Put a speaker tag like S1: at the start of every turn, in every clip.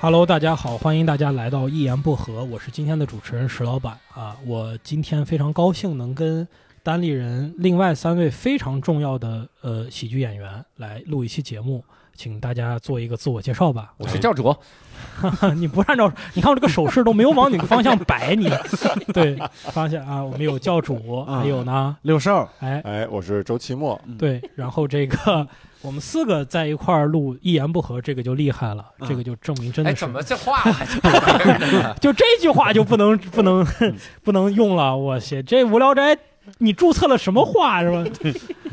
S1: Hello，大家好，欢迎大家来到一言不合，我是今天的主持人石老板啊。我今天非常高兴能跟单立人另外三位非常重要的呃喜剧演员来录一期节目，请大家做一个自我介绍吧。啊
S2: 我是教主，
S1: 你不按照你看我这个手势都没有往哪个方向摆你， 对发现啊，我们有教主，
S2: 啊
S1: 还有呢，
S3: 六兽，
S1: 哎
S4: 哎，我是周奇墨，
S1: 对，然后这个我们四个在一块儿录一言不合，这个就厉害了，这个就证明真
S2: 哎，
S1: 的是
S2: 怎么这话还 就来了
S1: 就这句话就不能
S2: 嗯
S1: 不 能不能用了。我写这无聊斋，你注册了什么话 是吧？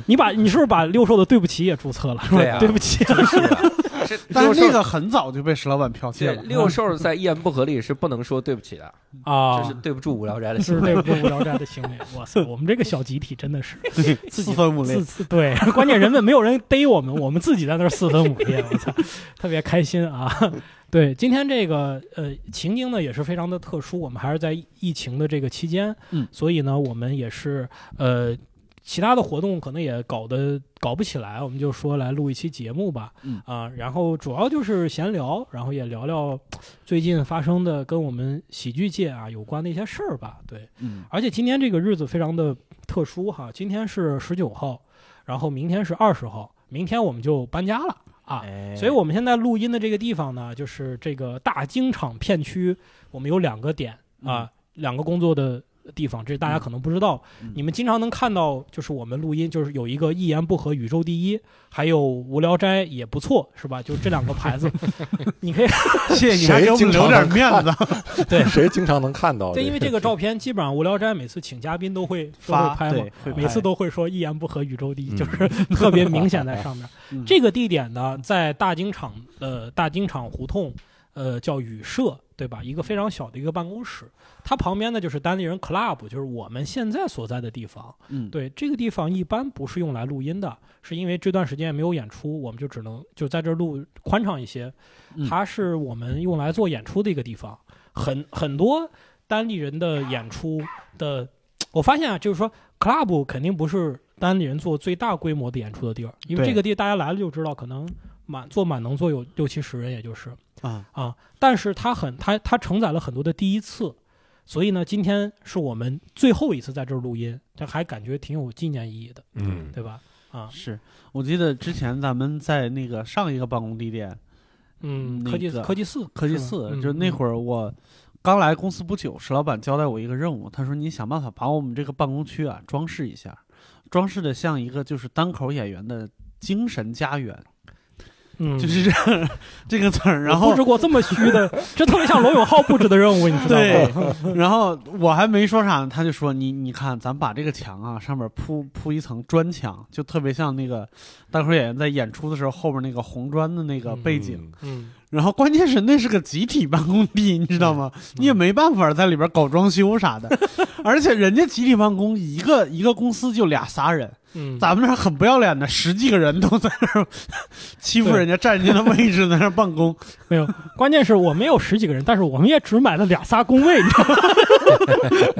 S1: 你把你是不是把六兽的对不起也注册了？是吧
S2: 对啊
S1: 对不起，
S2: 这
S3: 但
S2: 六
S3: 是那
S2: 兽，
S3: 个很早就被石老板剽窃
S2: 这
S3: 了。
S2: 六兽在一言不合里是不能说对不起的，
S1: 啊
S2: 这是，对不住无聊斋的
S1: 是
S2: 行为。
S1: 对不住无聊斋的行为。哇塞，我们这个小集体真的是自己
S3: 四分五裂
S1: 自，自对，关键人们没有人逮我们，我们自己在那儿四分五裂，我操，特别开心啊！ 对，今天这个呃情景呢也是非常的特殊，我们还是在疫情的这个期间，
S3: 嗯
S1: 所以呢我们也是呃其他的活动可能也搞得搞不起来，我们就说来录一期节目吧，
S3: 嗯
S1: 啊、然后主要就是闲聊，然后也聊聊最近发生的跟我们喜剧界啊有关的一些事儿吧，对，
S3: 嗯
S1: 而且今天这个日子非常的特殊哈，今天是十九号，然后明天是二十号，明天我们就搬家了啊。
S3: 哎
S1: 所以我们现在录音的这个地方呢，就是这个大京厂片区，我们有两个点啊，两个工作的地方，这大家可能不知道。
S3: 嗯
S1: 你们经常能看到，就是我们录音，就是有一个一言不合宇宙第一，还有无聊斋也不错，是吧？就这两个牌 子，你可以
S3: 谢谢你还给我们留点面子。
S4: 谁经常能看到？
S1: 对，因为这个照片基本上无聊斋每次请嘉宾都会都
S3: 发
S1: 会拍嘛
S3: 对会，
S1: 每
S3: 拍
S1: 次都会说一言不合宇宙第一，
S4: 嗯
S1: 就是 特别明显在上面。
S3: 嗯
S1: 这个地点呢，在大京厂呃大京厂胡同，呃叫宇社，对吧？一个非常小的一个办公室，它旁边呢就是单立人 club，就是我们现在所在的地方。
S3: 嗯，
S1: 对，这个地方一般不是用来录音的，是因为这段时间没有演出，我们就只能就在这儿录宽敞一些
S3: 嗯。
S1: 它是我们用来做演出的一个地方，很很多单立人的演出的，我发现啊，就是说 club 肯定不是单立人做最大规模的演出的地儿，因为
S3: 对
S1: 这个地大家来了就知道，可能满坐满能坐有六七十人，也就是。
S3: 啊，
S1: 啊，但是它很它它承载了很多的第一次，所以呢，今天是我们最后一次在这儿录音，这还感觉挺有纪念意义的，
S4: 嗯，
S1: 对吧？啊，
S3: 是我记得之前咱们在那个上一个办公地点
S1: 嗯，
S3: 那
S1: 科技
S3: 个
S1: 科技四，
S3: 科技
S1: 是吧
S3: 四，
S1: 嗯
S3: 就那会儿我刚来公司不久，石老板交代我一个任务，他说你想办法把我们这个办公区啊装饰一下，装饰的像一个就是单口演员的精神家园，
S1: 嗯，
S3: 就是这 这个词儿。然后
S1: 布置过这么虚 的，这特别像罗永浩布置的任务，你知道
S3: 对
S1: 吗？，
S3: 然后我还没说啥呢，他就说你你看，咱把这个墙啊上面铺铺一层砖墙，就特别像那个单口演员在演出的时候后边那个红砖的那个背景。
S4: 嗯
S1: 嗯，
S3: 然后关键是那是个集体办公地，你知道
S1: 嗯
S3: 吗？你也没办法在里边搞装修啥 的，而且人家集体办公一个一个公司就俩仨人，
S1: 嗯，
S3: 咱们这儿很不要脸的十几个人都在那儿 欺负
S1: 对
S3: 人家占人家的位置，在那儿办公。
S1: 没有？关键是我们有十几个人，但是我们也只买了俩仨工位，你知道吗？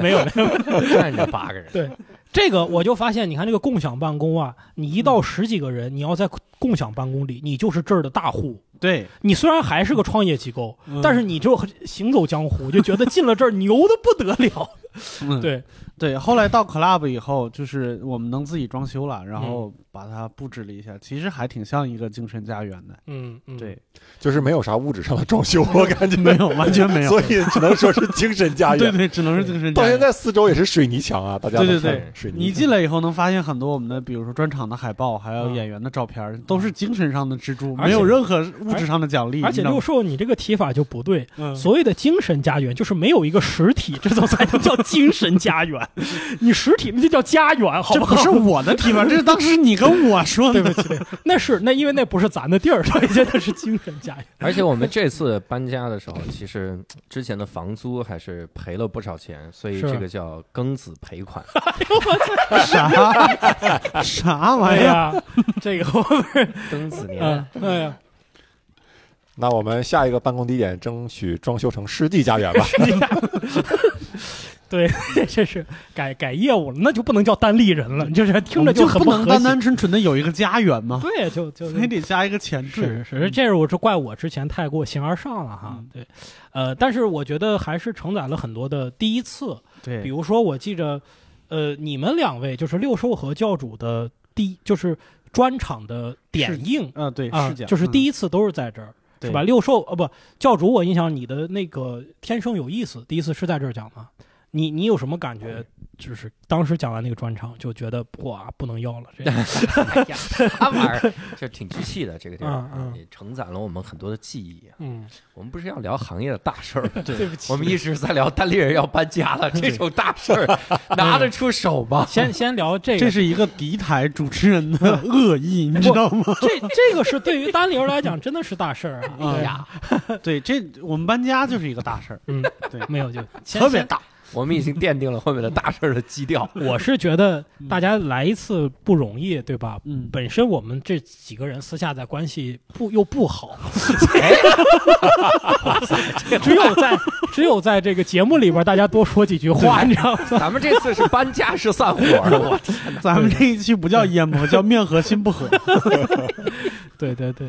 S1: 没有，没有。
S2: 站着八个 人，
S1: 对，这个我就发现，你看这个共享办公啊，你一到十几个人，你要在共享办公里，你就是这儿的大户。
S3: 对，
S1: 你虽然还是个创业机构，
S3: 嗯
S1: 但是你就很行走江湖，就觉得进了这儿 牛的不得了。
S3: 嗯
S1: 对，
S3: 对，后来到 club 以后，就是我们能自己装修了，然
S1: 嗯
S3: 后把它布置了一下，其实还挺像一个精神家园的。
S1: 嗯，嗯，
S3: 对，
S4: 就是没有啥物质上的装修，我感觉
S3: 没有，完全没有。
S4: 所以只能说是精神 家
S3: 对
S4: 园。
S3: 对，只能是精神
S4: 到
S3: 家
S4: 现
S3: 园。
S4: 在四周也是水泥墙啊，大家
S3: 对
S4: 能
S3: 对
S4: 看
S2: 对
S4: 水泥。
S3: 你进来以后能发现很多我们的，比如说专场的海报，还有
S1: 嗯
S3: 演员的照片，都是精神上的支柱，
S1: 而且
S3: 没有任何物质上的奖励。
S1: 而且
S3: 你知道
S1: 六
S3: 吗
S1: 兽，你这个提法就不对。
S3: 嗯
S1: 所谓的精神家园，就是没有一个实体，这种才能叫精神家 园。你实体那就叫家园，好
S3: 这
S1: 好
S3: 不？是我的提法，这是当时你跟我 说
S1: 对
S3: 的。
S1: 不起，对不起那是那因为那不是咱的地儿，所以这是精神家园。
S2: 而且我们这次搬家的时候，其实之前的房租还是赔了不少钱，所以
S1: 是
S2: 这个叫庚子赔 款。
S3: 啥啥玩意儿？
S1: 呀，这个我们
S2: 庚子年
S1: 嗯，哎呀，
S4: 那 我们下一个办公地点争取装修成世纪家园吧。
S1: 这是改改业务了，那就不能叫单立人了，就是听着
S3: 就
S1: 很
S3: 不
S1: 不
S3: 能
S1: 和
S3: 单
S1: 谐。
S3: 单纯纯的有一个家园吗？
S1: 对，就就
S3: 啊非得加一个前缀。
S1: 是是，这是我是怪我之前太过形而上了哈
S3: 嗯。
S1: 对，呃，但是我觉得还是承载了很多的第一次，比
S3: 对，
S1: 如说，我记着，呃，你们两位就是六兽和教主的第一，就是专场的点映
S3: 啊对，
S1: 啊，
S3: 是这样，
S1: 就是第
S3: 一
S1: 一次都是在这儿，
S3: 对
S1: 是吧？六兽啊，不，教主，我印象你的那个《天生有意思》第一次是在这儿讲吗？你你有什么感
S3: 哦
S1: 觉？就是当时讲完那个专场，就觉得哇，不能要了， 这样
S2: 啥玩意儿？这挺聚气的这个地
S1: 嗯嗯
S2: 方，也承载了我们很多的记忆。啊
S1: 嗯，
S2: 我们不是要聊行业的大事 儿，
S1: 对不起
S2: 我们一直在聊单立人要搬家了这种大 事儿，拿得出手吗？
S1: 先先聊这个，
S3: 这是一个敌台主持人的 恶意，你知道吗？
S1: 这这个是对于单流来讲真的是大事儿啊！
S3: 嗯
S1: 对，
S3: 对，这我们搬家就是一个大事儿，
S1: 嗯，
S3: 对
S1: 没有就先
S3: 特别
S1: 先
S3: 大。
S2: 我们已经奠定了后面的大事儿的基 调。
S1: 我是觉得大家来一次不容易，对吧？
S3: 嗯，
S1: 本身我们这几个人私下在关系不又不 好，只有在只有在这个节目里边，大家多说几句话，你知道吗？
S2: 咱们这次是搬家是散伙的，我天
S3: 咱们这一期不叫烟波，叫面和心不 和。
S1: 对对对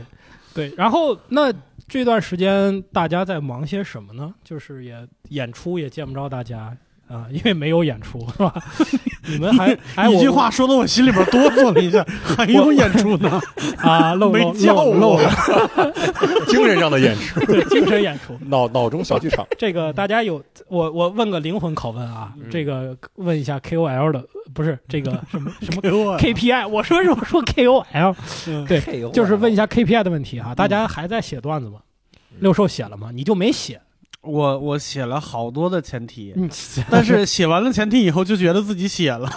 S1: 对。然后那这段时间大家在忙些什么呢？就是也演出也见不着大家啊，因为没有演出是吧？ 你们还还
S3: 一句
S1: 哎我
S3: 话说的我心里边哆嗦了一下，还有演出呢，
S1: 啊，漏
S3: 没
S1: 漏
S3: 叫
S1: 漏
S3: 我
S1: 漏了，
S4: 精神上的演出，
S1: 对精神演出。
S4: 脑脑中小剧场。
S1: 这个大家有我我问个灵魂拷问啊，
S2: 嗯
S1: 这个问一下 KOL 的不是这 个什么什么
S3: 给哎我嗯
S1: KPI，我说什么说 KOL，对
S2: 这个
S1: 就是问一下 KPI 的问题啊
S2: 嗯
S1: 哈、大家还在写段子吗？六兽写了吗？你就没写，
S3: 我我写了好多的前提，
S1: 嗯，
S3: 但是写完了前提以后就觉得自己写了，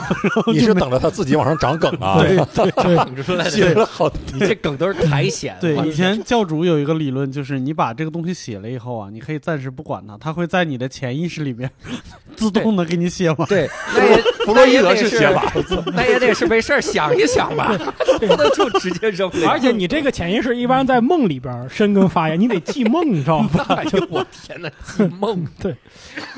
S4: 你是等着他自己往上长梗啊？
S1: 对对
S2: 我出来
S4: 写
S2: 的，
S4: 了好多
S2: 你这梗都是苔藓。
S3: 对，
S2: 我
S3: 以前教主有一个理论，就是你把这个东西写了以后啊，你可以暂时不管它，它会在你的潜意识里面自动的给你写完。
S2: 对，那也
S4: 弗洛伊
S2: 那
S4: 德
S2: 也
S4: 式
S2: 得是
S4: 写法，
S2: 那也得是没事儿想一想吧，不能就直接扔了。
S1: 而且你这个潜意识一般在梦里边深根发芽，你得记梦，你知道吗？
S2: 哎呦我天哪，记梦！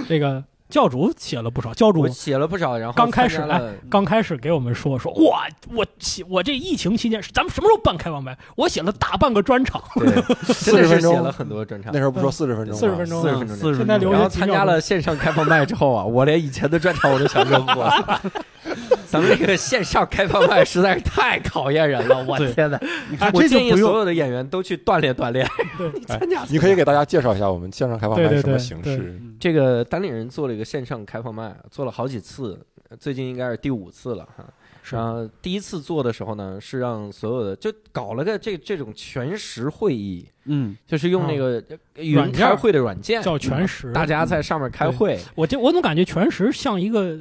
S1: 这个教主写 了不少，教主
S2: 我写了不少，然后
S1: 刚开始
S2: 参加了
S1: 刚开始给我们说说，哇，我写我这疫情期间，咱们什么时候办开放麦？我写了大半个专场，
S2: 对，真的是
S4: 40分钟
S2: 写了很多专场
S4: 那。时候不说四十分钟吗？
S1: 40分钟啊
S2: 40分钟
S3: 四十
S1: 现在留
S2: 然
S1: 着
S2: 后参加了线上开放麦之后啊， 我连以前的专场我都想扔过。咱们这个线上开放麦实在是太考验人了，我
S3: 对
S2: 天哪！
S3: 你看
S2: 我
S3: 这就
S2: 建议
S3: 不
S2: 所
S3: 用，
S2: 有的演员都去锻炼锻炼。
S4: 哎你可以给大家介绍一下我们线上开放麦
S1: 对
S4: 是
S1: 对
S4: 什么
S1: 对对
S4: 形式？
S2: 这个单立人做了一个线上开放麦，做了好几次，最近应该是第五次了哈。
S1: 是
S2: 然后第一次做的时候呢，是让所有的就搞了个这这种全时会议，
S3: 嗯，
S2: 就是用那个呃
S1: 软
S2: 云
S1: 件
S2: 开会的软件，
S1: 叫全时。
S2: 啊大家在上面开会，
S1: 我这我总感觉全时像一个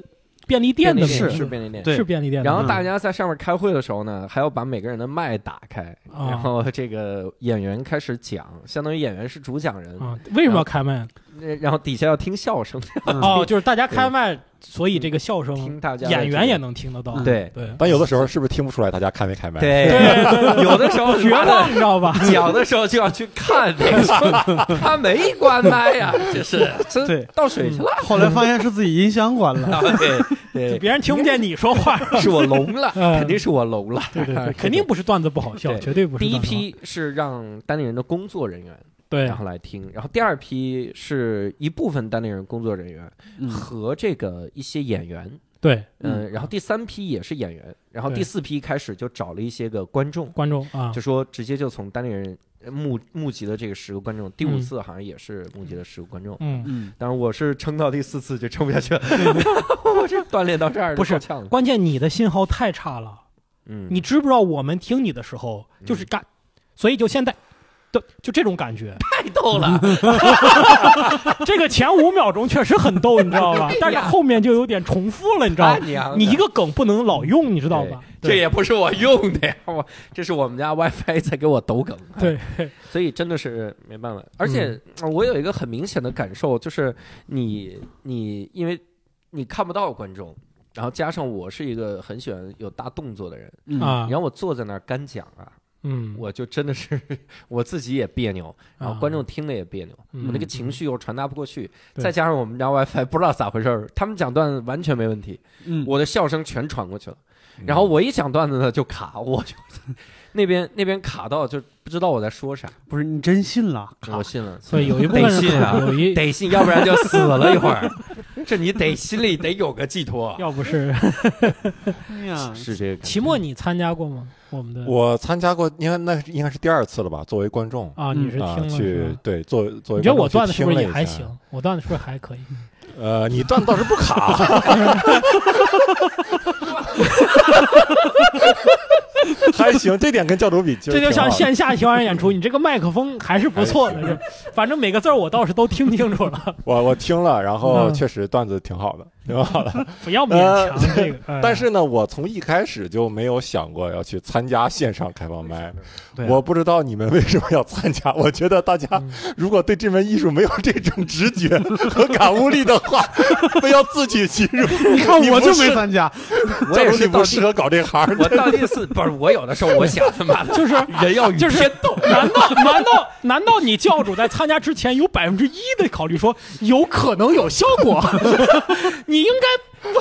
S1: 便利店的名
S2: 利
S1: 字
S2: 店是便利店。
S3: 对
S1: 是便利店的嗯
S2: 然
S1: 名字，
S2: 后大家在上面开会的时候呢，还要把每个人的麦打开，
S1: 啊
S2: 然后这个演员开始讲，相当于演员是主讲人，
S1: 啊，为什么要开麦？
S2: 那然后底下要听笑声，
S1: 哦，就是大家开麦，所以这个笑声
S2: 嗯听大家的
S1: 哦演员
S2: 这
S1: 也
S2: 个
S1: 能听得到。
S3: 嗯
S2: 对
S1: 对
S4: 但有的时候是不是听不出来大家开没开麦？，
S2: 对， 有的时候
S1: 绝
S2: 妈的
S1: 望，你知道吧？
S2: 讲的时候就要去看那个说，他没关麦 呀，这是
S3: 对
S2: 这倒水去了，
S3: 后来发现是自己音箱关 了。
S2: 啊
S1: 嗯
S2: 对
S1: 就
S2: 对，
S1: 别人听不见你说话，
S2: 是我聋了，
S1: 嗯
S2: 肯定是我聋了。
S1: 对对对，肯定不是段子不好笑，
S2: 对
S1: 绝对不是
S2: 第一
S1: 段子不好笑。
S2: 批是让单立人的工作人员，
S1: 对
S2: 然后来听，然后第二批是一部分单立人工作人员
S3: 嗯
S2: 和这个一些演员。
S1: 对
S2: 嗯，
S3: 嗯
S2: 然后第三批也是演员，然后
S1: 对
S2: 第四批开始就找了一些个观众，
S1: 观众啊
S2: 就，说直接就从单立人呃募募集的这个十个观众，第五
S1: 嗯
S2: 次好像也是募集了十个观众，
S1: 嗯，
S3: 嗯，
S2: 但是我是撑到第四次就撑不下去了， 我这锻炼到这儿
S1: 不是
S2: 够呛了，
S1: 关键你的信号太差了，
S2: 嗯，
S1: 你知不知道我们听你的时候就是干，所以就现在。对，就这种感觉，
S2: 太逗了，
S1: 这个前五秒钟确实很逗，你知道 吧？但是后面就有点重复了，你知道
S2: 他
S1: 吗？
S2: 娘的，
S1: 你一个梗不能老用，你知道吧？
S2: 哎这也不是我用的呀，我这是我们家 WiFi 在给我抖梗，
S1: 对，
S2: 所以真的是没办法。而
S1: 嗯
S2: 且、呃我有一个很明显的感受，就是你你因为你看不到观众，然后加上我是一个很喜欢有大动作的人，
S3: 嗯，
S1: 啊
S2: 你，让我坐在那儿干讲啊，
S1: 嗯，啊
S2: 我就真的是 我自己也别扭，然后观众听了也别扭，
S1: 嗯
S2: 我那个情绪又传达不过去，
S1: 对
S2: 再加上 我们家 WiFi 不知道咋回事儿，他们讲段子完全没问题，
S3: 嗯，
S2: 我的笑声全传过去了，
S4: 嗯
S2: 然后我一讲段子呢就卡，我就 那边那边卡到就不知道我在说啥，
S3: 不是你真信了，
S2: 我信了。
S1: 所以有一部分
S2: 得信
S1: 人
S2: 啊
S1: 可 能有一，
S2: 得信，要不然就死了一会儿。 这你得心里得有个寄托，
S1: 要不 是
S3: 哎呀，
S2: 是这个感觉
S1: 期末你参加过吗？我们的
S4: 我参加过，应该那是应该是第二次了吧？作为观众
S1: 啊，
S3: 嗯
S1: 你是听
S4: 啊、
S1: 了是
S4: 去
S1: 吧？
S4: 对作为作为
S1: 你觉得我
S4: 观
S1: 段
S4: 众去
S1: 子是不是
S4: 听了
S1: 也
S4: 一
S1: 还
S4: 下？
S1: 行？我段子是不是还可以？
S4: 呃，你段子倒是不卡， 还行，这点跟教主比，
S1: 这就像
S4: 现
S1: 线下相声演 出，你这个麦克风还是不错的，
S4: 还
S1: 是反正每个字儿我倒是都听清楚了，
S4: 我我听了，然后
S1: 嗯
S4: 确实段子挺好的，挺好的。
S1: 不要勉强这个。 哎
S4: 呃但是呢，我从一开始就没有想过要去参加线上开放麦，
S3: 对啊
S4: 我不知道你们为什么要参加。我觉得大家
S1: 嗯
S4: 如果对这门艺术没有这种直觉和感悟力的话， 非要自取其辱。
S3: 你看
S4: 你
S3: 我
S4: 不
S3: 就没
S4: 是
S3: 参加，
S2: 我也
S4: 教主
S2: 是
S4: 你不
S2: 到
S4: 适合搞这行。
S2: 我到第四不是我有的时候我想 他妈的
S1: 就是
S2: 人要与
S1: 就是
S2: 天斗，
S1: 难道难道难道你教主在参加之前有百分之一的考虑说有可能有效果？ 你应该 不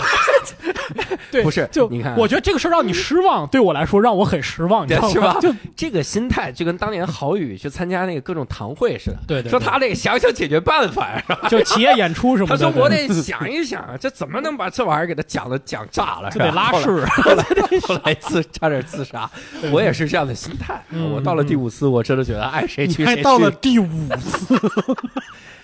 S1: 对，
S2: 不是
S1: 就
S2: 你看啊
S1: 我觉得这个事儿让你失望，对我来说让我很失望，你知道吗？
S2: 对是吧
S1: 就
S2: 这个心态就跟当年郝宇去参加那个各种堂会似的。
S1: 对对对
S2: 说他得想想解决办法呀。
S1: 就企业演出什么
S2: 他
S1: 的，
S2: 说我
S1: 对
S2: 得想一 想，这怎么能把这玩意儿给他讲的讲炸了？
S1: 就得拉
S2: 屎。
S1: 屎，
S2: 后来自差点自杀，我也是这样的心态。
S1: 嗯
S2: 我到了第五次，我真的觉得爱谁去谁
S3: 你还
S2: 去。
S3: 到了第五次，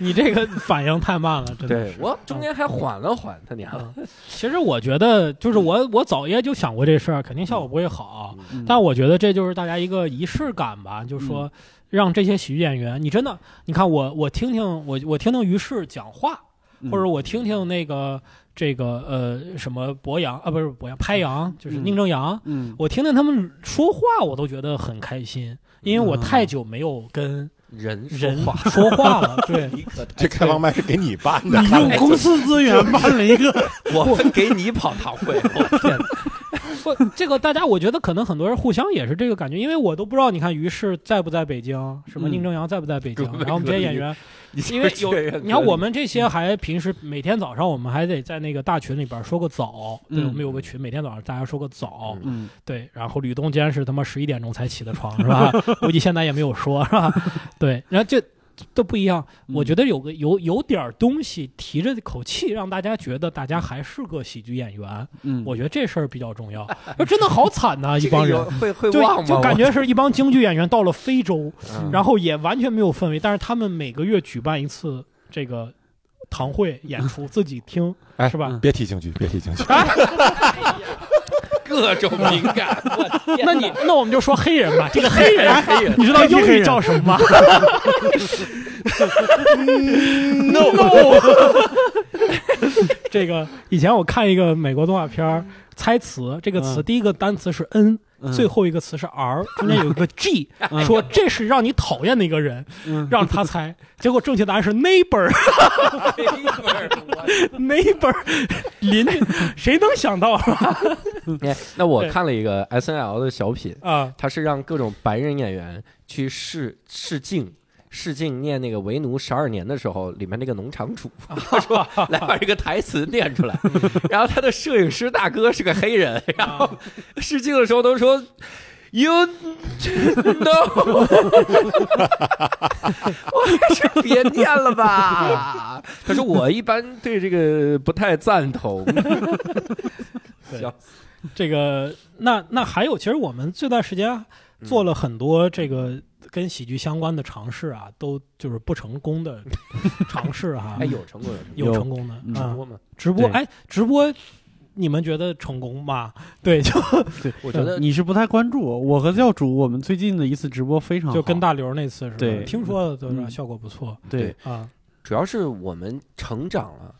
S1: 你这个反应太慢了，真的
S2: 对
S1: 是。
S2: 我中间还缓了缓，他娘的，
S1: 其实我觉得，就是我我早也就想过这事儿，肯定效果不会好。啊
S3: 嗯
S1: 但我觉得这就是大家一个仪式感吧，就是说让这些喜剧演员，你真的，你看我我听听我我听听于适讲话，
S3: 嗯
S1: 或者我听听那个这个呃什么博洋啊，不是博洋，拍洋就是
S3: 嗯
S1: 宁正阳，
S3: 嗯，
S1: 我听听他们说话，我都觉得很开心，因为我太久没有跟
S2: 人
S1: 人说话了，对。
S2: 你可
S4: 这开放麦是给你办的，
S3: 你用公司资源办了一个，
S2: 我分给你跑堂会，我天 哪，
S1: 不，这个大家我觉得可能很多人互相也是这个感觉，因为我都不知道，你看于适在不在北京，什么
S3: 嗯
S1: 宁正阳在不在北京，
S2: 各位
S1: 然后我们这些演员，因为有你看我们这
S2: 嗯
S1: 些还平时每天早上我们还得在那个大群里边说个早，对，
S3: 嗯
S1: 我们有个群，每天早上大家说个早，
S2: 嗯
S3: 嗯，
S1: 对，然后吕东今天是他妈十一点钟才起的床是吧？ 估计现在也没有说是吧？ 对，然后这都不一样，
S2: 嗯
S1: 我觉得有个有有点儿东西提着口气，让大家觉得大家还是个喜剧演员，
S3: 嗯，
S1: 我觉得这事儿比较重要。说真的好惨呐、一帮人
S2: 这。个有会会
S1: 对
S2: 忘吗？，
S1: 就感觉是嗯一帮京剧演员到了非洲，
S2: 我，
S1: 然后也完全没有氛围，但是他们每个月举办一次这个堂会演出，自己听
S4: 哎
S1: 是吧？
S3: 嗯
S4: 别提兴趣，别提兴趣。
S2: 各 种敏感，我天
S1: 那你那我们就说黑人吧，这个黑人，
S2: 黑人
S1: 你知道英语叫什么吗？
S2: no，
S1: 这个以前我看一个美国动画片儿，猜词这个词，
S3: 嗯
S1: 第一个单词是 n，
S3: 嗯
S1: 最后一个词是 r，中间有一个 g，
S3: 嗯
S1: 说这是让你讨厌的一个人，
S3: 嗯
S1: 让他猜，结果正确答案是 neighbor，neighbor 邻居，谁能想到啊
S2: 哎那我看了一个 S N L 的小品，
S1: 啊？
S2: 他是让各种白人演员去试试镜。试镜念那个《为奴十二年》的时候，里面那个农 场主，他说：“来把这个台词念出来。”然后他的摄影师大哥是个黑 人，然后试镜的时候都说：“You know，我还是别念了吧。”他说：“我一般对这个不太赞同。
S1: 对
S2: 笑
S1: 这个那那还有，其实我们这段时间啊
S2: 嗯
S1: 做了很多这个跟喜剧相关的尝试啊，都就是不成功的尝试哈、”
S2: 哎，有成果有成
S1: 有成功的
S3: 嗯
S1: 啊
S2: 果，我吗？
S1: 直播
S3: 对
S1: 哎，直播你们觉得成功吗？对，就
S2: 我觉得
S3: 你是不太关注我，我和教主我们最近的一次直播非常好
S1: 就跟大刘那次是吧？
S3: 对
S1: 听说都是
S3: 嗯
S1: 效果不错
S3: 对，
S1: 啊。
S2: 主要是我们成长了。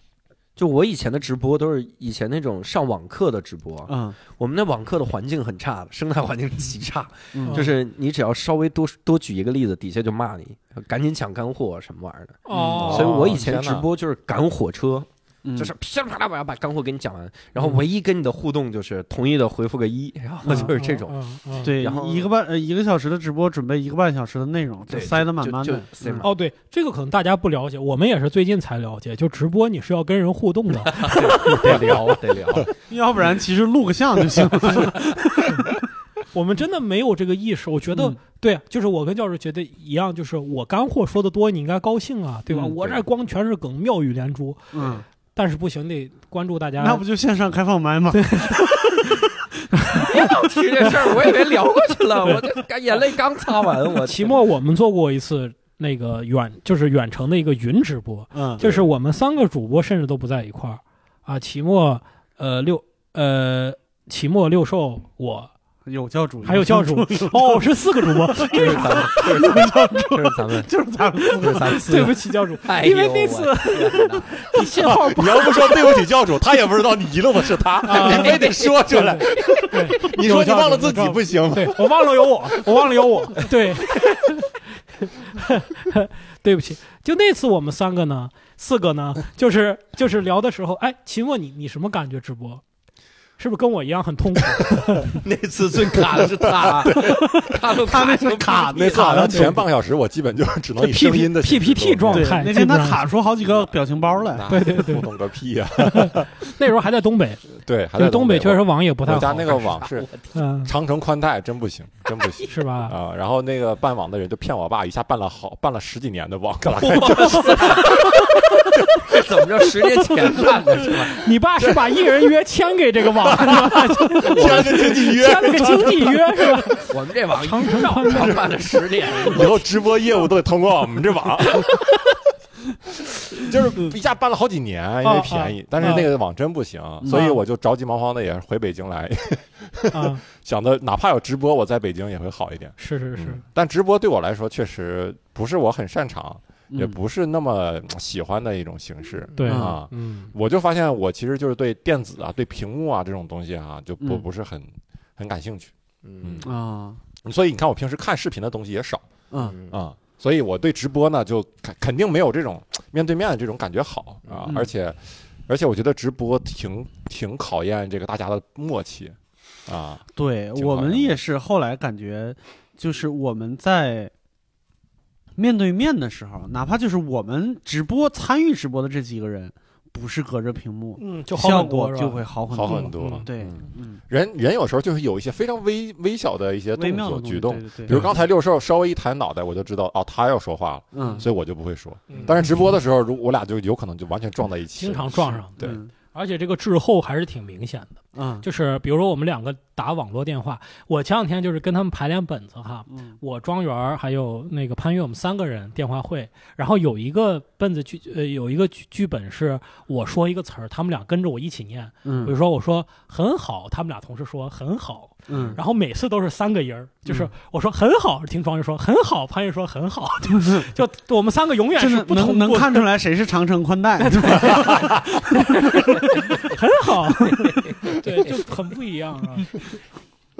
S2: 就我以前的直播都是以前那种上网课的直播，
S3: 嗯
S2: 我们那网课的环境很差的，生态环境极差，
S3: 嗯
S1: 嗯
S2: 就是你只要稍微多多举一个例子，底下就骂你，赶紧抢干货什么玩意儿的。
S1: 哦，
S2: 所以我以前
S4: 天哪
S2: 直播就是赶火车，
S3: 嗯
S2: 就是噼里啪啦，我要把干货给你讲完，然后唯一跟你的互动就是同意的回复个一，然后就是这种，
S1: 嗯。嗯嗯
S3: 对，
S2: 然后
S3: 一个半呃一个小时的直播，准备一个半小时的内容，
S2: 对
S3: 塞得满满
S2: 就
S3: 的
S2: 就塞满
S1: 哦，对，这个可能大家不了解，我们也是最近才了解，就直播你是要跟人互动的，
S2: 得聊得聊，
S3: 嗯要不然其实录个像就行了。
S1: 我们真的没有这个意识。我觉得
S3: 嗯，
S1: 对啊，就是我跟教授觉得一样，就是我干货说的多，你应该高兴啊，对吧？
S3: 嗯
S1: 我
S2: 对
S1: 这光全是梗，妙语连珠，
S3: 嗯，
S1: 但是不行，得关注大家。
S3: 那不就线上开放麦吗？
S2: 别老提这事儿，我以为聊过去了，我这眼泪刚擦完，我
S1: 期末我们做过一次那个远，就是远程的一个云直播，
S3: 嗯，
S1: 就是我们三个主播甚至都不在一块儿啊。期末呃六呃期末六兽我
S3: 有教主，
S1: 还有教主嗯 哦是四个 主播，
S2: 这是咱们，这是咱们，这是咱们，
S3: 就
S2: 这是
S3: 是咱们四个。
S2: 咱们四
S1: 对
S2: 个。
S1: 不起教主，
S2: 哎呦
S1: 因为那次
S2: 我天哪
S1: 你 信号不
S4: 你要不说对不起教主，他也不知道你遗漏的是他，
S1: 啊
S4: 你非得说出来。
S1: 对，
S4: 你说你忘了自己不行吗？
S1: 对我忘了有我，我忘了有我， 对，对不起，就那次我们三个呢，四个呢，就是就是聊的时候，哎，秦墨你你什么感觉直播？是不是跟我一样很痛苦？
S4: 啊
S2: 那次最卡的是他，他都
S3: 他那是卡
S2: 的
S4: 那次好像前半个小时，我基本就是只能以声音的
S1: P P T 状
S3: 对，
S1: 态。
S3: 那天他
S1: 基本上
S3: 卡出好几个表情包来。
S1: 对对对
S4: 不懂个屁 呀！
S1: 那时候还在东北，
S4: 对，还
S1: 就
S4: 在
S1: 是东北确实网也不
S4: 我
S1: 太
S4: 我
S1: 好。
S4: 家那个网是
S1: 嗯，
S4: 长城宽带，真不行，真不 行
S1: 是 吧？
S4: 啊！然后那个办网的人就骗我爸，一下办了好办了十几年的网，
S2: 哇塞，这怎么着？十年前办的是吧？
S1: 你爸是把一个人约签给这个网，是吧
S4: 签个经 纪约，
S1: 签了个经纪 约是吧？
S2: 我们这网一 照照办了十年，
S4: 以后直播业务都得通过我们这网。 就是
S1: 嗯
S4: 一下办了好几年，因为便
S1: 啊
S4: 宜，但是那个网真不行，所以我就着急忙慌的也回北京来，
S1: 啊，
S4: 想着哪怕有直播，我在北京也会好一点。
S1: 是是是
S4: 嗯，但直播对我来说确实不是我很擅长，也
S3: 嗯
S4: 不是那么嗯喜欢的一种形式
S1: 对
S3: 嗯
S4: 啊。
S2: 嗯，
S4: 我就发现我其实就是对电子啊、对屏幕啊这种东西啊，就不
S3: 嗯
S4: 不是很很感兴趣。
S2: 嗯
S3: 啊，
S4: 所以你看，我平时看视频的东西也少
S3: 嗯，
S2: 啊，
S4: 啊。所以我对直播呢，就肯肯定没有这种面对面的这种感觉好啊，
S3: 嗯
S4: 而且而且我觉得直播挺挺考验这个大家的默契啊，
S3: 对
S4: 挺
S3: 我
S4: 好
S3: 们
S4: 的
S3: 也是后来感觉，就是我们在面对面的时候，哪怕就是我们直播参与直播的这几个人，不是隔着屏幕，
S1: 嗯，就好
S3: 效
S1: 很多
S3: 果
S1: 是吧
S3: 就会好很
S4: 好
S3: 多。
S4: 很多。
S1: 嗯
S3: 对，
S4: 嗯
S3: 嗯，
S4: 人人有时候就是有一些非常微微小的一些
S3: 微
S4: 动
S3: 妙的
S4: 作
S3: 东西
S4: 举动，
S3: 对对
S4: 比如
S3: 对，
S4: 刚才六兽稍微一抬脑袋，我就知道哦，他要说话了，
S3: 嗯，
S4: 所以我就不会说。
S1: 嗯
S4: 但是直播的时候，如我俩就有可能就完全撞在一起，
S1: 经常撞上，
S4: 对
S3: 嗯
S1: 而且这个滞后还是挺明显的。
S3: 嗯
S1: 就是比如说我们两个打网络电话，我前两天就是跟他们排练本子哈，
S3: 嗯
S1: 我庄园儿还有那个潘越，我们三个人电话会，然后有一个本子剧呃有一个剧剧本是我说一个词儿，他们俩跟着我一起念，比如
S3: 嗯
S1: 说我说很好，他们俩同时说很好，
S3: 嗯，
S1: 然后每次都是三个音儿，就是我说很好，听庄园说很好，潘越说很好， 就就我们三个永远
S3: 真
S1: 是
S3: 的
S1: 不
S3: 能
S1: 同
S3: 能
S1: 步
S3: 看出来谁嗯是长城宽带，对吧
S1: 很好， 对，就很不一样啊。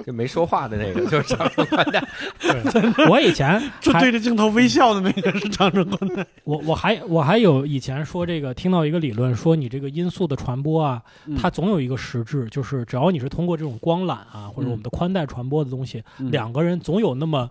S2: 这没说话的那个 就是长城宽带，
S1: 我以前
S3: 就
S1: 还
S3: 对着镜头微笑的那个是长城宽带。
S1: 我我还我还有以前说这个，听到一个理论说，你这个音速的传播啊，
S3: 嗯
S1: 它总有一个实质，就是只要你是通过这种光缆啊，或者
S3: 嗯
S1: 我们的宽带传播的东西，
S3: 嗯
S1: 两个人总有那么。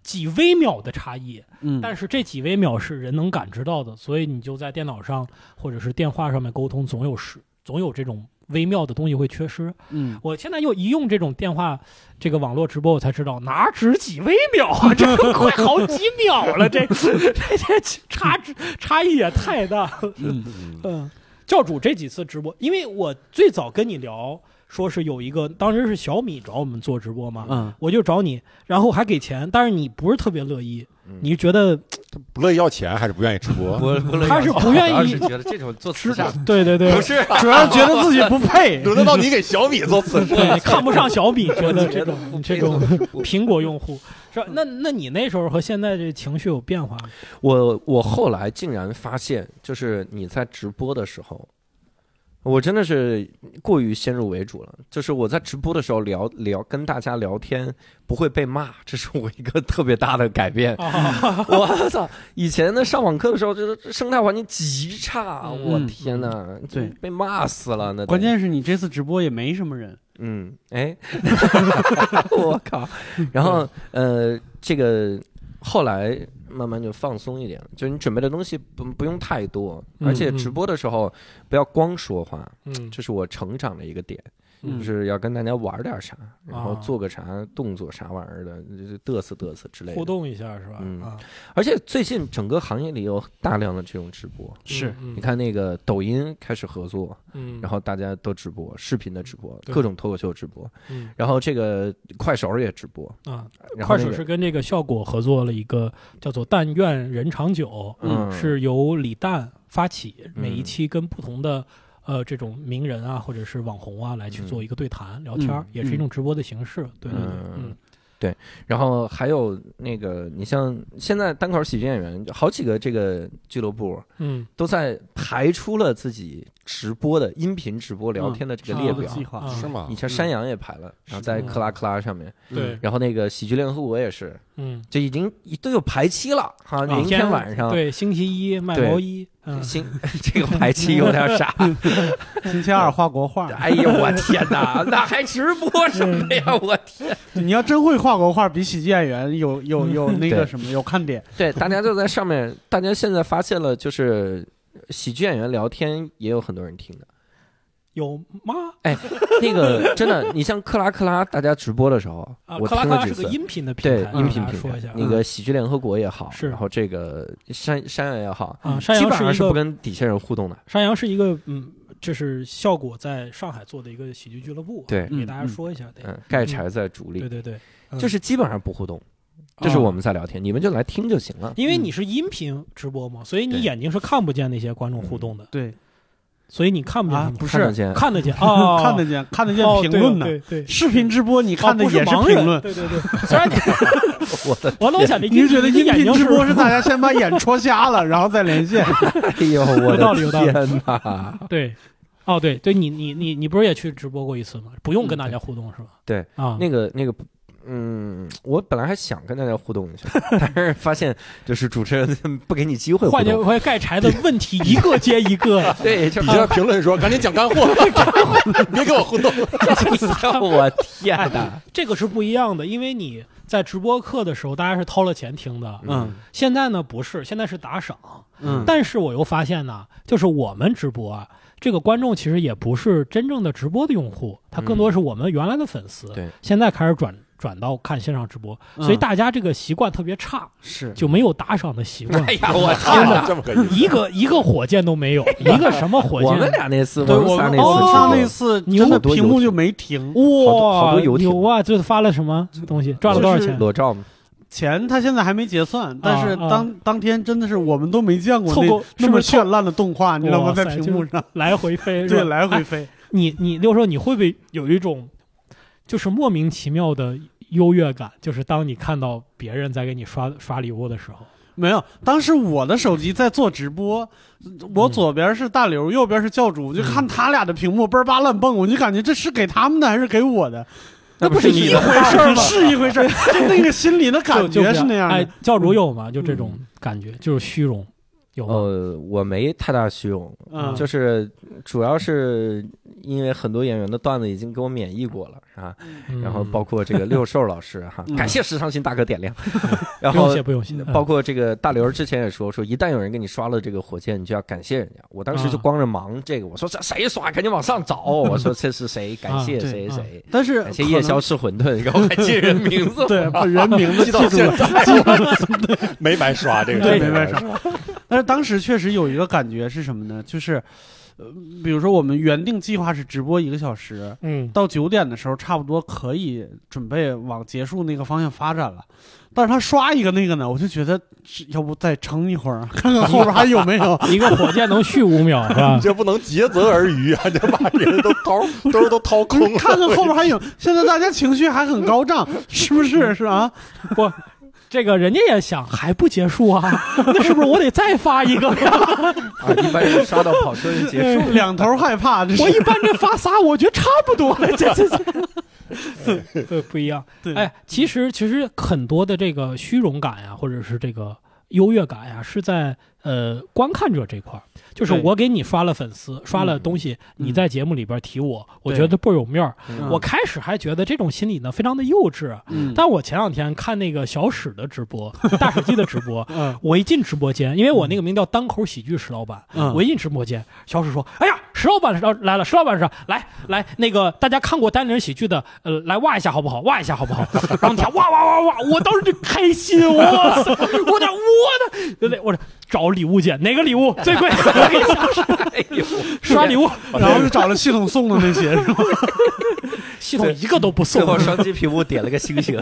S1: 几微秒的差异，
S3: 嗯
S1: 但是这几微秒是人能感知到的，所以你就在电脑上或者是电话上面沟通，总有是总有这种微妙的东西会缺失。
S3: 嗯，
S1: 我现在又一用这种电话，这个网络直播，我才知道哪止几微秒 啊，这都快好几秒了，这这这差之差异也太大了。
S3: 嗯
S1: 嗯，教主这几次直播，因为我最早跟你聊，说是有一个当时是小米找我们做直播嘛，
S3: 嗯
S1: 我就找你，然后还给钱，但是你不是特别乐意，
S2: 嗯
S1: 你觉得
S4: 不乐意要钱还是不愿意直播？
S2: 我我
S1: 他是不愿意
S2: 我是觉得这种做慈
S1: 知
S2: 善
S1: 对对对
S2: 不。是
S3: 主要觉得自己不配。
S4: 轮得到你给小米做慈 善？
S1: 对，看不上小 米，觉得这
S2: 不
S1: 种
S2: 配
S1: 这种
S2: 做直播
S1: 苹果用户是吧？那那你那时候和现在这情绪有变化吗？
S2: 我我后来竟然发现，就是你在直播的时候，我真的是过于先入为主了。就是我在直播的时候聊聊，跟大家聊天不会被骂，这是我一个特别大的改变。
S1: 啊，
S2: 我操！以前呢上网课的时候，就是生态环境极差，啊
S1: 嗯
S2: 我天哪，
S3: 对
S2: 被骂死了那都。
S3: 关键是你这次直播也没什么人，
S2: 嗯， 哎，我靠！然后呃，这个后来慢慢就放松一点，就是你准备的东西不不用太多，
S1: 嗯
S2: 而且直播的时候不要光说话，
S1: 嗯，
S2: 这是我成长的一个点，
S3: 嗯
S2: 就是要跟大家玩点啥，然后
S1: 啊
S2: 做个啥动作啥玩意儿的，就是嘚瑟嘚瑟之类
S1: 互
S2: 的。
S1: 动一下是吧？
S2: 嗯
S1: 啊，
S2: 而且最近整个行业里有大量的这种直播，
S1: 是嗯
S2: 你看那个抖音开始合作，
S1: 嗯，
S2: 然后大家都直播，视频的直播，
S1: 对
S2: 各种脱口秀直播，
S1: 嗯
S2: 然后这个快手也直播，
S1: 啊，
S2: 然后
S1: 快
S2: 那
S1: 手
S2: 个
S1: 是跟这个效果合作了一个叫做“但愿人长久”，
S2: 嗯
S1: 是由李诞发起，每一
S2: 嗯
S1: 期跟不同的呃这种名人啊，或者是网红啊来去
S2: 嗯
S1: 做一个对谈聊天儿
S3: 嗯，
S1: 也是一种直播的形式。对对对，
S2: 嗯
S1: 嗯
S2: 然后还有那个，你像现在单口喜剧演员，好几个这个俱乐部
S1: 嗯
S2: 都在排出了自己直播的音频直播聊天的这个
S1: 嗯
S2: 列
S1: 啊
S2: 表。
S3: 计划
S1: 啊
S4: 是吗
S2: 以？前山羊也排了，然后在克拉克拉上面，
S1: 对
S2: 然后那个喜剧联合国也是，
S1: 嗯，
S2: 就已经都有排期了哈。明天晚上，
S1: 啊对星期一卖毛衣，嗯
S2: 星 这个排期有点 傻。
S3: 星期二画国 画，
S2: 哎呦我天哪，那还直播什么呀？
S1: 嗯
S2: 我天！
S3: 你要真会画国画，比喜剧演员有有有那
S2: 对
S3: 个什么有看点。
S2: 对，大家就在上面，大家现在发现了，就是喜剧演员聊天也有很多人听的。
S1: 有吗？
S2: 那个真的，你像克拉克拉，大家直播的时候，
S1: 啊，
S2: 我
S1: 克拉
S2: 听
S1: 克
S2: 了
S1: 拉
S2: 几
S1: 是个
S2: 次。
S1: 音频的平
S2: 对
S1: 台，
S2: 音频
S1: 啊大家
S2: 平
S1: 说一
S2: 台
S1: 下，
S2: 那个喜剧联合国也好，
S1: 是
S2: 然后这个山山羊也好，
S1: 啊，山
S2: 嗯基
S1: 羊
S2: 本上
S1: 是一
S2: 是不
S1: 个
S2: 跟底下人互动的。
S1: 山羊是一个嗯，这是效果在上海做的一个喜剧俱乐部，
S2: 对，
S1: 给大家
S3: 嗯
S1: 说一下，对
S2: 嗯，盖柴在主力
S1: 对，嗯啊对对，嗯
S2: 就是基本上不互动，这是我们在聊天，你们就来听就行了。
S1: 因为你是音频直播嘛，所以你
S2: 对
S1: 眼睛是看不见那些观众互动的，
S3: 对
S1: 所以你看不见他
S3: 啊，
S1: 们
S3: 不
S2: 看得
S3: 是
S2: 见，
S1: 看得 见哦，
S3: 看得见看得见
S1: 哦
S3: 评论呢
S1: 对。哦对对，
S3: 视频直播你看的
S1: 哦不
S3: 也
S1: 盲人
S3: 评论，
S1: 对对对。虽然你
S2: 我的
S1: 我老 想着，
S3: 你是觉 得
S1: 你
S3: 音
S1: 眼
S3: 频
S1: 睛
S3: 直播是大家先把眼戳瞎了，然后再连线？
S2: 哎呦，我
S1: 有道理
S2: 的
S1: 有道理
S2: 天哪！
S1: 对。哦，对对，你你你你不是也去直播过一次吗？不用跟大家互动是吧？
S2: 嗯对
S1: 啊，
S2: 那个那个，嗯，我本来还想跟大家互动一下，但是发现就是主持人不给你机会互
S1: 换
S2: 动
S1: 换，换盖柴的问题一个接一 个，
S2: 对，就
S4: 底下评论说：“赶紧讲干货，别跟我互动。
S2: 我天哪！
S1: 哎这个是不一样的，因为你在直播课的时候，大家是掏了钱听的，
S3: 嗯
S1: 现在呢不是，现在是打赏。
S3: 嗯，
S1: 但是我又发现呢，就是我们直播啊，这个观众其实也不是真正的直播的用户，他更多是我们原来的粉丝，
S2: 嗯对嗯
S1: 现在开始转转到看线上直播，所以大家这个习惯特别差，
S3: 是
S1: 就没有打赏的习惯
S2: 哎，呀，我天哪！”
S4: 啊 这么个意思。
S1: 一个一个火箭都没 有，一个什么火
S2: 我们
S1: 箭？
S2: 俩那次，
S3: 对
S2: 们
S3: 我
S2: 仨
S3: 们
S2: 那
S1: 哦
S2: 次直
S3: 他
S2: 播，
S3: 那 次
S1: 真
S3: 真
S1: 的
S3: 的
S2: 多
S3: 屏
S2: 游
S3: 幕
S2: 艇
S3: 就没停。
S1: 哦
S2: 多好
S1: 哇，
S2: 多游艇
S1: 牛啊！这发了什么东西？赚了多少钱？
S2: 裸照吗？
S3: 钱他现在还没结算，但是
S1: 啊啊
S3: 当当天真的是我们都没见过
S1: 凑够
S3: 那那么
S1: 是不
S3: 绚烂的动画，你知道吗？
S1: 哇塞
S3: 在屏幕上，
S1: 来回飞是吧
S3: 对，来
S1: 哎
S3: 回飞。
S1: 你你六叔，你会不会有一种就是莫名其妙的优越感？就是当你看到别人在给你刷刷礼物的时候，
S3: 没有，当时我的手机在做直播，
S1: 嗯
S3: 我左边是大刘，右边是教主，我就看他俩的屏幕倍儿吧乱蹦，我就感觉这是给他们的还是给我的？
S2: 那
S1: 不是
S2: 你
S1: 一
S2: 的
S1: 回事儿吗？
S3: 是一回事儿，就那个心里的感
S1: 就
S3: 觉
S1: 就是
S3: 那样
S1: 哎
S3: 的。，
S1: 教主有
S2: 嗯
S1: 吗？就这种感觉，就是虚荣，有吗？
S2: 呃，我没太大虚荣，
S3: 哦嗯，
S2: 就是主要是因为很多演员的段子已经给我免疫过了啊，
S1: 嗯
S2: 然后包括这个六兽老师哈，
S3: 嗯
S2: 感谢时尚新大哥点 亮，然
S1: 不用
S2: 后
S1: 谢不用嗯谢，
S2: 包括这个大刘之前也说说，一旦有人给你刷了这个火箭，你就要感谢人家。我当时就
S1: 啊
S2: 光着忙这个，我说这谁刷，赶紧往上找，我说这是谁，感谢
S3: 啊对
S2: 谁谁，
S3: 但是，
S2: 感谢夜宵吃馄饨，然后还记人名字
S3: 对，把人名字记住
S4: 到现
S3: 了。
S4: 在 没白刷这个，
S3: 对
S4: 真的
S3: 没白 但是当时确实有一个感觉是什么呢？就是，呃，比如说我们原定计划是直播一个小时，
S1: 嗯
S3: 到九点的时候差不多可以准备往结束那个方向发展了。但是他刷一个那个呢，我就觉得是要不再撑一会儿，啊 看看后边还有没有。
S1: 一个火箭能续五秒是吧
S4: 你？这不能竭泽而渔啊！这把人都掏兜儿都掏
S3: 不 是
S4: 空了，
S3: 看看后边还有，现在大家情绪还很高涨，是不是？是啊，
S1: 不，这个人家也想还不结束啊， 那是不是我得再发一个呀？
S2: 啊，一般是刷到跑车就结束。
S3: 两头害怕，这
S1: 我
S3: 是
S1: 一般这发仨，我觉得差不 多了，这这 这不不一样。
S3: 对
S1: 哎，其实其实很多的这个虚荣感呀，或者是这个优越感呀，是在呃观看者这块儿，就是
S3: 对
S1: 我给你刷了粉丝，刷了东西，
S3: 嗯
S1: 你在节目里边提我，我
S3: 对
S1: 觉得倍儿有面儿。
S3: 嗯
S1: 我开始还觉得这种心理呢非常的幼稚，啊
S3: 嗯
S1: 但我前两天看那个小史的直 播，大史记的直播，
S3: 嗯
S1: 我一进直播间，因为我那个名叫单口喜剧石老板，
S3: 嗯
S1: 我一进直播间，小史说：“哎呀，石老板是来了，石老板是来来那个大家看过单人喜剧的，呃，来哇一下好不好？哇一下好不好？”然后你看哇哇哇哇，我当时就开心，哇塞，我的我的，对不对？我说找礼物去，哪个礼物最 贵？我给你想
S2: 哎呦，
S1: 刷礼物，
S3: 然后就找了系统送的那些，是吧？
S1: 系统一个都不送
S2: 最。 后双击屏幕点了个星星。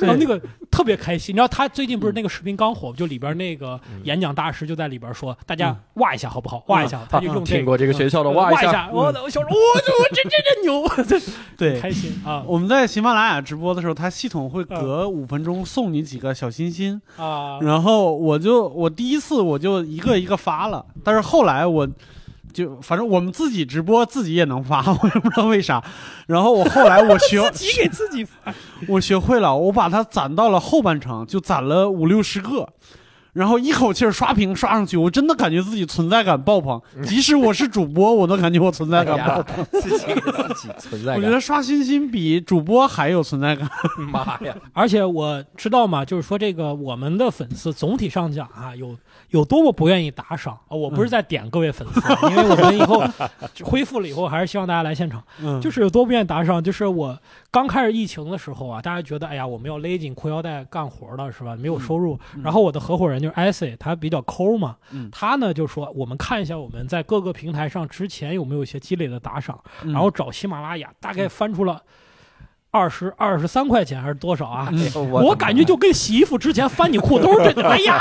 S1: 然后那个特别开心，你知道他最近不是那个视频刚火，就里边那个
S2: 嗯
S1: 演讲大师就在里边说，大家哇一下好不好？哇一下，他就用这
S2: 嗯听
S1: 个
S2: 过这个学校的哇
S1: 哇
S2: 一 下，
S1: 下，嗯我我小时候，我这我这这这 牛，这
S3: 对，
S1: 开心啊
S3: 我们在喜马拉雅直播的时候，它系统会
S1: 嗯
S3: 隔五分钟送你几个小心心，
S1: 啊！
S3: 然后我就我第一次我就一个一个发了，但是后来我就反正我们自己直播自己也能发， 我也不知道为啥。然后我后来我学
S1: 自己给自己发，
S3: 我学会了，我把它攒到了后半程，就攒了五六十个。然后一口气儿刷屏刷上去，我真的感觉自己存在感爆棚。即使我是主播，我都感觉我存在
S2: 嗯哎
S3: 感爆
S2: 呀，自己给自己存在
S3: 棚。我觉
S2: 感，
S3: 得刷心心比主播还有存在感。
S2: 妈呀！
S1: 而且我知道嘛，就是说这个我们的粉丝总体上讲啊，有有多么不愿意打赏啊！我不是在点各位粉丝，啊因为我们以后 恢复了以后，还是希望大家来现场。
S3: 嗯
S1: 就是有多不愿意打赏，就是我刚开始疫情的时候啊，大家觉得哎呀，我们要勒紧裤腰带干活了，是吧？没有收入。
S3: 嗯
S1: 然后我的合伙人就是 IC，他比较抠嘛，
S3: 嗯
S1: 他呢就说我们看一下我们在各个平台上之前有没有一些积累的打赏，
S3: 嗯
S1: 然后找喜马拉雅，大概翻出了二十二十三块钱还是多少啊？
S3: 嗯
S2: 哎呦
S1: 我感觉就跟洗衣服之前翻你裤兜儿这，哎 呀，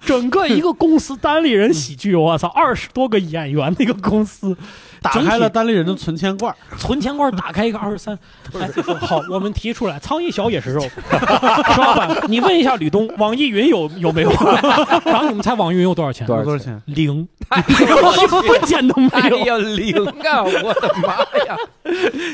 S1: 整个一个公司单立人喜剧，我操，二十多个演员那个公司，
S3: 打
S1: 整体
S3: 开了单立人的存钱罐儿，
S1: 存钱罐打开一个二十三，哎，好，我们提出来，苍蝇小也 是肉。石老板，你问一下吕东，网易云有有 没有？然后你们猜网易云有多少钱？
S2: 多少
S3: 多少钱？
S1: 零，一 分钱都没
S2: 哎
S1: 有，
S2: 呀，零啊！我的妈呀！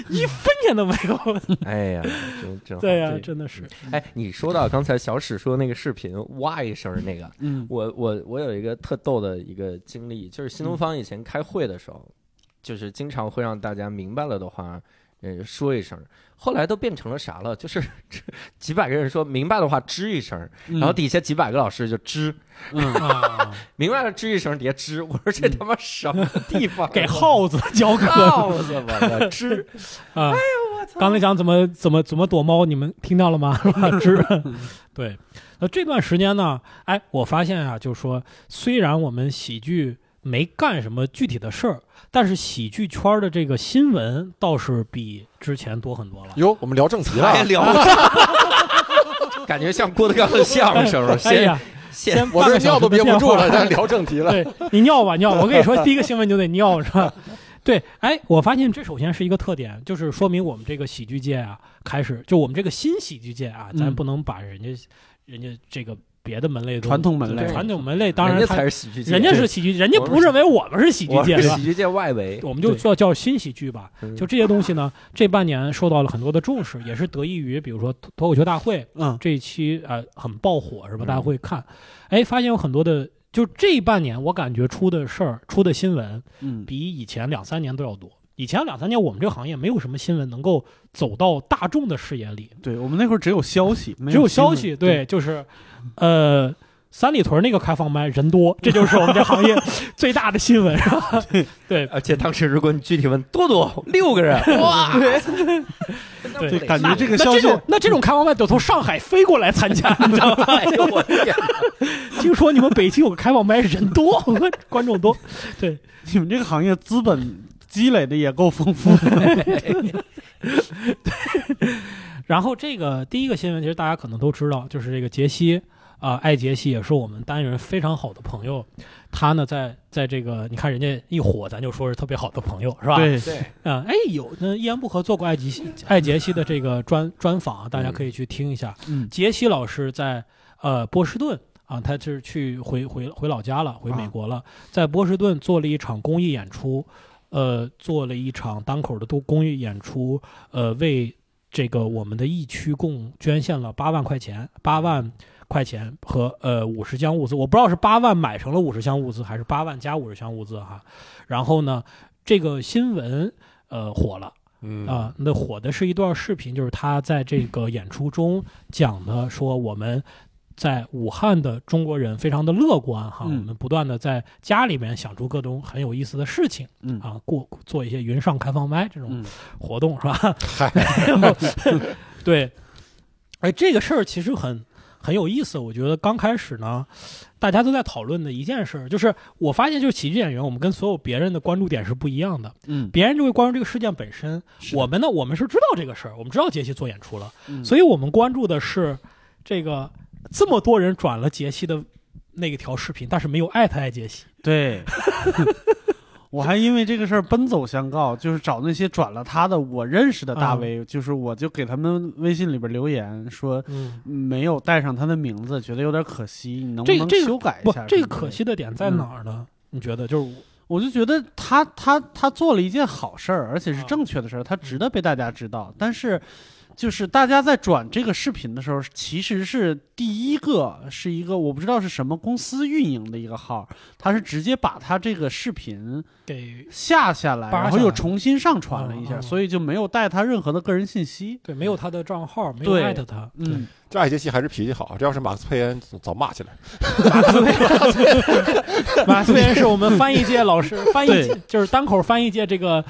S1: 一分钱都没有。
S2: 哎呀，真真好
S1: 对呀、真的是，
S2: 哎，你说到刚才小史说那个视频哇一声那 个，
S3: 嗯
S2: 我我我有一个特逗的一个经历，就是新
S1: 嗯
S2: 东方以前开会的时候，就是经常会让大家明白了的话，呃，说一声。后来都变成了啥了？就是 几百个人说明白的话吱一声，然
S1: 嗯
S2: 后底下几百个老师就吱，
S3: 嗯，
S1: 啊、
S2: 明白了吱一声，底下吱。我说这他妈什么地方？
S1: 嗯
S2: 啊
S1: 给耗子教课
S2: 耗子我 的吱！
S1: 啊！刚才讲怎么怎么怎么躲猫，你们听到了吗？是吧？知对。那这段时间呢，哎，我发现啊，就是说，虽然我们喜剧没干什么具体的事儿，但是喜剧圈儿的这个新闻倒是比之前多很多了。
S4: 哟，我们聊正题了
S2: 还。聊了， 感觉像郭德纲的相声。
S1: 哎
S2: 先
S1: 呀，
S2: 先
S1: 先
S4: 我
S1: 半
S4: 这
S1: 个小
S4: 尿
S1: 时
S4: 都憋不
S1: 的
S4: 住
S1: 电话
S4: 了，咱聊正题了。
S1: 对你尿吧尿吧，我跟你说，第一个新闻就得尿是 吧？对，哎，我发现这首先是一个特点，就是说明我们这个喜剧界啊，开始就我们这个新喜剧界啊，咱
S3: 嗯
S1: 不能把人家、人家这个别的门类都
S3: 传统门
S1: 对
S3: 类
S1: 传统门类当然
S2: 人家
S1: 它
S2: 才是喜剧界，
S1: 人家是喜剧，人家不认为我们是喜剧
S2: 我
S1: 界
S2: 是
S1: 是吧
S2: 喜？剧界外围。
S1: 我们就
S3: 对
S1: 叫叫新喜剧吧
S2: 嗯。
S1: 就这些东西呢，这半年受到了很多的重视，也是得益于比如说脱脱口秀大会，
S3: 嗯
S1: 这一期呃很爆火是吧？
S2: 嗯
S1: 大家会看，哎，发现有很多的，就这半年我感觉出的事儿、出的新闻
S3: 嗯
S1: 比以前两三年都要多。以前两三年我们这个行业没有什么新闻能够走到大众的视野里，
S3: 对我们那会儿只有消息，没
S1: 只有
S3: 新闻
S1: 消息，，对，就是，呃。三里屯那个开放麦人多，这就是我们这行 业最大的新闻，是吧？ 对
S2: 而且当时如果你具体问多多六个人，哇，
S1: 对
S3: 对，感觉这个
S1: 那
S3: 消
S1: 这
S3: 息
S1: 种那这种开放麦得从上海飞过来参加，你知道 吗？
S2: 哎呦 我天，
S1: 听说你们北京有个开放麦，人多， 观众多，对，
S3: 你们这个行业资本积累的也够丰富 的。
S1: 然后这个第一个新闻，其实大家可能都知道，就是这个杰西啊、艾杰西也是我们单人非常好的朋友，他呢在在这个你看人家一火，咱就说是特别好的朋友是吧？
S3: 对，
S2: 对，
S1: 啊、哎，有那一言不合做过艾杰西艾杰西的这个专专访，啊大家可以去听一下。
S3: 嗯，
S1: 杰西老师在呃波士顿啊，他是去回回回老家了，回美国了，在波士顿做了一场公益演出，呃，做了一场单口的都公益演出，呃，为这个我们的疫区共捐献了八万块钱，八万。块钱和呃五十箱物资，我不知道是八万买成了五十箱物资，还是八万加五十箱物资哈。然后呢，这个新闻呃火了，
S2: 嗯
S1: 啊、那火的是一段视频，就是他在这个演出中讲的，说我们在武汉的中国人非常的乐观哈，
S3: 嗯
S1: 我们不断的在家里面想出各种很有意思的事情
S3: 嗯
S1: 啊，过做一些云上开放麦这种
S3: 嗯
S1: 活动、是吧？ 然后对，哎，这个事儿其实很很有意思，我觉得刚开始呢，大家都在讨论的一件事儿，就是我发现就是喜剧演员，我们跟所有别人的关注点是不一样的，
S3: 嗯，
S1: 别人就会关注这个事件本身。
S3: 是的
S1: 我们呢，我们是知道这个事儿，我们知道杰西做演出了，
S3: 嗯
S1: 所以我们关注的是这个这么多人转了杰西的那个条视频，但是没有艾特艾杰西。
S3: 对， 我还因为这个事儿奔走相告，就是找那些转了他的我认识的大
S1: 嗯
S3: V，、就是我就给他们微信里边留言说
S1: 嗯，
S3: 没有带上他的名字，觉得有点可惜，你能不
S1: 这个
S3: 能
S1: 这个
S3: 修改一
S1: 不
S3: 下？，
S1: 这个可，惜的点在
S3: 嗯
S1: 哪儿呢？你觉得就是
S3: 我就觉得他他他做了一件好事儿，而且是
S1: 啊
S3: 正确的事儿，他值得被大家知道，但
S1: 嗯
S3: 是。就是大家在转这个视频的时候，其实是第一个是一个我不知道是什么公司运营的一个号，他是直接把他这个视频
S1: 给
S3: 下下来，
S1: 扒
S3: 然后
S1: 下
S3: 又
S1: 来
S3: 重新上传了一
S1: 嗯
S3: 下，
S1: 嗯
S3: 所以就没有带他任何的个人信息。
S1: 对没有他的账号，没有
S3: 对
S1: 艾特他。
S3: 嗯，
S4: 这艾杰西还是脾气好，这要是马克思佩恩早早骂起来了。
S1: 马 虽然是我们翻译界老 师，翻译界就是单口翻译界这个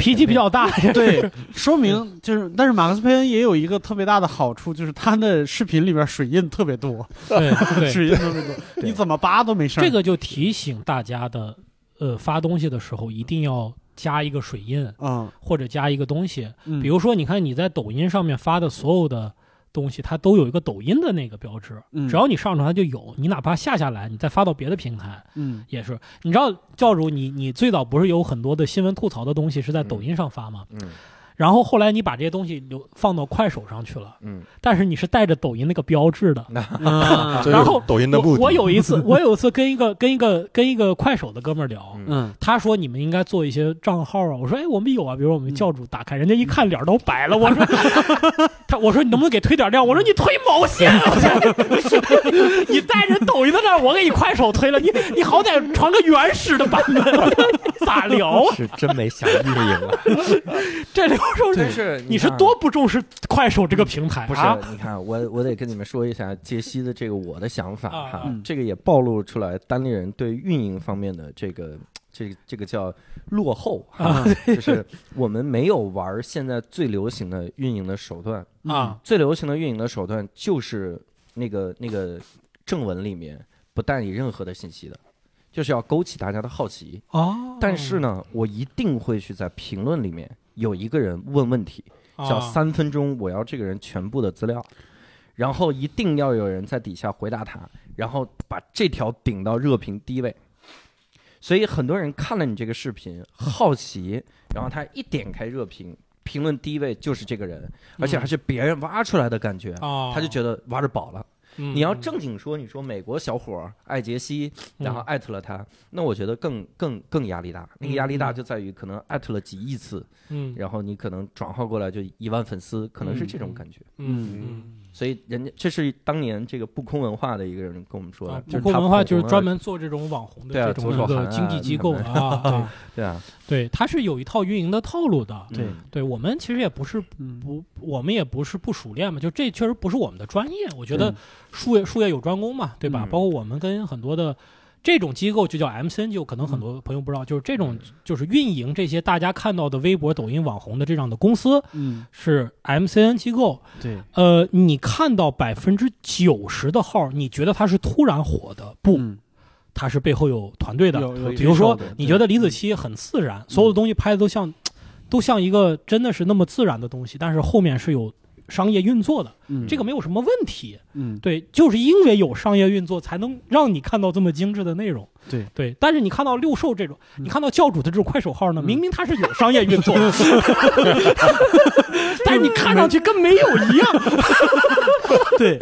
S1: 脾气比较大，
S3: 对，说明就是，但是马克思佩恩也有一个特别大的好处，就是他的视频里边水印特别多，
S1: 对 对，
S3: 水印特别多，你怎么扒都没事儿。
S1: 这个就提醒大家的，呃，发东西的时候一定要加一个水印
S3: 嗯，
S1: 或者加一个东西。
S3: 嗯，
S1: 比如说，你看你在抖音上面发的所有的东西，它都有一个抖音的那个标志，
S3: 嗯
S1: 只要你上传它就有。你哪怕下下来，你再发到别的平台
S3: 嗯
S1: 也是。你知道教主你，你最早不是有很多的新闻吐槽的东西是在抖音上发吗？
S2: 嗯
S1: 然后后来你把这些东西留放到快手上去了，
S2: 嗯，
S1: 但是你是带着抖音那个标志的。
S3: 嗯
S4: 这
S1: 然
S4: 是
S1: 后
S4: 抖音的目
S1: 我
S4: 的，
S1: 我有一次，我有一次跟一个跟一个跟一个快手的哥们儿聊，
S2: 嗯
S3: 嗯，
S1: 他说你们应该做一些账号啊。我说哎，我们有啊，比如我
S2: 嗯
S1: 们教主打开，人家一看脸都白了。我 说他，我说你能不能给推点量？我说你推毛线，啊 你带着抖音的账号，我给你快手推了，你你好歹传个原始的版本， 咋聊啊？
S2: 是真没想运营啊。
S1: 这聊是不
S2: 但
S1: 是？
S2: 是
S1: 你是
S2: 看
S1: 多不重视快手这个平台
S2: 不是
S1: 啊？？
S2: 你看，我我得跟你们说一下杰西的这个我的想法
S1: 啊
S2: 哈
S3: 嗯，
S2: 这个也暴露出来单立人对运营方面的这个这个这个叫落后
S1: 啊
S2: 哈，就是我们没有玩现在最流行的运营的手段，
S1: 啊，
S2: 最流行的运营的手段就是那个那个正文里面不带你任何的信息的，就是要勾起大家的好奇。
S1: 哦
S2: 但是呢，我一定会去在评论里面有一个人问问题，叫
S1: 啊
S2: 三分钟，我要这个人全部的资料，然后一定要有人在底下回答他，然后把这条顶到热评第一位。所以很多人看了你这个视频，好奇，然后他一点开热评，评论第一位就是这个
S1: 嗯
S2: 人，而且还是别人挖出来的感觉，
S1: 哦，
S2: 他就觉得挖着宝了。
S1: 嗯
S2: 你要正经说，你说美国小伙儿艾杰西，然后
S1: 嗯
S2: 艾特了他，那我觉得更更更压力大。那个压力大就在于可能艾特了几亿次，
S1: 嗯
S2: 然后你可能转化过来就一万粉丝，可能是这种感觉。
S1: 嗯
S2: 所以人家这是当年这个不空文化的一个人跟我们说
S1: 嗯，
S2: 的
S1: 啊，
S2: 就
S1: 不过
S2: 是他
S1: 文化
S2: 捧
S1: 就是
S2: 红了
S1: 专门做这种网红的
S2: 对啊
S1: 这种
S2: 左手
S1: 一个
S2: 韩
S1: 经济
S2: 啊
S1: 机
S2: 他
S1: 构
S2: 们
S1: 啊啊，
S2: 对啊，
S1: 对，它是有一套运营的套路的。
S3: 对
S2: 嗯
S1: 对我们其实也不是
S3: 嗯，
S1: 不，我们也不是不熟练嘛，就这确实不是我们的专业。我觉
S2: 对
S1: 得术业术业有专攻嘛，对吧？
S2: 嗯
S1: 包括我们跟很多的这种机构，就叫 MCN，就可能
S2: 嗯
S1: 很多朋友不知道，就是这种就是运营这些大家看到的微博、抖音网红的这样的公司
S3: 嗯，
S1: 是 MCN 机构。
S3: 对，
S1: 呃，你看到百分之九十的号，你觉得它是突然火的，不，
S3: 嗯
S1: 它是背后有团队的，
S3: 有有
S2: 比
S1: 比如说
S3: 推手的，
S1: 你觉得李子柒很自
S3: 嗯
S1: 然，所有的东西拍的都像，都像一个真的是那么自然的东西，但是后面是有商业运作的，
S3: 嗯
S1: 这个没有什么问题。
S3: 嗯
S1: 对，就是因为有商业运作，才能让你看到这么精致的内容。
S3: 对
S1: 对，但是你看到六兽这种，
S3: 嗯
S1: 你看到教主的这种快手号呢，
S3: 嗯
S1: 明明它是有商业运作 的， 但是你看上去跟没有一样，
S3: 对，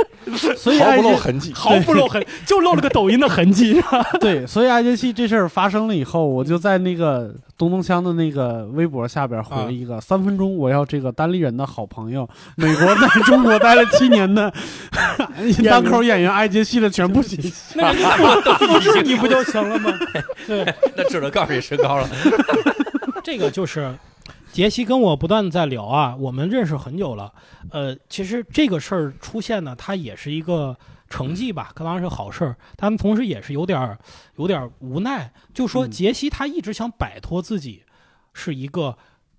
S3: 所以
S4: 毫
S3: I
S4: 不露
S3: J
S4: 痕迹。
S1: 毫不露痕，就露了个抖音的痕 迹。
S3: 对，所以 I J 七这事儿发生了以后，我就在那个东东锵的那个微博下边回了一个、三分钟，我要这个单立人的好朋友，美国在中国待了七年的单口演员 I J 七的全部信息。
S1: 那人家复复制你不就行了吗？对，
S2: 那只能告诉你身高了。
S1: 这个就是杰西跟我不断地在聊啊，我们认识很久了。呃，其实这个事儿出现呢，它也是一个成绩吧，当然是好事儿，但同时也是有点儿有点儿无奈。就说
S3: 嗯
S1: 杰西他一直想摆脱自己是一个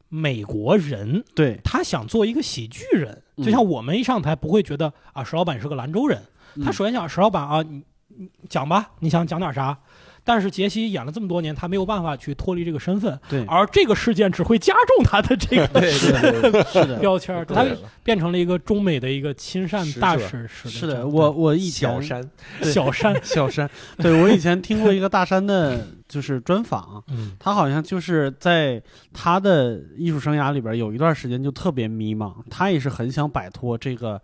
S1: 美国人，
S3: 对，
S1: 他想做一个喜剧人，
S3: 嗯
S1: 就像我们一上台不会觉得啊，石老板是个兰州人，
S3: 嗯
S1: 他首先想石老板啊，你你讲吧，你想讲点啥？但是杰西演了这么多年，他没有办法去脱离这个身份，
S3: 对，
S1: 而这个事件只会加重他的这 个
S2: 对对对，
S3: 是的，
S1: 标签儿，他变成了一个中美的一个亲善大使使
S3: 是
S1: 的这
S3: 的，
S1: 样
S3: 我我以前
S2: 小山，
S3: 对
S1: 小 山，
S3: 小山，对我以前听过一个大山的，就是专访，
S1: 嗯
S3: 他好像就是在他的艺术生涯里边有一段时间就特别迷茫，他也是很想摆脱这个，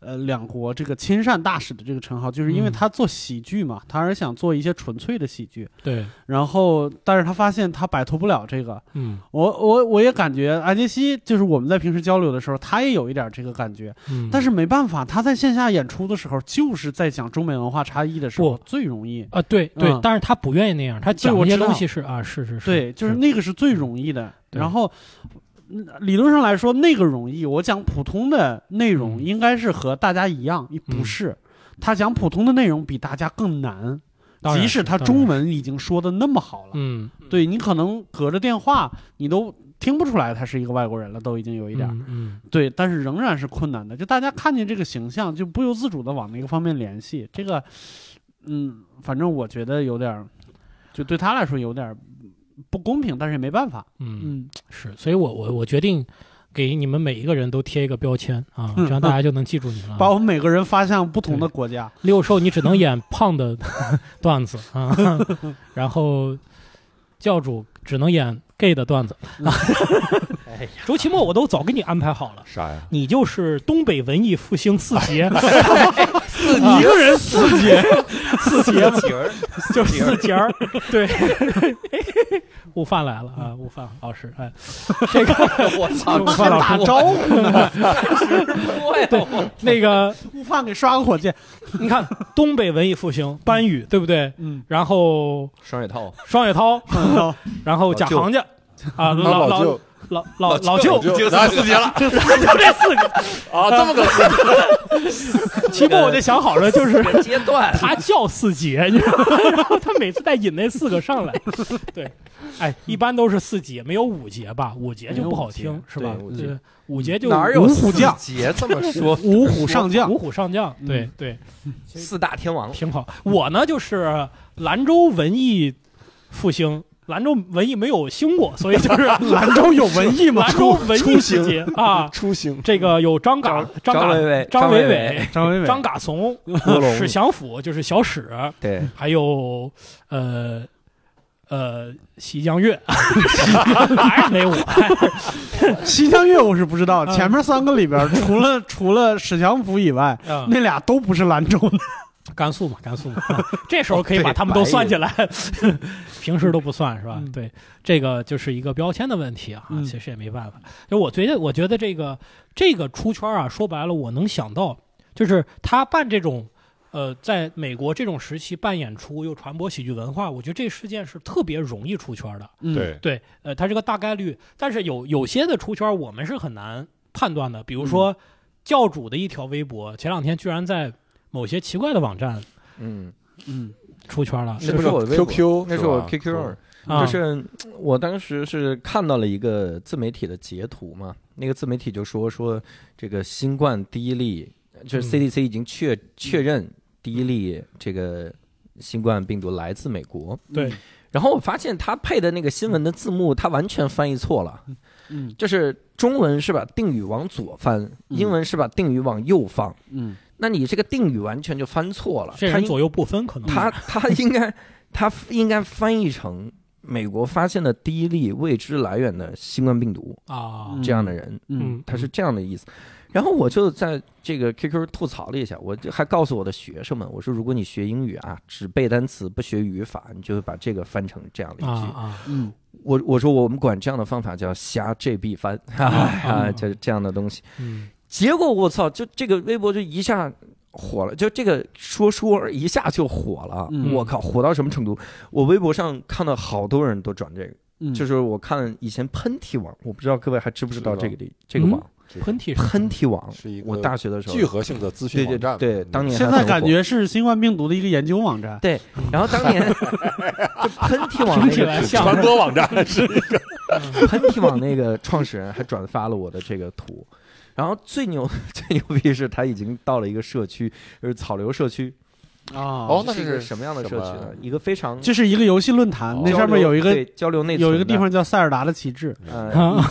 S3: 呃，两国这个亲善大使的这个称号，就是因为
S1: 嗯
S3: 他做喜剧嘛，他是想做一些纯粹的喜剧，
S1: 对，
S3: 然后但是他发现他摆脱不了这个，
S1: 嗯
S3: 我我我也感觉安杰西就是我们在平时交流的时候，他也有一点这个感觉，
S1: 嗯，
S3: 但
S1: 是
S3: 是没办法，他在线下演出的时候，就是在讲中美文化差异的时候
S1: 不
S3: 最容易。
S1: 啊对对
S3: 嗯，
S1: 但是他不愿意那样，他讲
S3: 对我
S1: 一些
S3: 知道
S1: 东西是啊是是是，
S3: 对，就是那个是最容易的。
S1: 对
S3: 然后，嗯理论上来说，那个容易。我讲普通的内容
S1: 嗯
S3: 应该是和大家一样，不
S1: 嗯
S3: 是。他讲普通的内容比大家更难，
S1: 当然
S3: 即使他
S1: 当然
S3: 中文已经说的那么好了，
S1: 嗯
S3: 对你可能隔着电话你都听不出来他是一个外国人了，都已经有一点儿。
S1: 嗯嗯
S3: 对，但是仍然是困难的。就大家看见这个形象，就不由自主的往那个方面联系。这个，嗯，反正我觉得有点儿，就对他来说有点儿不公平，但是也没办法。
S1: 嗯
S3: 嗯，
S1: 是，所以我我我决定给你们每一个人都贴一个标签啊，
S3: 嗯
S1: 这样大家就能记住你了。
S3: 把我们每个人发向不同的国家。
S1: 六兽你只能演胖的段子啊，然后教主只能演 gay 的段子。
S2: 哎呀，
S1: 周奇墨我都早给你安排好了，
S4: 啥呀？
S1: 你就是东北文艺复兴四杰，
S3: 一个人四节，
S1: 四杰
S2: 节儿，
S1: 就是四节儿。对，悟饭来了啊，悟饭老师，哎，这个
S2: 我操，
S1: 我还打
S3: 啊招
S2: 呼呢，对，
S1: 那个，
S3: 悟饭给刷个火箭。
S1: 你看东北文艺复兴，班宇对不对？
S3: 嗯，
S1: 然后
S2: 双雪套，
S1: 双雪涛，
S3: 好
S1: 然后贾行家，啊，
S4: 他
S1: 老
S4: 老
S1: 老
S4: 舅
S1: 老老
S2: 老
S1: 舅，
S2: 舅
S4: 就咱四节了
S1: 就这四个。
S4: 啊，这么个四节
S1: 起码我得想好了，就是
S2: 这个阶段，
S1: 他叫四杰，你知道吗？然后他每次带引那四个上来，对，哎，一般都是四杰，没有五杰吧？五杰就不好
S3: 没有
S1: 听
S3: 五，
S1: 是吧
S2: 对？五杰
S1: 对，五杰就
S2: 哪有
S1: 五虎
S2: 四
S1: 将，
S2: 节这么说？
S3: 五虎上将
S1: 五虎上将，对对，
S2: 四大天王，
S1: 挺好。我呢就是兰州文艺复兴。兰州文艺没有兴过，所以就是兰州有文艺嘛，兰州文艺
S4: 出
S1: 四
S4: 行
S1: 杰啊，
S4: 出行，
S1: 这个有张嘎、张嘎、
S2: 伟哎伟，
S1: 张
S2: 伟
S1: 伟、
S3: 张伟伟，
S1: 张嘎怂、
S2: 郭龙
S1: 史祥甫，就是小史，
S2: 对，
S1: 还有呃呃西江月， 还是没我，
S3: 西江月我是不知道，
S1: 嗯
S3: 前面三个 里边儿，除了除了史强普以外，
S1: 啊
S3: 那俩都不是兰州的。
S1: 甘肃嘛，甘 肃嘛，啊这时候
S3: 哦
S1: 可以把他们都算进来， 平时都不算是吧？
S3: 嗯
S1: 对，这个就是一个标签的问题啊，
S3: 嗯
S1: 其实也没办法。就我觉得，我觉得这个这个出圈啊，说白了，我能想到就是他办这种。呃，在美国这种时期办演出又传播喜剧文化，我觉得这事件是特别容易出圈的。
S3: 嗯，
S4: 对，
S1: 对，呃，它是个大概率，但是有有些的出圈我们是很难判断的，比
S3: 嗯
S1: 如说教主的一条微博，前两天居然在某些奇怪的网站
S2: 嗯，
S3: 嗯，
S1: 出圈了，
S2: 那
S1: 是
S2: 不是我的微博
S4: QQ，
S2: 那是我
S4: 吧
S2: QQ，
S1: 啊
S2: 就是我当时是看到了一个自媒体的截图嘛，那个自媒体就说说这个新冠第一例，就
S1: 嗯
S2: 是 CDC 已经确确认第一例这个新冠病毒来自美国。
S1: 对
S2: 然后我发现他配的那个新闻的字幕，他完全翻译错了。
S3: 嗯
S2: 就是中文是把定语往左翻，英
S1: 嗯
S2: 文是把定语往右放。
S3: 嗯
S2: 那你这个定语完全就翻错了，
S1: 这
S2: 它
S1: 人
S2: 应
S1: 左右不分，可能
S2: 它它应该它应该翻译成美国发现的第一例未知来源的新冠病毒
S1: 啊，
S2: 这样的人，
S3: 嗯
S1: 嗯，
S2: 他是这样的意思。然后我就在这个 QQ 吐槽了一下，我就还告诉我的学生们，我说如果你学英语啊，只背单词不学语法，你就会把这个翻成这样的一
S1: 啊
S2: 句。
S1: 啊，
S3: 嗯
S2: 我我说我们管这样的方法叫瞎 GB 翻， 啊，就是这样的东西。
S1: 嗯
S2: 结果我操，就这个微博就一下火了，就这个说说儿一下就火了。
S3: 嗯
S2: 我靠，火到什么程度？我微博上看到好多人都转这个，
S3: 嗯，
S2: 就是是我看以前喷嚏网，我不知道各位还知不知道这个地这个
S1: 嗯
S2: 网，
S1: 喷嚏是
S2: 喷嚏网。
S4: 是一个
S2: 我大学的时候
S4: 聚合性的资
S2: 对
S4: 讯
S2: 对
S4: 网站，
S2: 对，当年
S3: 现
S2: 还
S3: 在
S2: 很
S3: 感
S2: 火
S3: 觉是新冠病毒的一个研究网站。
S2: 对，然后当 年就喷嚏
S1: 听
S2: 网那
S1: 起
S2: 个
S1: 来像
S4: 传播网站是
S2: 喷嚏网那个创始人还转发了我的这个图，然后最牛 最牛逼是他已经到了一个社区，就是草榴社区。
S3: 啊，
S4: 哦那
S2: 是一
S4: 是
S2: 个什么样的社
S4: 什么
S2: 区呢？一个非常
S3: 就是一个游戏论坛，那
S2: 交
S3: 上面
S2: 流
S3: 有一个
S2: 哦对交流内存
S3: 有一个地
S2: 的，
S3: 方叫塞尔达的旗帜。
S2: 呃，
S1: 啊，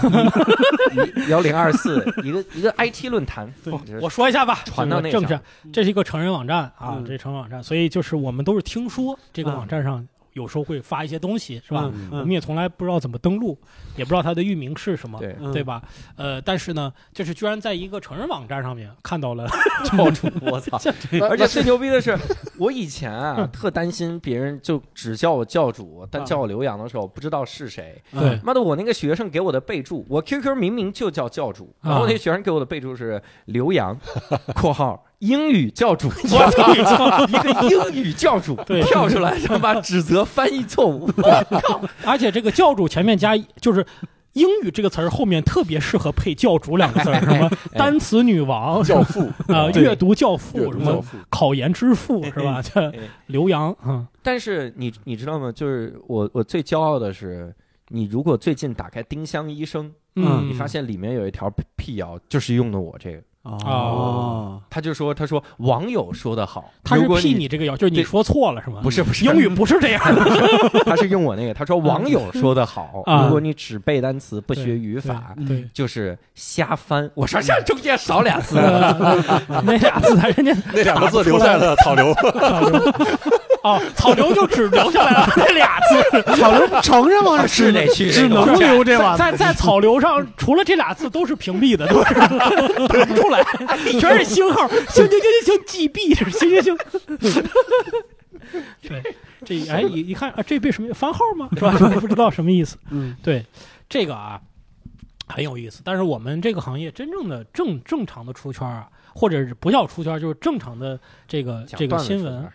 S2: 幺零二四，一个一个 IT 论坛，哦
S1: 我说一下吧，
S2: 传到那
S1: 这个正
S2: 上
S1: 是这是一个成人网站啊，
S3: 嗯
S1: 这是成人网站，所以就是我们都是听说这个
S3: 嗯
S1: 网站上有时候会发一些东西，是吧？
S3: 嗯
S1: 我们也从来不知道怎么登录，也不知道它的域名是什么，
S2: 对，
S3: 嗯
S1: 对吧？呃，但是呢，就是居然在一个成人网站上面看到了，
S2: 超出我操！ 而
S4: 而
S2: 且
S4: 且
S2: 最牛逼 的是，我以前
S1: 嗯
S2: 啊特担心别人就只叫我教主，但叫我刘洋的时候不知道是谁。
S1: 对
S2: 妈的，我那个学生给我的备注，我 QQ 明明就叫教主，
S1: 啊
S2: 然后那学生给我的备注是 刘洋（括号英语教主），我操，一个英语教主
S1: 对
S2: 跳出来他妈指责翻译错 误，
S1: 而且这个教主前面加一就是。英语这个词儿后面特别适合配“教主”两个字儿，什么
S2: 哎
S1: 单词女王、
S4: 教 父
S1: 啊、
S4: 对
S1: 阅读教
S4: 阅
S1: 父、什
S4: 读教
S1: 么
S4: 父，
S1: 考研之父是吧？这
S2: 哎
S1: 刘洋，嗯
S2: 但是你你知道吗？就是我我最骄傲的是，你如果最近打开丁香医生，
S1: 嗯，
S2: 你发现里面有一条辟谣，就是用的我这个。
S3: 哦，
S2: 他就说他说网友说的好，
S1: 他是
S2: 如果
S1: 屁你这个谣，就是你
S2: 对
S1: 说错了是吗？
S2: 不是不是
S1: 英语不是这样的
S2: 他是用我那个，他说网友说的好，
S1: 啊
S2: 如果你只背单词不学语法。
S3: 嗯
S1: 对，嗯
S2: 就是瞎翻，我说这中间少俩字，
S1: 那俩字才人家
S4: 那两个字留在了草榴，
S1: 草榴，哦，草榴就只留下来了那俩字，
S3: 草榴承认吗？
S2: 是得去这
S3: 只
S2: 个
S3: 能留这玩意儿。
S1: 在在 草榴上除了这俩字都是屏蔽的，都是 打不出来，全是星号，星星星星星 GB，这是星星星。对，这哎一一看啊，这为什么番号吗？是吧？不知道什么意思。
S3: 嗯
S1: 对，这个啊很有意思。但是我们这个行业真正的正正常的出圈啊，或者是不叫出圈，就是正常的这个这个新闻，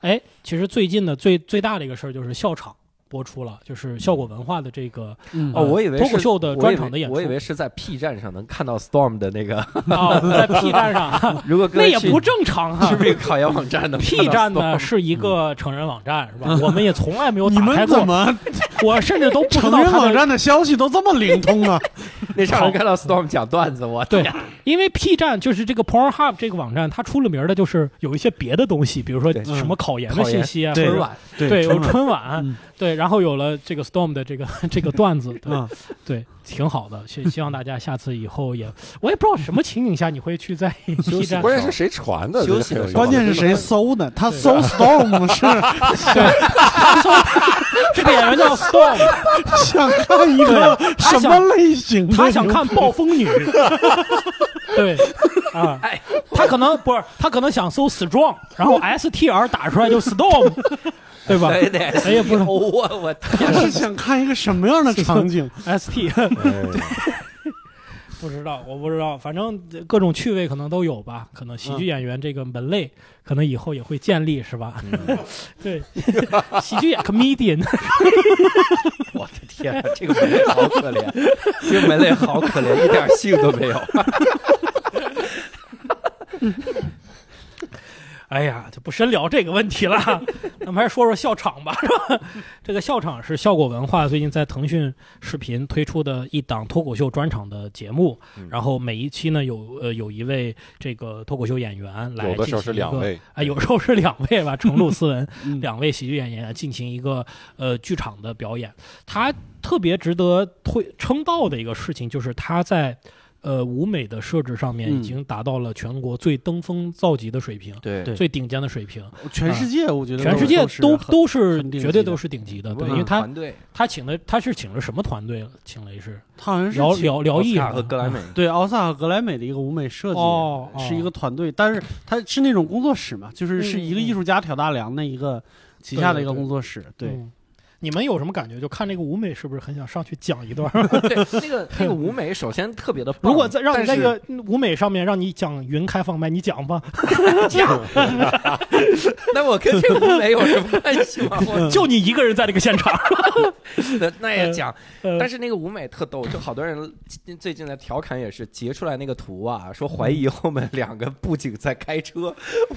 S1: 哎，其实最近的最最大的一个事儿就是笑场播出了，就是效果文化的这个
S3: 嗯
S2: 哦，我以为
S1: 脱口
S2: 是
S1: 秀的专场的演出
S2: 我以为我以为是在 P 站上能看到 Storm 的 那个，
S1: 啊， 在 P 站上，
S2: 如果各
S1: 那
S2: 位
S1: 也
S2: 去
S1: 不正常啊
S2: 是。不是考研网站 的
S1: P 站 呢是
S2: 嗯
S1: 一个成人网站，是吧？我们也从来没有
S3: 你
S1: 打开
S3: 们怎
S1: 过，
S3: 么
S1: 我甚至都不知
S3: 成
S1: 道
S3: 人
S1: 它
S3: 网
S1: 的
S3: 站的消息都这么灵通啊？
S2: 那上面看到 Storm 讲段子，我
S1: 对，因为 P 站就是这个 Pornhub 这个网站，它出了名儿的就是有一些别的东西，比如说
S2: 对嗯
S1: 什么考研的
S2: 考
S1: 信
S2: 研
S1: 息啊，
S3: 对
S1: 或者
S2: 春晚
S1: 对，有
S3: 春晚
S1: 春晚
S3: 嗯，
S1: 对，然后有了这个 Storm 的这个这个段子，对
S2: 嗯
S3: 啊，
S1: 对，挺好的，希希望大家下次以后也，我也不知道什么情景下你会去在 P 站，
S4: 关键是谁传的？
S2: 休息的时候
S3: 关键是谁搜的？他搜 storm 是
S1: 这个演员叫 Storm，
S3: 想看一个
S1: 他
S3: 什
S1: 想
S3: 么类型的？
S1: 他想看暴风 女，对，啊
S2: 哎，
S1: 他可能不是，他可能想搜 Strong，然 后 S T R 打出来就 Storm，对吧
S2: 对对，
S1: 哎呀不是
S2: 哦我我
S3: 他是想看一个什么样的场景？
S1: ？S T 不知道，我不知道，反正各种趣味可能都有吧。可能喜剧演员这个门类，可能以后也会建立，是吧？ 对，喜剧演 comedian，
S2: 我的天啊，这个门类好可怜，这个门类好可怜，一点性都没有。
S1: 哎呀，就不深聊这个问题 了，咱们还是说说笑场吧，是吧？这个笑场是效果文化最近在腾讯视频推出的一档脱口秀专场的节目，
S4: 嗯
S1: 然后每一期呢有呃有一位这个脱口秀演员来
S4: 有的时
S1: 进行
S4: 候是
S1: 一个
S4: 两位，
S1: 啊，有时候是两位 吧，程璐、思文
S3: 嗯
S1: 两位喜剧演员进行一个呃剧场的表演。他特别值得推称道的一个事情，就是他在呃舞美的设置上面已
S3: 嗯
S1: 经达到了全国最登峰造极的水平，
S2: 对
S3: 对
S1: 最顶尖的水平，
S3: 嗯全世界我觉得
S1: 啊全世界
S3: 都
S1: 都都是
S3: 是很很顶级的
S1: 绝对都是顶级的。对，因为他
S2: 团队
S1: 他请的他是请了什么团队？请了一是
S3: 他好像是
S1: 辽
S3: 请
S1: 辽辽艺是吧
S2: 奥斯卡和格 莱美
S3: 对奥萨和格莱美的一个舞美设计。
S1: 哦，哦
S3: 是一个团队，但是他是那种工作室嘛，就是是一个
S1: 嗯嗯
S3: 艺术家挑大梁的一个旗下的一个工作室，对，
S1: 嗯你们有什么感觉？就看这个舞美是不是很想上去讲 一段？
S2: 对那个那个舞美，首先特别的棒。
S1: 如果在让你
S2: 但
S1: 在
S2: 是
S1: 这个舞美上面让你讲云开放麦，你讲 吧，
S2: 那我跟这舞美有什么关系 吗？
S3: 嗯
S2: 我
S1: 就你一个人在这个现 场。
S2: 那那也讲，
S1: 呃
S2: 但是那个舞美特逗，就好多人近最近在调侃也是截出来那个图啊，说怀疑后面两个布景在开车，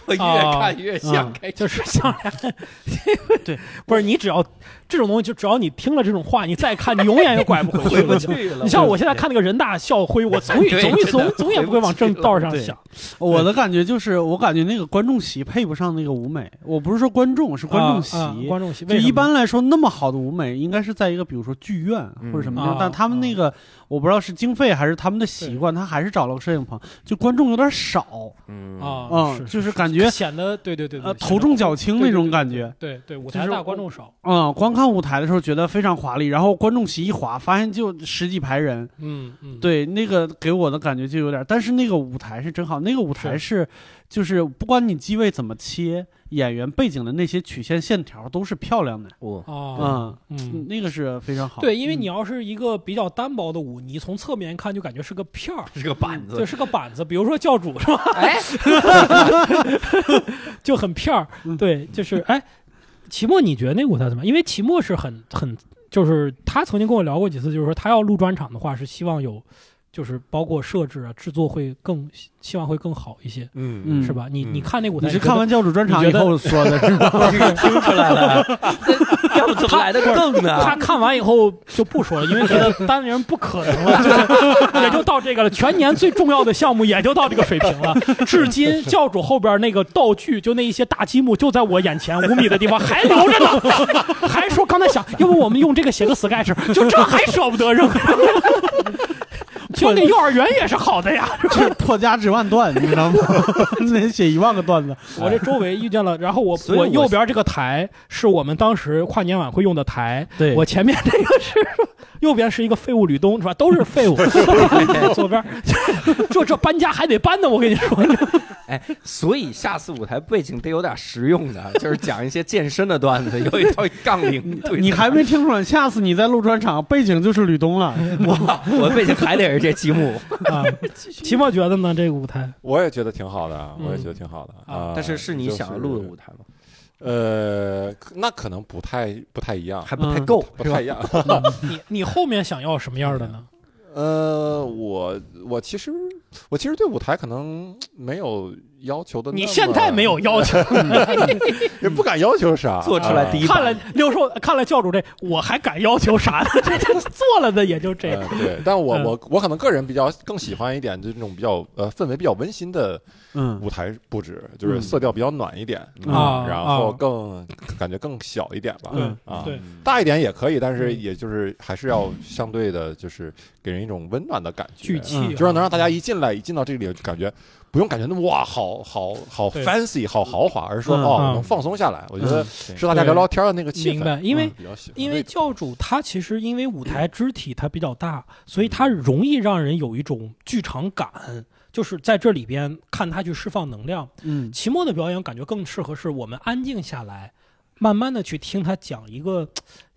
S2: 我越
S1: 啊
S2: 看越像
S3: 嗯
S2: 开车。
S1: 就是像
S3: 对，
S1: 不是你只要这种东西，就只要你听了这种话，你再看，你永远也拐不回去
S2: 回不
S1: 了。
S2: 去了。
S1: 你像我现在看那个人大校徽，我总
S2: 对
S1: 总
S2: 真的
S1: 总总也不会往正道上
S3: 回不去
S1: 想。
S3: 我的感觉就是，我感觉那个观众席配不上那个舞美。我不是说观众，是观众席。
S1: 啊啊观众席，
S3: 就
S1: 为什么
S3: 一般来说，那么好的舞美应该是在一个，比如说剧院
S2: 嗯
S3: 或者什么地方，
S1: 啊
S3: 但他们那个我不知道是经费还是他们的习惯，他还是找了个摄影棚，就观众有点少，
S2: 嗯
S1: 啊，
S3: 嗯，
S1: 是
S3: 就是感觉
S1: 显得对对对对
S3: 呃头重脚轻那种
S1: 显
S3: 感。觉
S1: 得，对对对对，舞
S3: 就
S1: 台
S3: 是
S1: 大，
S3: 我
S1: 观众少。
S3: 嗯，光看舞台的时候觉得非常华丽，然后观众席一滑，发现就十几排人，
S1: 嗯嗯，
S3: 对，那个给我的感觉就有点儿，但是那个舞台是真好，那个舞台是，就是不管你机位怎么切，演员背景的那些曲线线条都是漂亮的，
S2: 我
S1: 啊，
S3: 嗯，
S1: 嗯
S3: 那个是非常好。
S1: 对，因为
S3: 嗯
S1: 你要是一个比较单薄的舞，你从侧面看就感觉是个片儿，
S2: 嗯是个板
S1: 对，
S2: 子，
S1: 是个板子。比如说教主是吧，
S2: 哎，
S1: 就很片儿。
S3: 嗯
S1: 对，就是哎，齐墨，你觉得那个舞台怎么样？因为齐墨是很很，就是他曾经跟我聊过几次，就是说他要录专场的话，是希望有，就是包括设置啊、制作会更希望会更好一些，
S4: 嗯
S3: 嗯
S1: 是吧？你
S4: 嗯
S1: 你看那个舞台，
S3: 你是看完教主专场
S1: 你
S3: 以
S1: 觉得
S3: 后说的 是吧？
S2: 听出来 了，这要不怎么来的啊更呢？
S1: 他看完以后就不说了，因为觉得单立人不可能了，就是也就到这个了。全年最重要的项目也就到这个水平了。至今教主后边那个道具，就那一些大积木，就在我眼前五米的地方还留着呢，还说刚才想，要不我们用这个写个 sketch，就这还舍不得扔。 就那幼儿园也是好的呀，
S3: 就是破家值万段，你知道吗？ 得写一万个段子。
S1: 我这周围遇见了，然后我
S2: 所以
S1: 我
S2: 我
S1: 右边这个台是我们当时跨年晚会用的台，
S3: 对
S1: 我前面这个是右边是一个废物吕东是吧？都是废物， 左边就这搬家还得搬呢，我跟你说，
S2: 哎，所以下次舞台背景得有点实用的，啊就是讲一些健身的段子，有一套杠铃腿。
S3: 你还没听出来？下次你在录专场，背景就是吕东 了。
S2: 我 我背景还得是这积 木，
S1: 啊，齐墨觉得呢？这个舞台
S4: 我也觉得挺好的啊，我也
S1: 嗯
S4: 觉得挺好的
S1: 啊
S4: 啊。
S2: 但是是你想要录的舞
S4: 就是
S2: 台吗？
S4: 呃，可那可能不太不太一样，
S2: 还不太 够，
S4: 不太一样。
S1: 你你后面想要什么样的呢？
S4: 呃，我我其实我其实对舞台可能没有要求的那么，
S1: 你现在没有要求，
S4: 也不敢要 求啥，啊
S2: 做出来第一
S1: 看了六叔，看了教主这，我还敢要求啥呢？ 这这做了的也就这
S4: 呃
S1: 样。
S4: 对，但我
S1: 嗯
S4: 我我可能个人比较更喜欢一点，就这种比较呃氛围比较温馨的
S3: 嗯
S4: 舞台布置，就是
S3: 嗯
S4: 色调比较暖一点
S2: 嗯
S1: 啊
S4: 然后更感觉更小一点吧，
S3: 嗯
S4: 啊，
S1: 对
S4: 大一点也可以，但是
S1: 嗯
S4: 也就是还是要相对的，就是给人一种温暖的感觉，
S1: 聚气啊，
S4: 就是能让大家一进来一进到这里就感觉不用感觉那么哇，好好好
S1: 对
S4: fancy，好豪华，而是说
S3: 嗯
S4: 哦
S1: 嗯
S4: 能放松下来。我觉
S3: 嗯
S4: 得是大家
S1: 对
S4: 聊聊天的那个气
S1: 明
S4: 氛，
S1: 白，因为
S4: 比较喜欢
S1: 因
S4: 那
S1: 为
S4: 种
S1: 教主他其实因为舞台肢体它比较大，所以它容易让人有一种剧场感，就是在这里边看他去释放能量。
S3: 嗯
S1: 齐墨的表演感觉更适合是我们安静下来，慢慢的去听他讲一个呃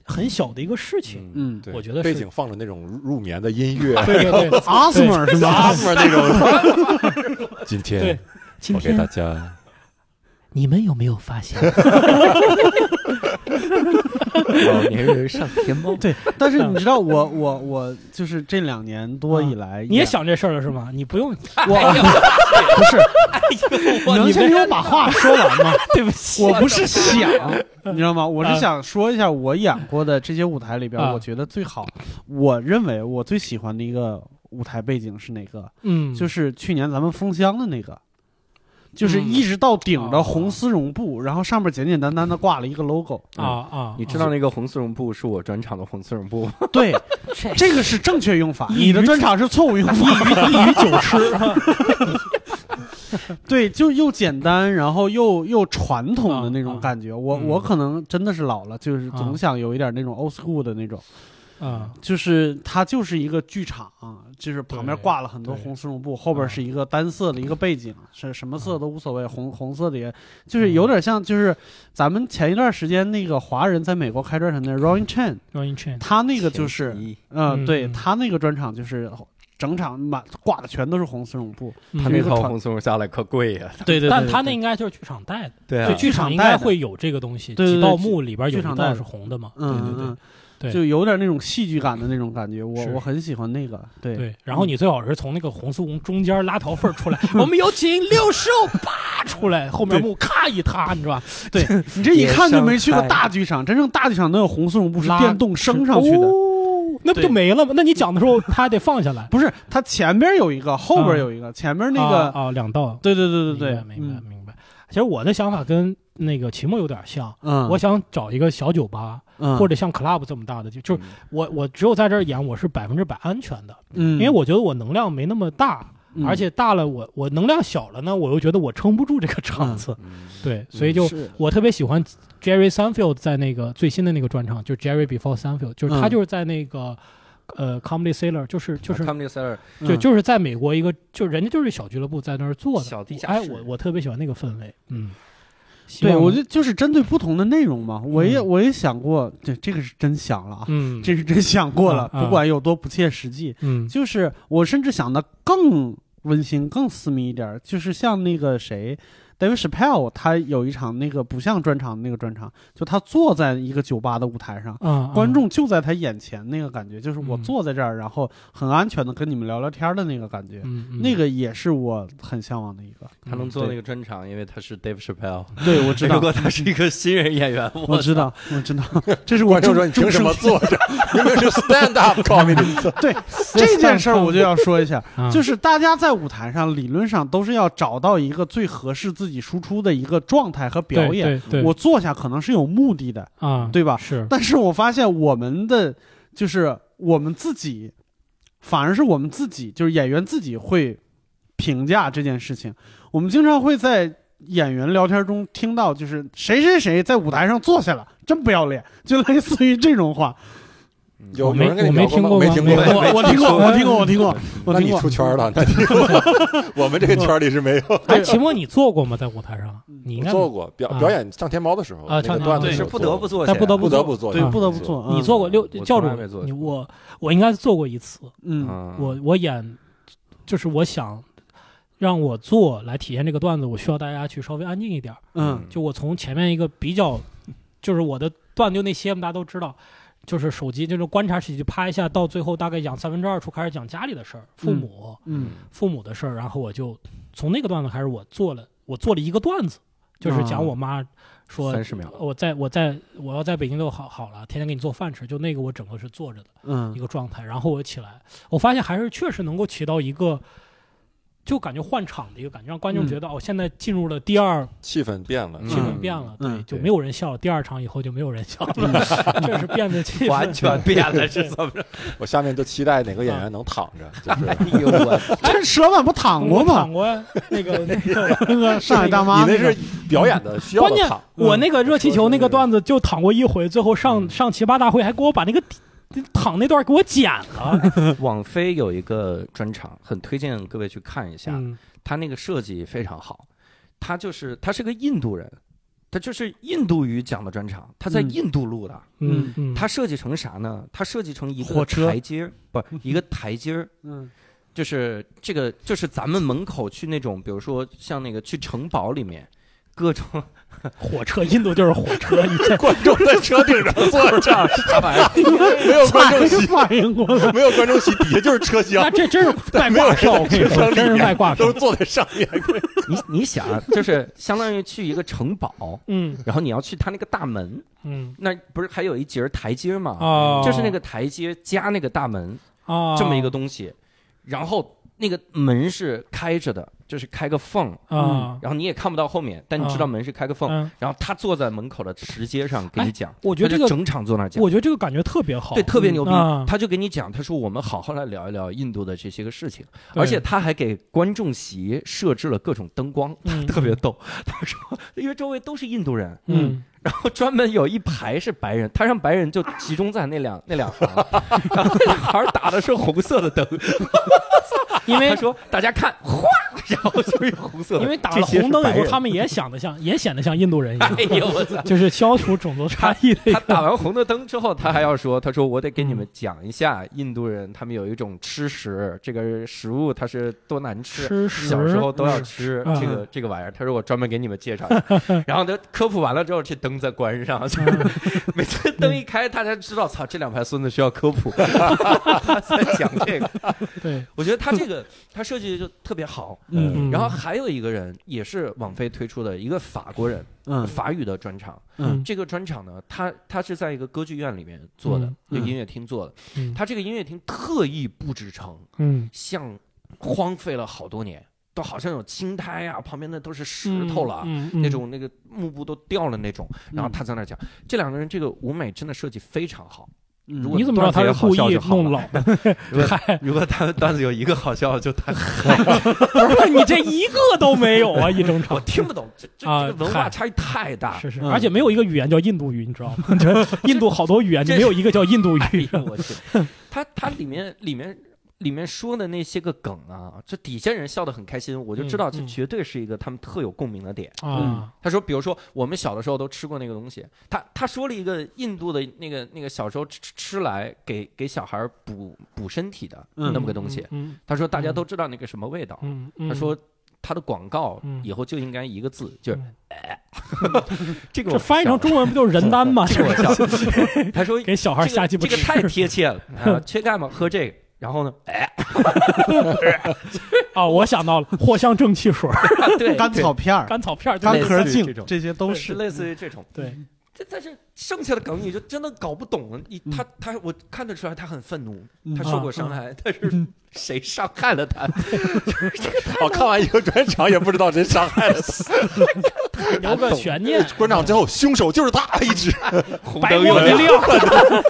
S1: 很小的一个事情。
S4: 嗯，
S3: 嗯
S4: 对，
S1: 我觉得
S4: 背
S1: 是
S4: 景放着那种入眠的音乐，
S1: 对对 对
S3: 阿斯莫是吧？
S4: 面那种。 今天
S1: 对，今
S4: 我给大
S1: 天
S4: 家
S1: 你们有没有发现，
S2: 老年人哦上天猫
S3: 对， 但是你知 道我我我就是这两年多以来，
S1: 你也想这事儿了是吗？你不用，
S3: 我不是能
S1: 你
S3: 先
S1: 们
S3: 听我把话说完 吗？
S1: 对不起，
S3: 我不 啊是想，你知道吗？我是想说一下我演过的这些舞台里边，
S1: 啊
S3: 我觉得最好，我认为我最喜欢的一个舞台背景是哪个？
S1: 嗯，
S3: 就是去年咱们封箱的那个，
S1: 嗯
S3: 就是一直到顶
S1: 哦
S3: 的红丝绒布，然后上面简简单单的挂了一个 logo。
S1: 啊啊，
S2: 你知道那个红丝绒布是我专场的红丝绒布吗？
S3: 对，
S1: 哦
S3: 这个是正确用法，
S1: 一鱼
S3: 你的专场是错误用法，一鱼 九吃。对，就又简单，然后又又传统
S1: 嗯
S3: 的那种感觉。我我可能真的是老了，就是总想有一点那种 old school 的那种，
S1: 啊，
S3: 就是它就是一个剧场，就是旁边
S1: 对
S3: 挂了很多
S1: 对嗯
S3: 红丝绒布，后边是一个单色的一个背景，是什么色都无所谓，红红色的也，就是
S1: 嗯
S3: 有点像就是咱们前一段时间那个华人在美国开专场的 Ron Chen，
S1: 让你 change
S3: 他那个就是
S2: 前提
S3: 嗯，对
S1: 嗯
S3: 他那个专场就是整场满挂的全都是红丝绒布，
S2: 他
S1: 他
S2: 那
S3: 个
S2: 套
S3: 场
S2: 红丝绒下来可贵啊呀。
S3: 对对
S1: 嗯但他那应该就是剧场带的，
S2: 对
S1: 就
S2: 啊，
S1: 剧场应该会有这个东西，
S3: 对对对
S1: 几道幕里边有
S3: 剧场
S1: 一
S3: 带
S1: 道
S3: 的
S1: 是红的嘛，对
S3: 嗯
S1: 对
S3: 嗯
S1: 对
S3: 嗯，
S1: 对
S3: 就有点那种戏剧感的那种感觉，我
S1: 是
S3: 我很喜欢那个，对
S1: 对，然后你最好是从那个红丝绒中间拉条缝儿出 来，我们有请六兽啪出来，后面幕咔一塌，你知道吧？
S3: 对你这一看就没去过大剧场，真正大剧场都有红丝绒布是
S1: 拉
S3: 电动升上去的。
S1: 哦那不就
S3: 对
S1: 没了吗？那你讲的时候他还得放下 来，
S3: 不是，它前边有一个，后边有一个，前边那
S1: 啊
S3: 个，
S1: 啊两道，
S3: 对对对对对，
S1: 明白明白
S3: 嗯
S1: 明白。其实我的想法跟那个秦墨有点像，
S3: 嗯，
S1: 我想找一个小酒吧
S3: 我
S1: 或者像 club 这么大的地，就是我我只有在这儿演，我是百分之百安全的，
S3: 嗯，
S1: 因为我觉得我能量没那么大，
S3: 嗯
S1: 而且大了我我能量小了呢，我又觉得我撑不住这个场子，
S2: 嗯
S1: 对，所以就是我特别喜欢 Jerry Seinfeld 在那个最新的那个专场，就是 Jerry Before Seinfeld，就是他
S3: 嗯啊
S1: 就是在那个。呃，Comedy Cellar 就是就是
S2: 他们这三
S1: 就
S3: 嗯
S1: 就是在美国一个，就人家就是小俱乐部在那儿做的
S2: 小地下
S1: 哎，
S2: 室
S1: 我我特别喜欢那个氛围，嗯，希
S3: 对
S1: 望
S3: 我就就是针对不同的内容嘛，我也我也想过，对这个是真想了啊，
S1: 嗯
S3: 这是真想过了，
S1: 嗯嗯
S3: 不管有多不切实际，
S1: 嗯
S3: 就是我甚至想的更温馨、更私密一点儿，就是像那个谁，David s h a p p e l l 他有一场那个不像专场的那个专场，就他坐在一个酒吧的舞台上。
S1: 啊
S3: 观众就在他眼前，那个感觉就是我
S1: 嗯
S3: 坐在这儿，然后很安全的跟你们聊聊天儿的那个感觉，
S1: 嗯嗯
S3: 那个也是我很向往的一个。
S2: 他能
S1: 嗯
S2: 做
S3: 对
S2: 那个专场，因为他是 Dave Chappelle。
S3: 对，我知
S2: 如
S3: 道，
S2: 果他是一个新人演员，
S3: 我
S2: 我
S3: 知道，我知道，这是我
S4: 观
S3: 终
S4: 众说你凭什么？坐着？明明是 stand up comedy，
S3: 终生对 这件事儿，我就要说一下，
S1: 啊
S3: 就是大家在舞台上理论上都是要找到一个最合适自己输出的一个状态和表演。，
S1: 对对对
S3: 我坐下可能是有目的的，
S1: 啊
S3: 对吧？
S1: 是
S3: 但是我发现我们的就是我们自己，反而是我们自己，就是演员自己会评价这件事情。我们经常会在演员聊天中听到，就是谁谁谁在舞台上坐下了，真不要脸，就类似于这种话。
S4: 有
S1: 我
S4: 有
S1: 没
S4: 人跟你
S1: 我没
S4: 聊过吗
S1: 听过
S4: 没
S1: 吗我
S4: 听过
S1: 没，
S3: 我我听过，我听过，我听过，
S4: 那
S3: 我听
S4: 你
S3: 过
S4: 出。圈了，那 你我们这个圈里是没有。
S1: 哎，秦墨，你做过吗？在舞台上，你应
S4: 嗯我
S1: 该
S4: 做过表
S1: 啊
S4: 表演上天猫的时候
S1: 啊上
S4: 那个
S1: 天
S4: 段
S1: 猫
S4: 子
S1: 对
S4: 是
S2: 是
S4: 有
S2: 不
S4: 做
S2: 得
S4: 过
S2: 不做下
S1: 但
S2: 来，
S1: 不得
S4: 不
S1: 做
S4: 得不做
S3: 对，
S1: 啊
S3: 不得不做。
S1: 你
S3: 嗯
S1: 做过六
S2: 我
S1: 教
S2: 从
S1: 主
S2: 来没做过
S1: 你我我应该做过一次，
S3: 嗯
S2: 嗯
S1: 我我演就是我想让我做来体验这个段子，我需要大家去稍微安静一点儿。
S3: 嗯
S1: 就我从前面一个比较，就是我的段就那些嘛大家都知道，就是手机就是观察喜剧拍一下，到最后大概讲三分之二处开始讲家里的事儿，父母、
S3: 嗯
S1: 父母的事儿，然后我就从那个段子开始，我做了我做了一个段子，就是讲我妈说。
S2: 啊三十
S3: 啊
S2: 秒，
S1: 我在我在我要在北京就好好了，天天给你做饭吃，就那个我整个是坐着的。一
S3: 嗯
S1: 个状态，然后我起来，我发现还是确实能够起到一个，就感觉换场的一个感觉，让观众
S3: 嗯
S1: 觉得、哦，现在进入了第二
S4: 气氛变了，
S2: 嗯
S1: 气氛变了，
S3: 嗯
S1: 对，就
S2: 对
S1: 没有人笑了。第二场以后就没有人笑了， 这是变得 气氛
S2: 完全变了，是怎么着？
S4: 我下面就期待哪个演
S1: 嗯
S4: 员能躺着，就是。
S2: 哎 呦我，
S3: 这石老板不躺过
S1: 我
S3: 吗
S1: 躺？过呀那 个那个，
S3: 那个上海大
S4: 你
S3: 妈嗯
S4: 那
S3: 那
S4: 是
S3: 个，
S4: 表演的需要
S1: 嗯关
S4: 的
S1: 键
S4: 躺，
S1: 我那个热气球那个段子就躺过一回，最后上
S2: 嗯
S1: 上奇葩大会还给我把那个躺那段给我剪 了，
S2: 网飞有一个专场，很推荐各位去看一下，
S1: 嗯
S2: 他那个设计非常好。他就是他是个印度人，他就是印度语讲的专场，他在
S3: 嗯
S2: 印度录的。
S1: 嗯嗯，
S2: 它设计成啥呢？它设计成一个
S3: 火车
S2: 台阶儿，不，一个台阶儿，
S3: 嗯
S2: 就是这个，就是咱们门口去那种，比如说像那个去城堡里面各种
S1: 火车，印度就是火 车，你这
S4: 观众在车顶 上坐着，
S2: 大白，
S4: 没有观众席，
S3: 反应过来，
S4: 没有观众席，底下就是车
S1: 那
S4: 厢，
S1: 这真是卖
S4: 没有
S1: 挂票，
S4: 人
S1: 我跟你说，
S4: 在车厢
S1: 真是
S4: 里
S1: 卖
S4: 面
S1: 挂，票
S4: 都。是坐在上面。
S2: 你你想，啊就是相当于去一个城堡，
S1: 嗯
S2: 然后你要去他那个大门，
S1: 嗯
S2: 那不是还有一节儿台阶吗？
S1: 哦
S2: 就是那个台阶加那个大门
S1: 啊，
S2: 这么一个东西，然后那个门是开着的，就是开个缝，
S1: 啊，
S2: 然后你也看不到后面，但你知道门是开个缝，
S1: 嗯，哎
S2: 然后他坐在门口的石阶上给你讲，
S1: 我觉得这
S2: 他就
S1: 个，
S2: 整场坐那儿讲。
S1: 我觉得这个感觉特别好。
S2: 对，特别牛逼
S1: 嗯啊，
S2: 他就给你讲，他说我们好好来聊一聊印度的这些个事情，
S1: 对
S2: 而且他还给观众席设置了各种灯光，
S1: 嗯
S2: 特别逗。他说，因为周围都是印度人，
S1: 嗯
S2: 然后专门有一排是白人，他让白人就集中在 那两那两行，然后那两行打的是红色的灯，
S1: 嗯因为
S2: 他说大家看，哗，然后就是红色的，
S1: 因为打了红灯以后，他们也想的像，也 显得像印度人一样
S2: 这，些是白人。哎呦我操！
S1: 就是消除种族差异的一
S2: 他
S1: 个。
S2: 打完红的灯之后，他还要说：“他说我得给你们讲一下
S1: 嗯
S2: 印度人，他们有一种吃食，这个食物它是多难吃，
S1: 吃食
S2: 小时候都要吃
S1: 嗯
S2: 这个这个玩意儿。”他说我专门给你们 介绍一下。然后他科普完了之后，这灯再关上，
S1: 嗯
S2: 每次灯一开，大家知道，操，这两排孙子需要科普， 他在讲这个。
S1: 对，
S2: 我觉得他这个他设计的就特别好。
S1: 嗯，
S2: 然后还有一个人也是网飞推出的一个法国人，
S3: 嗯
S2: 法语的专场。
S3: 嗯
S2: 这个专场呢，他他是在一个歌剧院里面做的
S1: 嗯，
S2: 这个
S3: 嗯
S2: 音乐厅做的
S1: 嗯。
S2: 他这个音乐厅特意布置成
S1: 嗯
S2: 像荒废了好多年，都好像有青苔啊，旁边的都是石头了。
S1: 嗯
S2: 那种那个幕布都掉了那种，然后他在那儿讲，这两个人这个舞美真的设计非常好。
S3: 嗯
S2: 如果
S1: 你怎么知道他是故意弄老 的？
S2: 如果
S1: 嗨，
S2: 如果他的段子有一个好笑，就太
S1: 不是你这一个都没有啊，一整
S2: 我
S1: 场。
S2: 听不懂，这这
S1: 啊
S2: 这个文化
S1: 嗨
S2: 差异太大。
S1: 是是，
S3: 嗯
S1: 而且没有一个语言叫印度语，你知道 吗？就印度好多语言，就
S2: 这
S1: 没有一个叫印度
S2: 哎
S1: 语。
S2: 呦 我去，他他里面里面里面说的那些个梗啊，这底下人笑得很开心，我就知道
S1: 嗯
S2: 这
S1: 嗯
S2: 绝对是一个他们特有共鸣的点。
S1: 啊，
S2: 他说，比如说我们小的时候都吃过那个东西，他他说了一个印度的那个那个小时候吃吃来给给小孩补补身体的
S3: 嗯
S2: 那么个东西，
S1: 嗯
S2: 他说大家都知道那个什么味道，
S1: 嗯嗯，
S2: 他说。他的广告
S1: 嗯
S2: 以后就应该一个字，就是
S1: 嗯
S2: “ 这个
S1: 这
S2: 我
S1: 翻译成
S2: 笑
S1: 中文不就是人丹吗？
S2: 这个我笑。他 说
S1: 给小孩下鸡
S2: 这
S1: 巴
S2: 个
S1: 吃。
S2: 这个太贴切了啊！缺钙吗？喝这个。然后呢？
S1: 啊，我想到了藿香正气水、
S2: 对，
S3: 甘草片儿、
S1: 甘草片儿，
S3: 甘
S2: 类似
S3: 壳
S2: 于这
S3: 净，
S2: 种
S3: 这些都
S2: 对
S3: 是
S2: 类似于这种。
S1: 对，
S2: 这但是剩下的梗你就真的搞不懂了。你他他，我看得出来他很愤怒，
S3: 嗯
S2: 他受过伤害， 但是谁伤害了他？
S4: 我看完一个专场也不知道谁伤害了 谁。
S1: 留个悬 念。
S4: 专场之后，凶手就是他，一直
S2: 红
S1: 白
S2: 灯
S1: 摸
S2: 又
S1: 一
S2: 亮。
S1: 亮。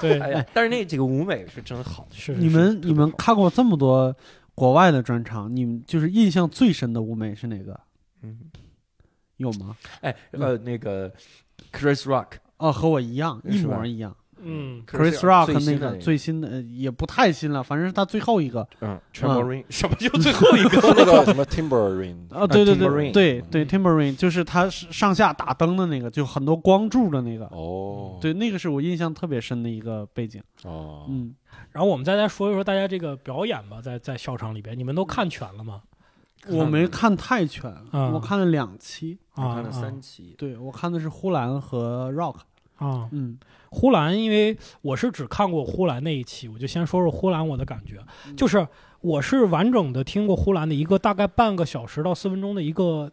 S1: 对，
S2: 哎呀，但是那几个舞美是真好。
S1: 是
S3: 你们你们看过这么多国外的专场，你们就是印象最深的舞美是哪个？
S2: 嗯，
S3: 有吗？
S2: 哎呃，那个 Chris Rock，
S3: 哦，和我一样，一
S2: 是吧
S3: 模一样。
S1: 嗯
S3: Chris Rock
S2: 最新
S3: 那
S2: 的
S3: 个最新的呃也不太新了，反正是他最后一个。
S2: 嗯 t r a m b l i n 什么就最后一个？
S4: 那个什么 Timberline，
S2: 呃
S3: 啊，对对
S2: Timberline
S3: 对对对
S4: 嗯
S3: ，Timberline 就是他是上下打灯的那个，就很多光柱的那个。
S4: 哦，
S3: 对，那个是我印象特别深的一个背景。
S4: 哦，
S3: 嗯，
S1: 然后我们再来说一说大家这个表演吧，在在校场里边，你们都看全了吗？
S3: 我没看泰拳，
S1: 嗯
S3: 我看了两期。
S2: 我
S1: 啊
S2: 看了三期，
S3: 对，我看的是呼兰和 Rock。
S1: 啊啊！
S3: 嗯
S1: 呼兰，因为我是只看过呼兰那一期，我就先说说呼兰我的感觉，
S3: 嗯
S1: 就是我是完整的听过呼兰的一个大概半个小时到四分钟的一个。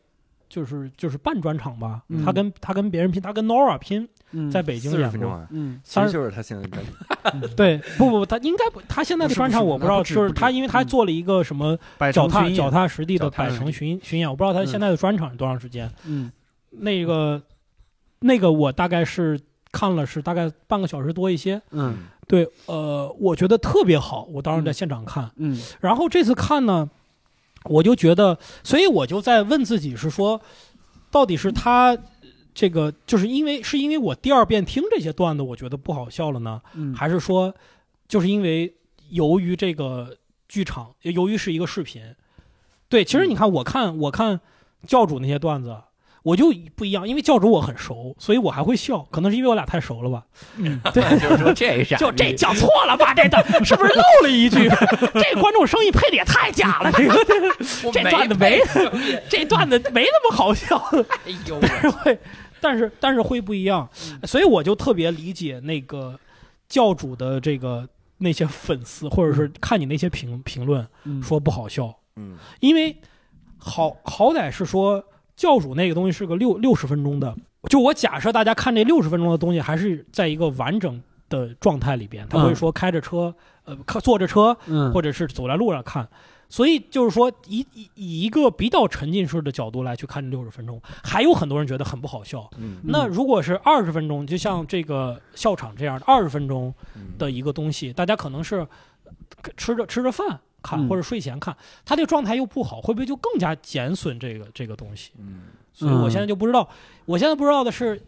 S1: 就是就是半专场吧，
S3: 嗯
S1: 他跟他跟别人拼，他跟 Nora 拼，
S3: 嗯，
S1: 在北京
S2: 四十
S1: 演
S2: 分
S1: 过
S2: 钟啊，
S3: 嗯
S2: 其
S1: 三
S2: 实就是他现在在
S1: 对，不不，不他应该不，他现在的
S3: 不是
S1: 专
S3: 不
S1: 场
S3: 是
S1: 我不知
S3: 那
S1: 道，
S3: 不止
S1: 就是
S3: 不止
S1: 他，因为他
S3: 嗯
S1: 做了一个什么
S3: 百
S1: 脚
S3: 城
S1: 踏
S3: 巡演
S1: 脚踏实地的
S2: 脚踏
S1: 百
S2: 实
S1: 城
S3: 地
S1: 巡巡演，我不知道他现
S3: 嗯
S1: 在的专场有多长时间。
S3: 嗯
S1: 那个那个我大概是看了是大概半个小时多一些。
S3: 嗯
S1: 对，呃，我觉得特别好，我当时在现场看，
S3: 嗯
S1: 然后这次看呢，我就觉得，所以我就在问自己是说，到底是他。这个就是因为是因为我第二遍听这些段子，我觉得不好笑了呢，
S3: 嗯，
S1: 还是说，就是因为由于这个剧场，
S2: 嗯
S1: 由于是一个视频，对，其实你看，我看我看教主那些段子，我就不一样，因为教主我很熟，所以我还会笑，可能是因为我俩太熟了吧。
S3: 嗯
S1: 对，
S2: 就是说这啥，
S1: 就这讲错了吧？ 这的是不是漏了一句？ 这观众生意配的也太假了，这个
S2: 我
S1: 这段子没，这段子
S3: 嗯
S1: 没那么好笑。
S2: 哎呦我，
S1: 会，但是但是会不一样，所以我就特别理解那个教主的这个那些粉丝，或者是看你那些评评论
S3: 嗯
S1: 说不好笑，
S4: 嗯，
S1: 因为好好歹是说教主那个东西是个六六十分钟的，就我假设大家看这六十分钟的东西还是在一个完整的状态里边，他会
S3: 嗯
S1: 说开着车，呃，看坐着车，
S3: 嗯
S1: 或者是走在路上看。所以就是说，以以以一个比较沉浸式的角度来去看六十分钟，还有很多人觉得很不好笑。
S4: 嗯
S1: 那如果是二十分钟，就像这个笑场这样的二十分钟
S4: 嗯
S1: 的一个东西，大家可能是呃吃着吃着饭看，
S3: 嗯
S1: 或者睡前看，他这个状态又不好，会不会就更加减损这个这个东西？
S4: 嗯
S1: 所以我
S3: 嗯
S1: 现在就不知道，我现在不知道的是，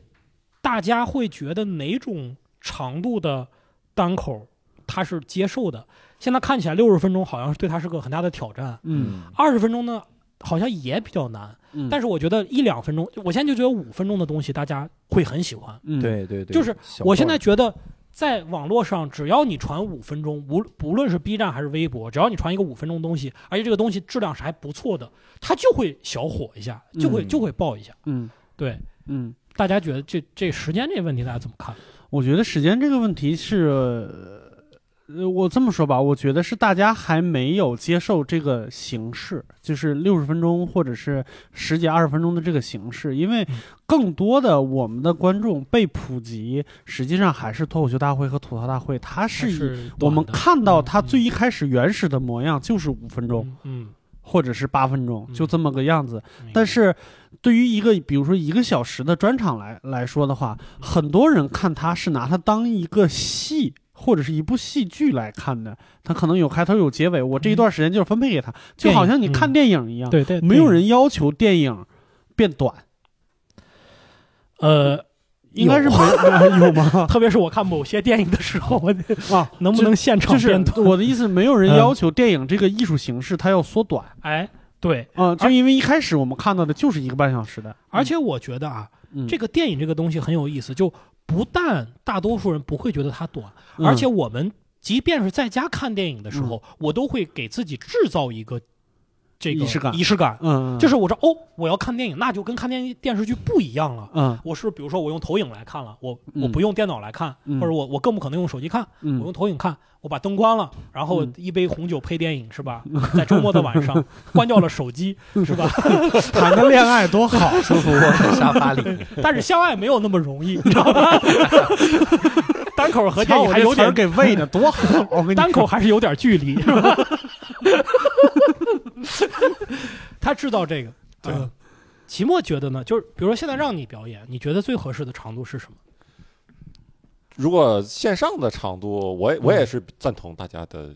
S1: 大家会觉得哪种长度的单口他是接受的。现在看起来六十分钟好像是对他是个很大的挑战，
S3: 嗯
S1: 二十分钟呢好像也比较难，
S3: 嗯，
S1: 但是我觉得一两分钟，我现在就觉得五分钟的东西大家会很喜欢。
S3: 嗯
S2: 对对对，
S1: 就是
S2: 小
S1: 我现
S2: 段
S1: 在
S2: 儿
S1: 觉得。在网络上，只要你传五分钟，无不论是 B 站还是微博，只要你传一个五分钟的东西，而且这个东西质量是还不错的，它就会小火一下，就会
S4: 嗯
S1: 就会爆一下。
S3: 嗯
S1: 对，
S3: 嗯，
S1: 大家觉得这这时间这问题大家怎么看？
S3: 我觉得时间这个问题是，呃，我这么说吧，我觉得是大家还没有接受这个形式，就是六十分钟或者是十几二十分钟的这个形式，因为
S1: 嗯
S3: 更多的我们的观众被普及，实际上还是脱口秀大会和吐槽大会，它
S1: 还
S3: 是以
S1: 是
S3: 我们
S1: 短的
S3: 看到它
S1: 嗯
S3: 最一开始原始的模样就是五分钟。
S1: 嗯嗯，
S3: 或者是八分钟，
S1: 嗯
S3: 就这么个样子。
S1: 明
S3: 但
S1: 白
S3: 是，对于一个比如说一个小时的专场来来说的
S1: 嗯
S3: 话，很多人看它是拿它当一个戏或者是一部戏剧来看的，它可能有开头有结尾，我这一段时间就是分配
S1: 嗯
S3: 给他，就好像你看电影一样，
S1: 对对，嗯
S3: 没有
S1: 对
S3: 人要求电影变短，
S1: 呃，
S3: 应该是没 有吗？
S1: 特别是我看某些电影的时 候，我
S3: 啊，
S1: 能不能现场
S3: 就是
S1: 变嗯动？
S3: 我的意思，没有人要求电影这个艺术形式它要缩短
S1: 哎，对，
S3: 啊，就因为一开始我们看到的就是一个半小时的，
S1: 而且我觉得啊，
S3: 嗯
S1: 这个电影这个东西很有意思，就不但大多数人不会觉得它短，
S3: 嗯
S1: 而且我们即便是在家看电影的时候，我都会给自己制造一个这个
S3: 仪式感
S1: 仪式感，
S3: 嗯，
S1: 就是是我说哦，我要看电影，那就跟看电电视剧不一样了。
S3: 嗯
S1: 我是比如说我用投影来看了，我我
S3: 嗯
S1: 不用电脑来看，
S3: 嗯
S1: 或者我我更不可能用手机看，
S3: 嗯
S1: 我用投影看，我把灯关了，然后
S3: 嗯
S1: 一杯红酒配电影是 吧？在周末的晚上关掉了手机是吧？
S3: 谈个恋爱 多好，
S2: 舒服窝在沙发里，
S1: 但是相爱没有那么容 易，你知道吧？单口和电
S3: 瞧
S1: 影
S3: 我
S1: 还
S3: 这
S1: 有
S3: 词儿
S1: 点
S3: 给喂的多 好，我跟你
S1: 单口
S3: 说，
S1: 还是有点距离，是吧？ 他知道这个。
S3: 对
S1: 呃齐墨觉得呢，就是比如说现在让你表演，你觉得最合适的长度是什么？
S4: 如果线上的长度，我也我
S3: 嗯
S4: 也是赞同大家的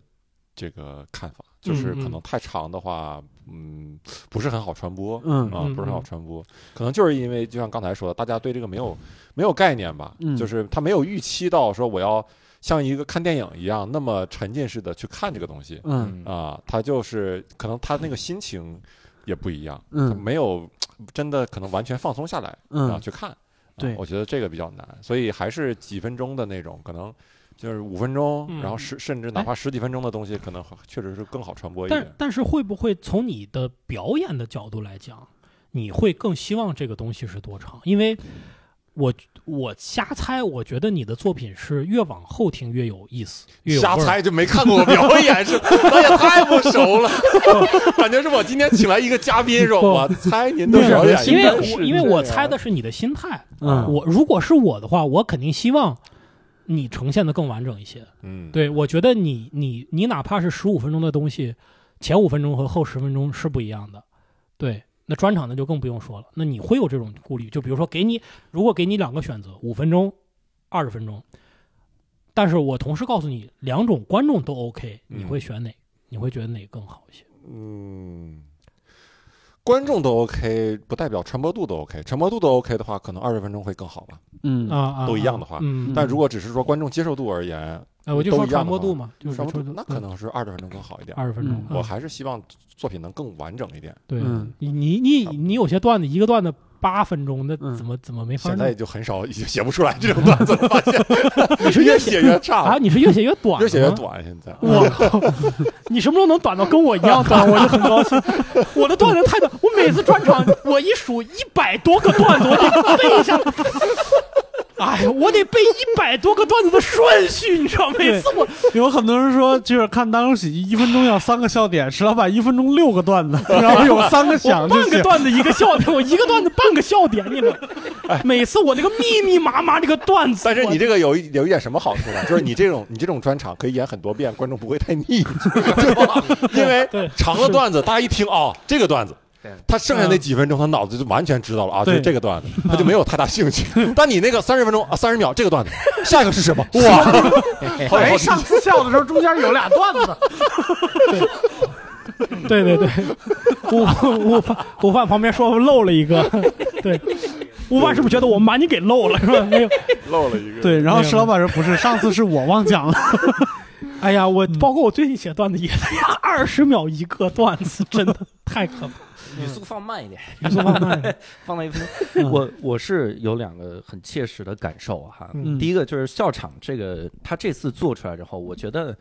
S4: 这个看法，就是可
S3: 嗯
S4: 能太长的话，嗯，不是很好传播。
S3: 嗯
S4: 啊，
S1: 嗯
S4: 不是很好
S1: 嗯
S4: 传播，可能就是因为就像刚才说的，大家对这个没有没有概念吧，
S3: 嗯
S4: 就是他没有预期到说我要像一个看电影一样那么沉浸式的去看这个东西
S3: 嗯
S4: 啊，他就是可能他那个心情也不一样，他
S3: 嗯
S4: 没有真的可能完全放松下来，然后
S3: 嗯
S4: 去看。啊
S3: 对
S4: 我觉得这个比较难，所以还是几分钟的那种，可能就是五分钟，
S1: 嗯
S4: 然后十甚至哪怕十几分钟的东西，可能确实是更好传播一
S1: 但
S4: 点。
S1: 但是会不会从你的表演的角度来讲，你会更希望这个东西是多长？因为我我瞎猜，我觉得你的作品是越往后听越有意思，越有味
S4: 瞎
S1: 儿。
S4: 猜就没看过我表演，是那也太不熟了， 感觉是我今天请来一个嘉宾说，
S1: 不
S4: 我猜您的
S3: 不是
S4: 表演
S1: 哦因
S4: 应
S1: 为
S4: 该是
S1: 我因为我
S4: 这样
S1: 猜的是你的心态。
S3: 嗯
S1: 我如果是我的话，我肯定希望你呈现的更完整一些。
S4: 嗯，
S1: 对我觉得你你你哪怕是十五分钟的东西，前五分钟和后十分钟是不一样的。对，那专场那就更不用说了。那你会有这种顾虑？就比如说给你，如果给你两个选择，五分钟、二十分钟，但是我同时告诉你，两种观众都 OK，
S4: 嗯
S1: 你会选哪？你会觉得哪个更好一些？
S4: 嗯，观众都 OK，不代表传播度都 OK。传播度都 OK 的话，可能二十分钟会更好吧，
S3: 嗯
S1: 啊啊，
S4: 都一样的话。
S1: 嗯，
S4: 但如果只是说观众接受度而言，
S1: 呃，我就说
S4: 都一
S1: 传
S4: 样的
S1: 播度嗯
S4: 话
S1: 嘛，就是
S4: 传
S1: 说
S4: 播度那可能是二十分钟更好一点。
S1: 二十分钟
S3: 嗯，
S1: 嗯
S4: 我还是希望作品能更完整一点。
S1: 对
S3: 嗯
S1: 你你你
S4: 差不多
S1: 你有些段子一个段子八分钟，那
S3: 嗯
S1: 怎么怎么没法
S4: 现
S1: 弄
S4: 在就很少，已经写不出来这种段子了，发现
S1: 你是
S4: 越
S1: 越
S4: 写越差
S1: 啊？，你是越写越短，
S4: 越写越。短。现在
S1: 我靠！你什么时候能短到跟我一样短？我就很高兴。我的段子太短，我每次专场我一数一百多个段子，我得背一下。哎呀，我得背一百多个段子的顺序，你知道吗？每次我
S3: 有很多人说，就是看单口喜剧，一分钟要三个笑点，石老板一分钟六个段 子，然后有三个
S1: 我
S3: 响就
S1: 半个
S3: 行。
S1: 段子一个笑点，我一个段子半个笑点，你们每次我那个密密麻麻这个段子，
S4: 哎但是
S1: 我
S4: 你这个有一有一点什么好处呢？就是你这种你这种专场可以演很多遍，观众不会太腻， 对吧？因
S1: 对
S4: 为长的段子大家一听哦，这个段子
S2: 对。
S4: 他剩下那几分钟，他脑子就完全知道了啊，就
S3: 对
S4: 是这个段子，他就没有太大兴趣。但你那个三十分钟啊，三十秒这个段子，下一个是什么？哇，好
S5: 哎，
S4: 好
S5: 上次笑的时候中间有俩段子，
S1: 对对对，午午饭午饭旁边说漏了一个， 对，午饭是不是觉得我们把你给漏了是吧？ 没有，
S4: 漏了一个。
S3: 对，然后石老板说不是，上次是我忘讲了。
S1: 哎呀，我包括我最近写段子也哎呀，二十秒一个段子， 真的太可怕。
S2: 语速放慢一点，
S1: 嗯语速放慢， 嗯
S2: 放慢一分钟。我我是有两个很切实的感受哈，
S1: 嗯
S2: 第一个就是笑场这个，他这次做出来之后，我觉得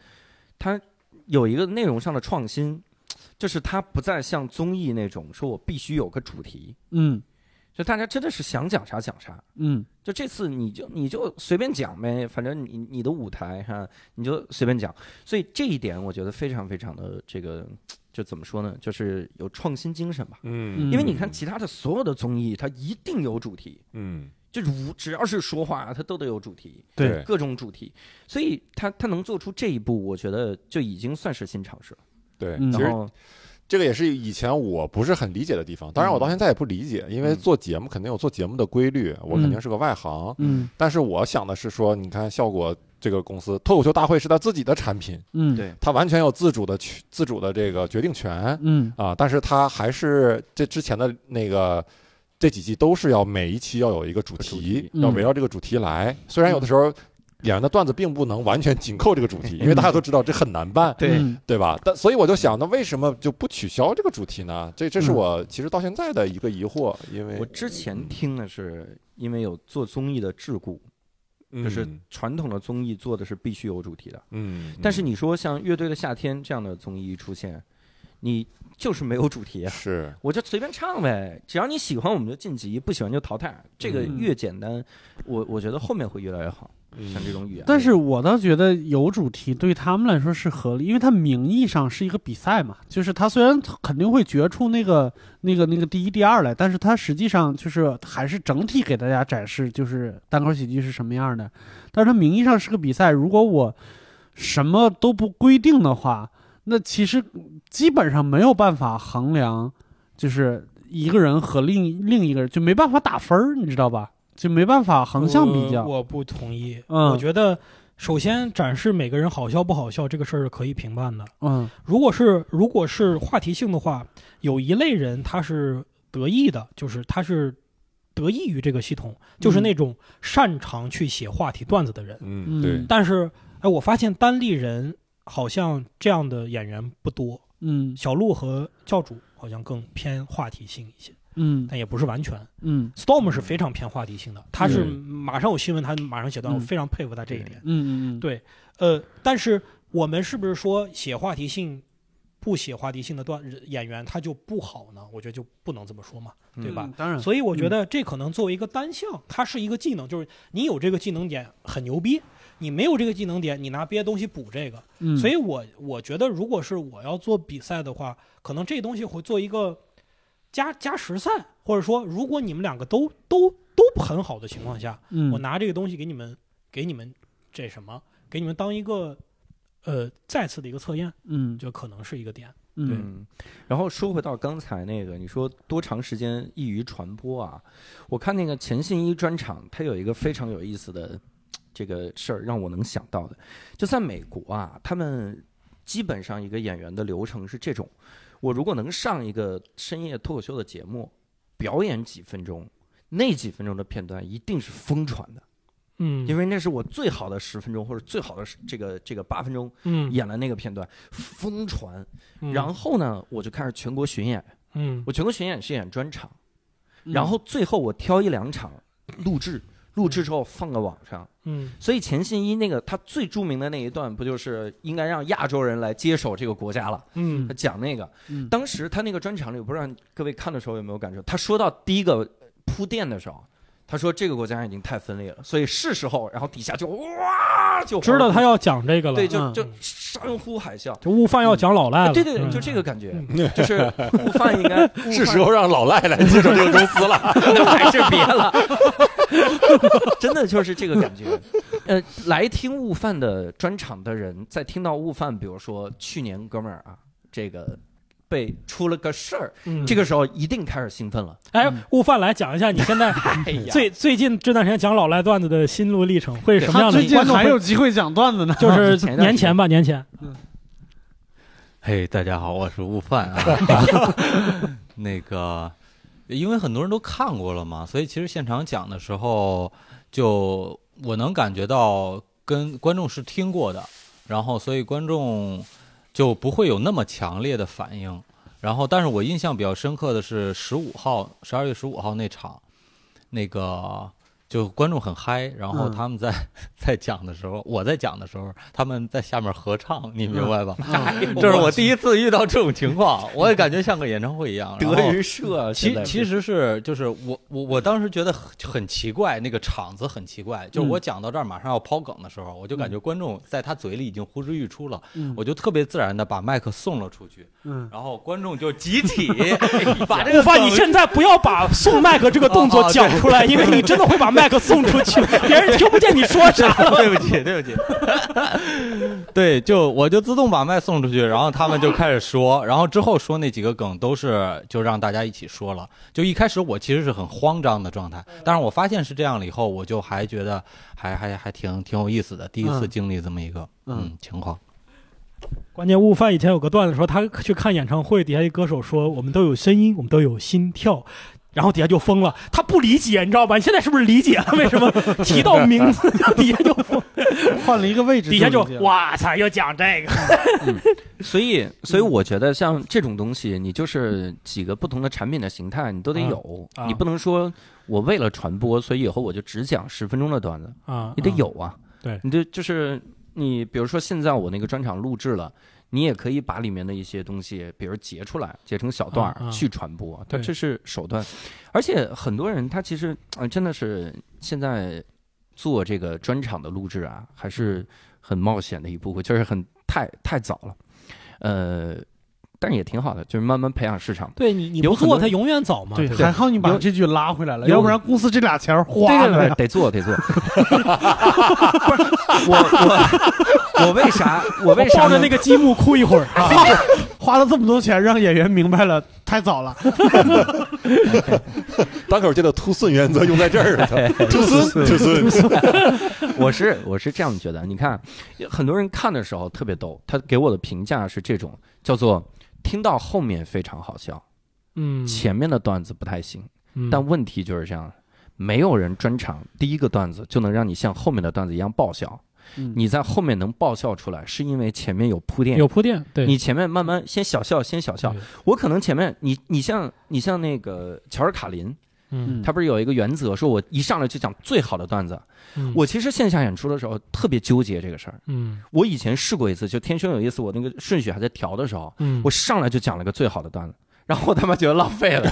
S2: 他有一个内容上的创新，就是他不再像综艺那种说我必须有个主题，
S3: 嗯
S2: 就大家真的是想讲啥讲啥。
S3: 嗯
S2: 就这次你就你就随便讲呗，反正你你的舞台哈、你就随便讲。所以这一点我觉得非常非常的这个，就怎么说呢，就是有创新精神吧。
S4: 嗯
S2: 因为你看其他的所有的综艺，它一定有主题，
S4: 嗯，
S2: 就是无只要是说话，它都得有主题，
S3: 对
S4: 对
S2: 各种主题。所以他他能做出这一步，我觉得就已经算是新尝试了。
S4: 对，
S3: 嗯
S4: 其实
S2: 然后
S4: 这个也是以前我不是很理解的地方，当然我到现在也不理解，因为做节目肯定有做节目的规律，我肯定是个外行。
S3: 嗯
S4: 但是我想的是说，你看效果这个公司，脱口秀大会是他自己的产品，
S3: 嗯
S2: 对
S4: 他完全有自主的去自主的这个决定权
S3: 嗯
S4: 啊。但是他还是这之前的那个这几季都是要每一期要有一个主
S2: 主
S4: 题
S2: 题，
S3: 嗯
S4: 要围绕这个主题来。虽然有的时候演员的段子并不能完全紧扣这个主题，因为大家都知道这很难办。
S2: 对
S3: 嗯
S4: 对吧？但所以我就想，那为什么就不取消这个主题呢？这这是我其实到现在的一个疑惑，因为
S2: 我之前听的是因为有做综艺的桎梏，
S4: 就
S2: 就是传统的综艺做的是必须有主题的。
S4: 嗯，
S2: 但是你说像《乐队的夏天》这样的综艺一出现，你就是没有主题啊，
S4: 是
S2: 我就随便唱呗，只要你喜欢我们就晋级，不喜欢就淘汰。这个
S3: 嗯
S2: 越简单，我我觉得后面会越来越好，像这种语言。
S3: 但是我倒觉得有主题对他们来说是合理，因为它名义上是一个比赛嘛，就是它虽然肯定会决出那个那个那个第一、第二来，但是它实际上就是还是整体给大家展示就是单口喜剧是什么样的。但是它名义上是个比赛，如果我什么都不规定的话，那其实基本上没有办法衡量，就是一个人和另另一个人就没办法打分儿，你知道吧？就没办法横向比较。
S1: 我不同意。
S3: 嗯
S1: 我觉得首先展示每个人好笑不好笑这个事儿是可以评判的。
S3: 嗯
S1: 如果是如果是话题性的话，有一类人他是得意的，就是他是得益于这个系统，就是
S3: 嗯
S1: 那种擅长去写话题段子的人。
S4: 嗯
S3: 嗯
S4: 对，
S1: 但是，哎，我发现单立人好像这样的演员不多，
S3: 嗯
S1: 小鹿和教主好像更偏话题性一些，
S3: 嗯
S1: 但也不是完全。
S3: 嗯
S1: Storm 是非常偏话题性的，他是
S4: 嗯
S1: 马上有新闻，他马上写段，
S3: 嗯
S1: 我非常佩服他这一点。
S3: 嗯嗯嗯，
S1: 对呃，但是我们是不是说写话题性？不写话题性的段演员他就不好呢，我觉得就不能这么说嘛。对吧
S3: 嗯？当然，
S1: 所以我觉得这可能作为一个单项，它是一个技能，就是你有这个技能点很牛逼，你没有这个技能点，你拿别的东西补这个。
S3: 以
S1: 所以我我觉得，如果是我要做比赛的话，可能这东西会做一个加加时赛，或者说，如果你们两个都都都不很好的情况下，
S3: 嗯，
S1: 我拿这个东西给你们给你们这什么，给你们当一个呃再次的一个测验，
S3: 嗯
S1: 就可能是一个点。
S3: 嗯
S2: 嗯，然后说回到刚才那个，你说多长时间易于传播啊？我看那个钱信一专场，它有一个非常有意思的这个事儿，让我能想到的，就在美国啊，他们基本上一个演员的流程是这种：我如果能上一个深夜脱口秀的节目，表演几分钟，那几分钟的片段一定是疯传的。
S1: 嗯，
S2: 因
S1: 为
S2: 为那是我最好的十分钟或者最好的十这个这个八分钟
S1: 嗯，
S2: 演了那个片段，疯传。
S1: 嗯
S2: 然后呢，我就开始全国巡演，
S1: 嗯
S2: 我全国巡演是演专场，
S3: 嗯
S2: 然后最后我挑一两场录制，录制之后放个网上。
S1: 嗯
S2: 所以钱信一那个他最著名的那一段，不就是应该让亚洲人来接手这个国家了？
S1: 嗯
S2: 他讲那个，
S3: 嗯
S2: 当时他那个专场里，我不知道各位看的时候有没有感受，他说到第一个铺垫的时候，他说这个国家已经太分裂了，所以是时候，然后底下就哇就
S1: 知道他要讲这个了，
S2: 对，就
S3: 嗯
S2: 就山呼海啸。
S1: 这悟饭要讲老赖了，
S2: 哎对对对，
S1: 嗯
S2: 就这个感觉
S1: 嗯，
S2: 就是悟饭应 该
S4: 是时候让老赖来接手这个公 司了。
S2: 还是别了， 真的就是这个感觉。 呃，来听悟饭的专场的人，在听到悟饭，比如说去年哥们儿啊，这个被出了个事儿，
S1: 嗯
S2: 这个时候一定开始兴奋了。
S1: 哎
S3: 嗯，
S1: 悟饭来讲一下你现在
S2: 哎 呀
S1: 最最近这段时间讲老赖段子的心路历程，会是什么
S3: 他
S1: 样的
S3: 最
S1: 观众
S3: 近
S1: 会？
S3: 还有机会讲段子呢，
S1: 就是
S2: 前一段时间
S1: 年前吧，年前，
S6: 嘿，大家好，我是悟饭啊。那个，因为很多人都看过了嘛，所以其实现场讲的时候，就我能感觉到跟观众是听过的，然后所以观众就不会有那么强烈的反应。然后，但是我印象比较深刻的是十五号，十二月十五号那场，那个就观众很嗨，然后
S3: 嗯
S6: 他们在、在讲的时候，我在讲的时候，他们在下面合唱，你
S2: 嗯
S6: 明白吧？
S2: 这
S6: 这是我第一次遇到这种情况，我也感觉像个演唱会一样。然后
S2: 德云社现
S6: 其
S2: 在是，
S6: 其实是就是我我我当时觉得很很奇怪，那个场子很奇怪，就是
S2: 嗯
S6: 我讲到这儿马上要抛梗的时候，我就感觉观众在他嘴里已经呼之欲出了，
S3: 嗯
S6: 我就特别自然的把麦克送了出去，
S3: 嗯，
S6: 然后观众就 集体
S2: 哎
S6: 把这
S1: 悟
S6: 个
S1: 饭，
S6: 梗
S1: 你现在不要把送麦克这个动作讲出来，因为你真的会把麦克送出去，别人听不见你说啥。
S6: 对不起，对不 起。对，就我就自动把麦送出去，然后他们就开始说， 然后之后说那几个梗都是就让大家一起说了。就一开始我其实是很慌张的状态，但是我发现是这样了以后，我就还觉得还还还挺挺有意思的，第一次
S3: 嗯
S6: 经历这么一个
S3: 嗯
S6: 嗯情况。
S1: 关键悟饭以前有个段子说，他去看演唱会，底下一歌手说：“我们都有声音，我们都有心跳。”然后底下就疯了，他不理解，你知道吧？你现在是不是理解了？为什么提到名字 底下就疯？
S3: 换了一个位置，
S1: 底下就
S3: 理解了
S1: 哇操，又讲这个。
S2: 所以所以我觉得像这种东西，你就是几个不同的产品的形态，你都得有，
S1: 啊啊
S2: 你不能说我为了传播，所以以后我就只讲十分钟的段子。
S1: 啊，
S2: 你得
S1: 啊
S2: 有啊。
S1: 对
S2: 你的就是你，比如说现在我那个专场录制了，你也可以把里面的一些东西，比如截出来，截成小段
S1: 嗯嗯
S2: 儿去传播，它
S1: 对
S2: 这是手段。而且很多人他其实啊、呃真的是现在做这个专场的录制啊，还是很冒险的一步，就是很太太早了，呃。但是也挺好的，就是慢慢培养市场。
S1: 对你你
S2: 有
S1: 不
S2: 很
S1: 做
S2: 多
S1: 它永远早嘛。
S3: 对，
S1: 对
S3: 还好你把
S2: 有
S3: 这句拉回来了，
S2: 有
S3: 要不然公司这俩钱儿花
S2: 对对
S3: 了
S2: 对
S3: 呀。
S2: 得做得做。 不是我我我为啥我为
S1: 我
S2: 啥
S1: 抱着
S2: 能
S1: 那个积木哭一会儿啊
S3: 花了这么多钱，让演员明白了，太早了。
S4: 单口界的突孙原则用在这儿了，突孙突孙，
S2: 我是我是这样觉得，你看，很多人看的时候特别逗，他给我的评价是这种，叫做听到后面非常好笑，
S1: 嗯，
S2: 前面的段子不太行。
S1: 嗯
S2: 但问题就是这样，没有人专场第一个段子就能让你像后面的段子一样爆笑，
S3: 嗯
S2: 你在后面能爆笑出来，是因为前面有铺垫。
S1: 有铺垫，对
S2: 你前面慢慢先小笑，先小笑
S1: 对。
S2: 我可能前面你你像你像那个乔尔卡林，
S1: 嗯
S2: 他不是有一个原则，说我一上来就讲最好的段子。
S1: 嗯
S2: 我其实线下演出的时候特别纠结这个事儿。
S1: 嗯
S2: 我以前试过一次，就天生有意思，我那个顺序还在调的时候，
S1: 嗯，
S2: 我上来就讲了个最好的段子，然后我他妈觉得浪费 了，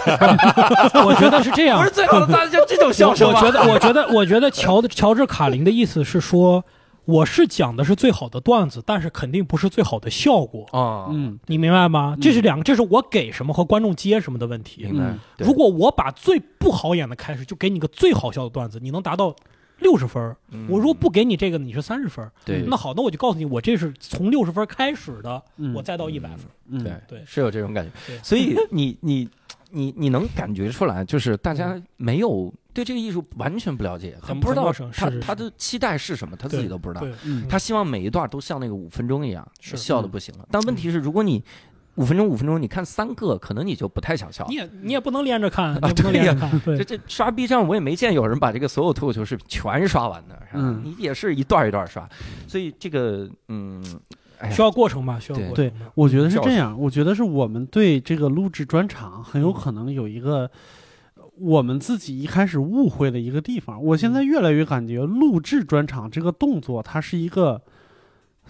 S1: 我觉得是这样，
S2: 不是最好的段子，就这种
S1: 我
S2: 笑
S1: 我
S2: 声吗？
S1: 觉得，我觉得，我觉得乔乔治卡林的意思是说，我是讲的是最好的段子，但是肯定不是最好的效果，
S2: 啊，
S3: 嗯，
S1: 你明白吗？这是两个，这是我给什么和观众接什么的问题。
S2: 明白
S3: 嗯。
S2: 对
S1: 如果我把最不好演的开始，就给你个最好笑的段子，你能达到六十分儿。
S2: 嗯
S1: 我如果不给你这个，你是三十分儿。嗯
S2: 对
S1: 那好，那我就告诉你，我这是从六十分儿开始的，
S3: 嗯
S1: 我再到一百分儿。
S3: 嗯
S2: 对
S1: 对
S2: 是有这种感
S1: 对
S2: 觉，所以你你你你能感觉出来，就是大家没有对这个艺术完全不了解，
S1: 很
S2: 很不知道
S1: 很陌生
S2: 他
S1: 是是是
S2: 他的期待是什么，他自己都不知道
S1: 对。，
S3: 嗯
S2: 他希望每一段都像那个五分钟一样，
S1: 是嗯
S2: 笑的不行了。但问题是，如果你
S7: 五分钟五分钟，你看三个，可能你就不太想笑
S1: 你。也你也不能连着
S2: 啊
S1: 看，你也不能连着看，
S7: 这
S1: 对，
S7: 这刷 B 站，我也没见有人把这个所有脱口秀视频全刷完的，是吧
S3: 嗯
S7: 你也是一段一段刷，所以这个嗯，哎呀
S1: 需要过程吧，需要
S7: 对
S1: 过
S3: 对
S1: 程吧。
S3: 我觉得是
S7: 教
S3: 这样，我觉得是我们对这个录制专场
S1: 嗯
S3: 很有可能有一个我们自己一开始误会的一个地方。我
S1: 嗯
S3: 现在越来越感觉录制专场这个动作，它是一个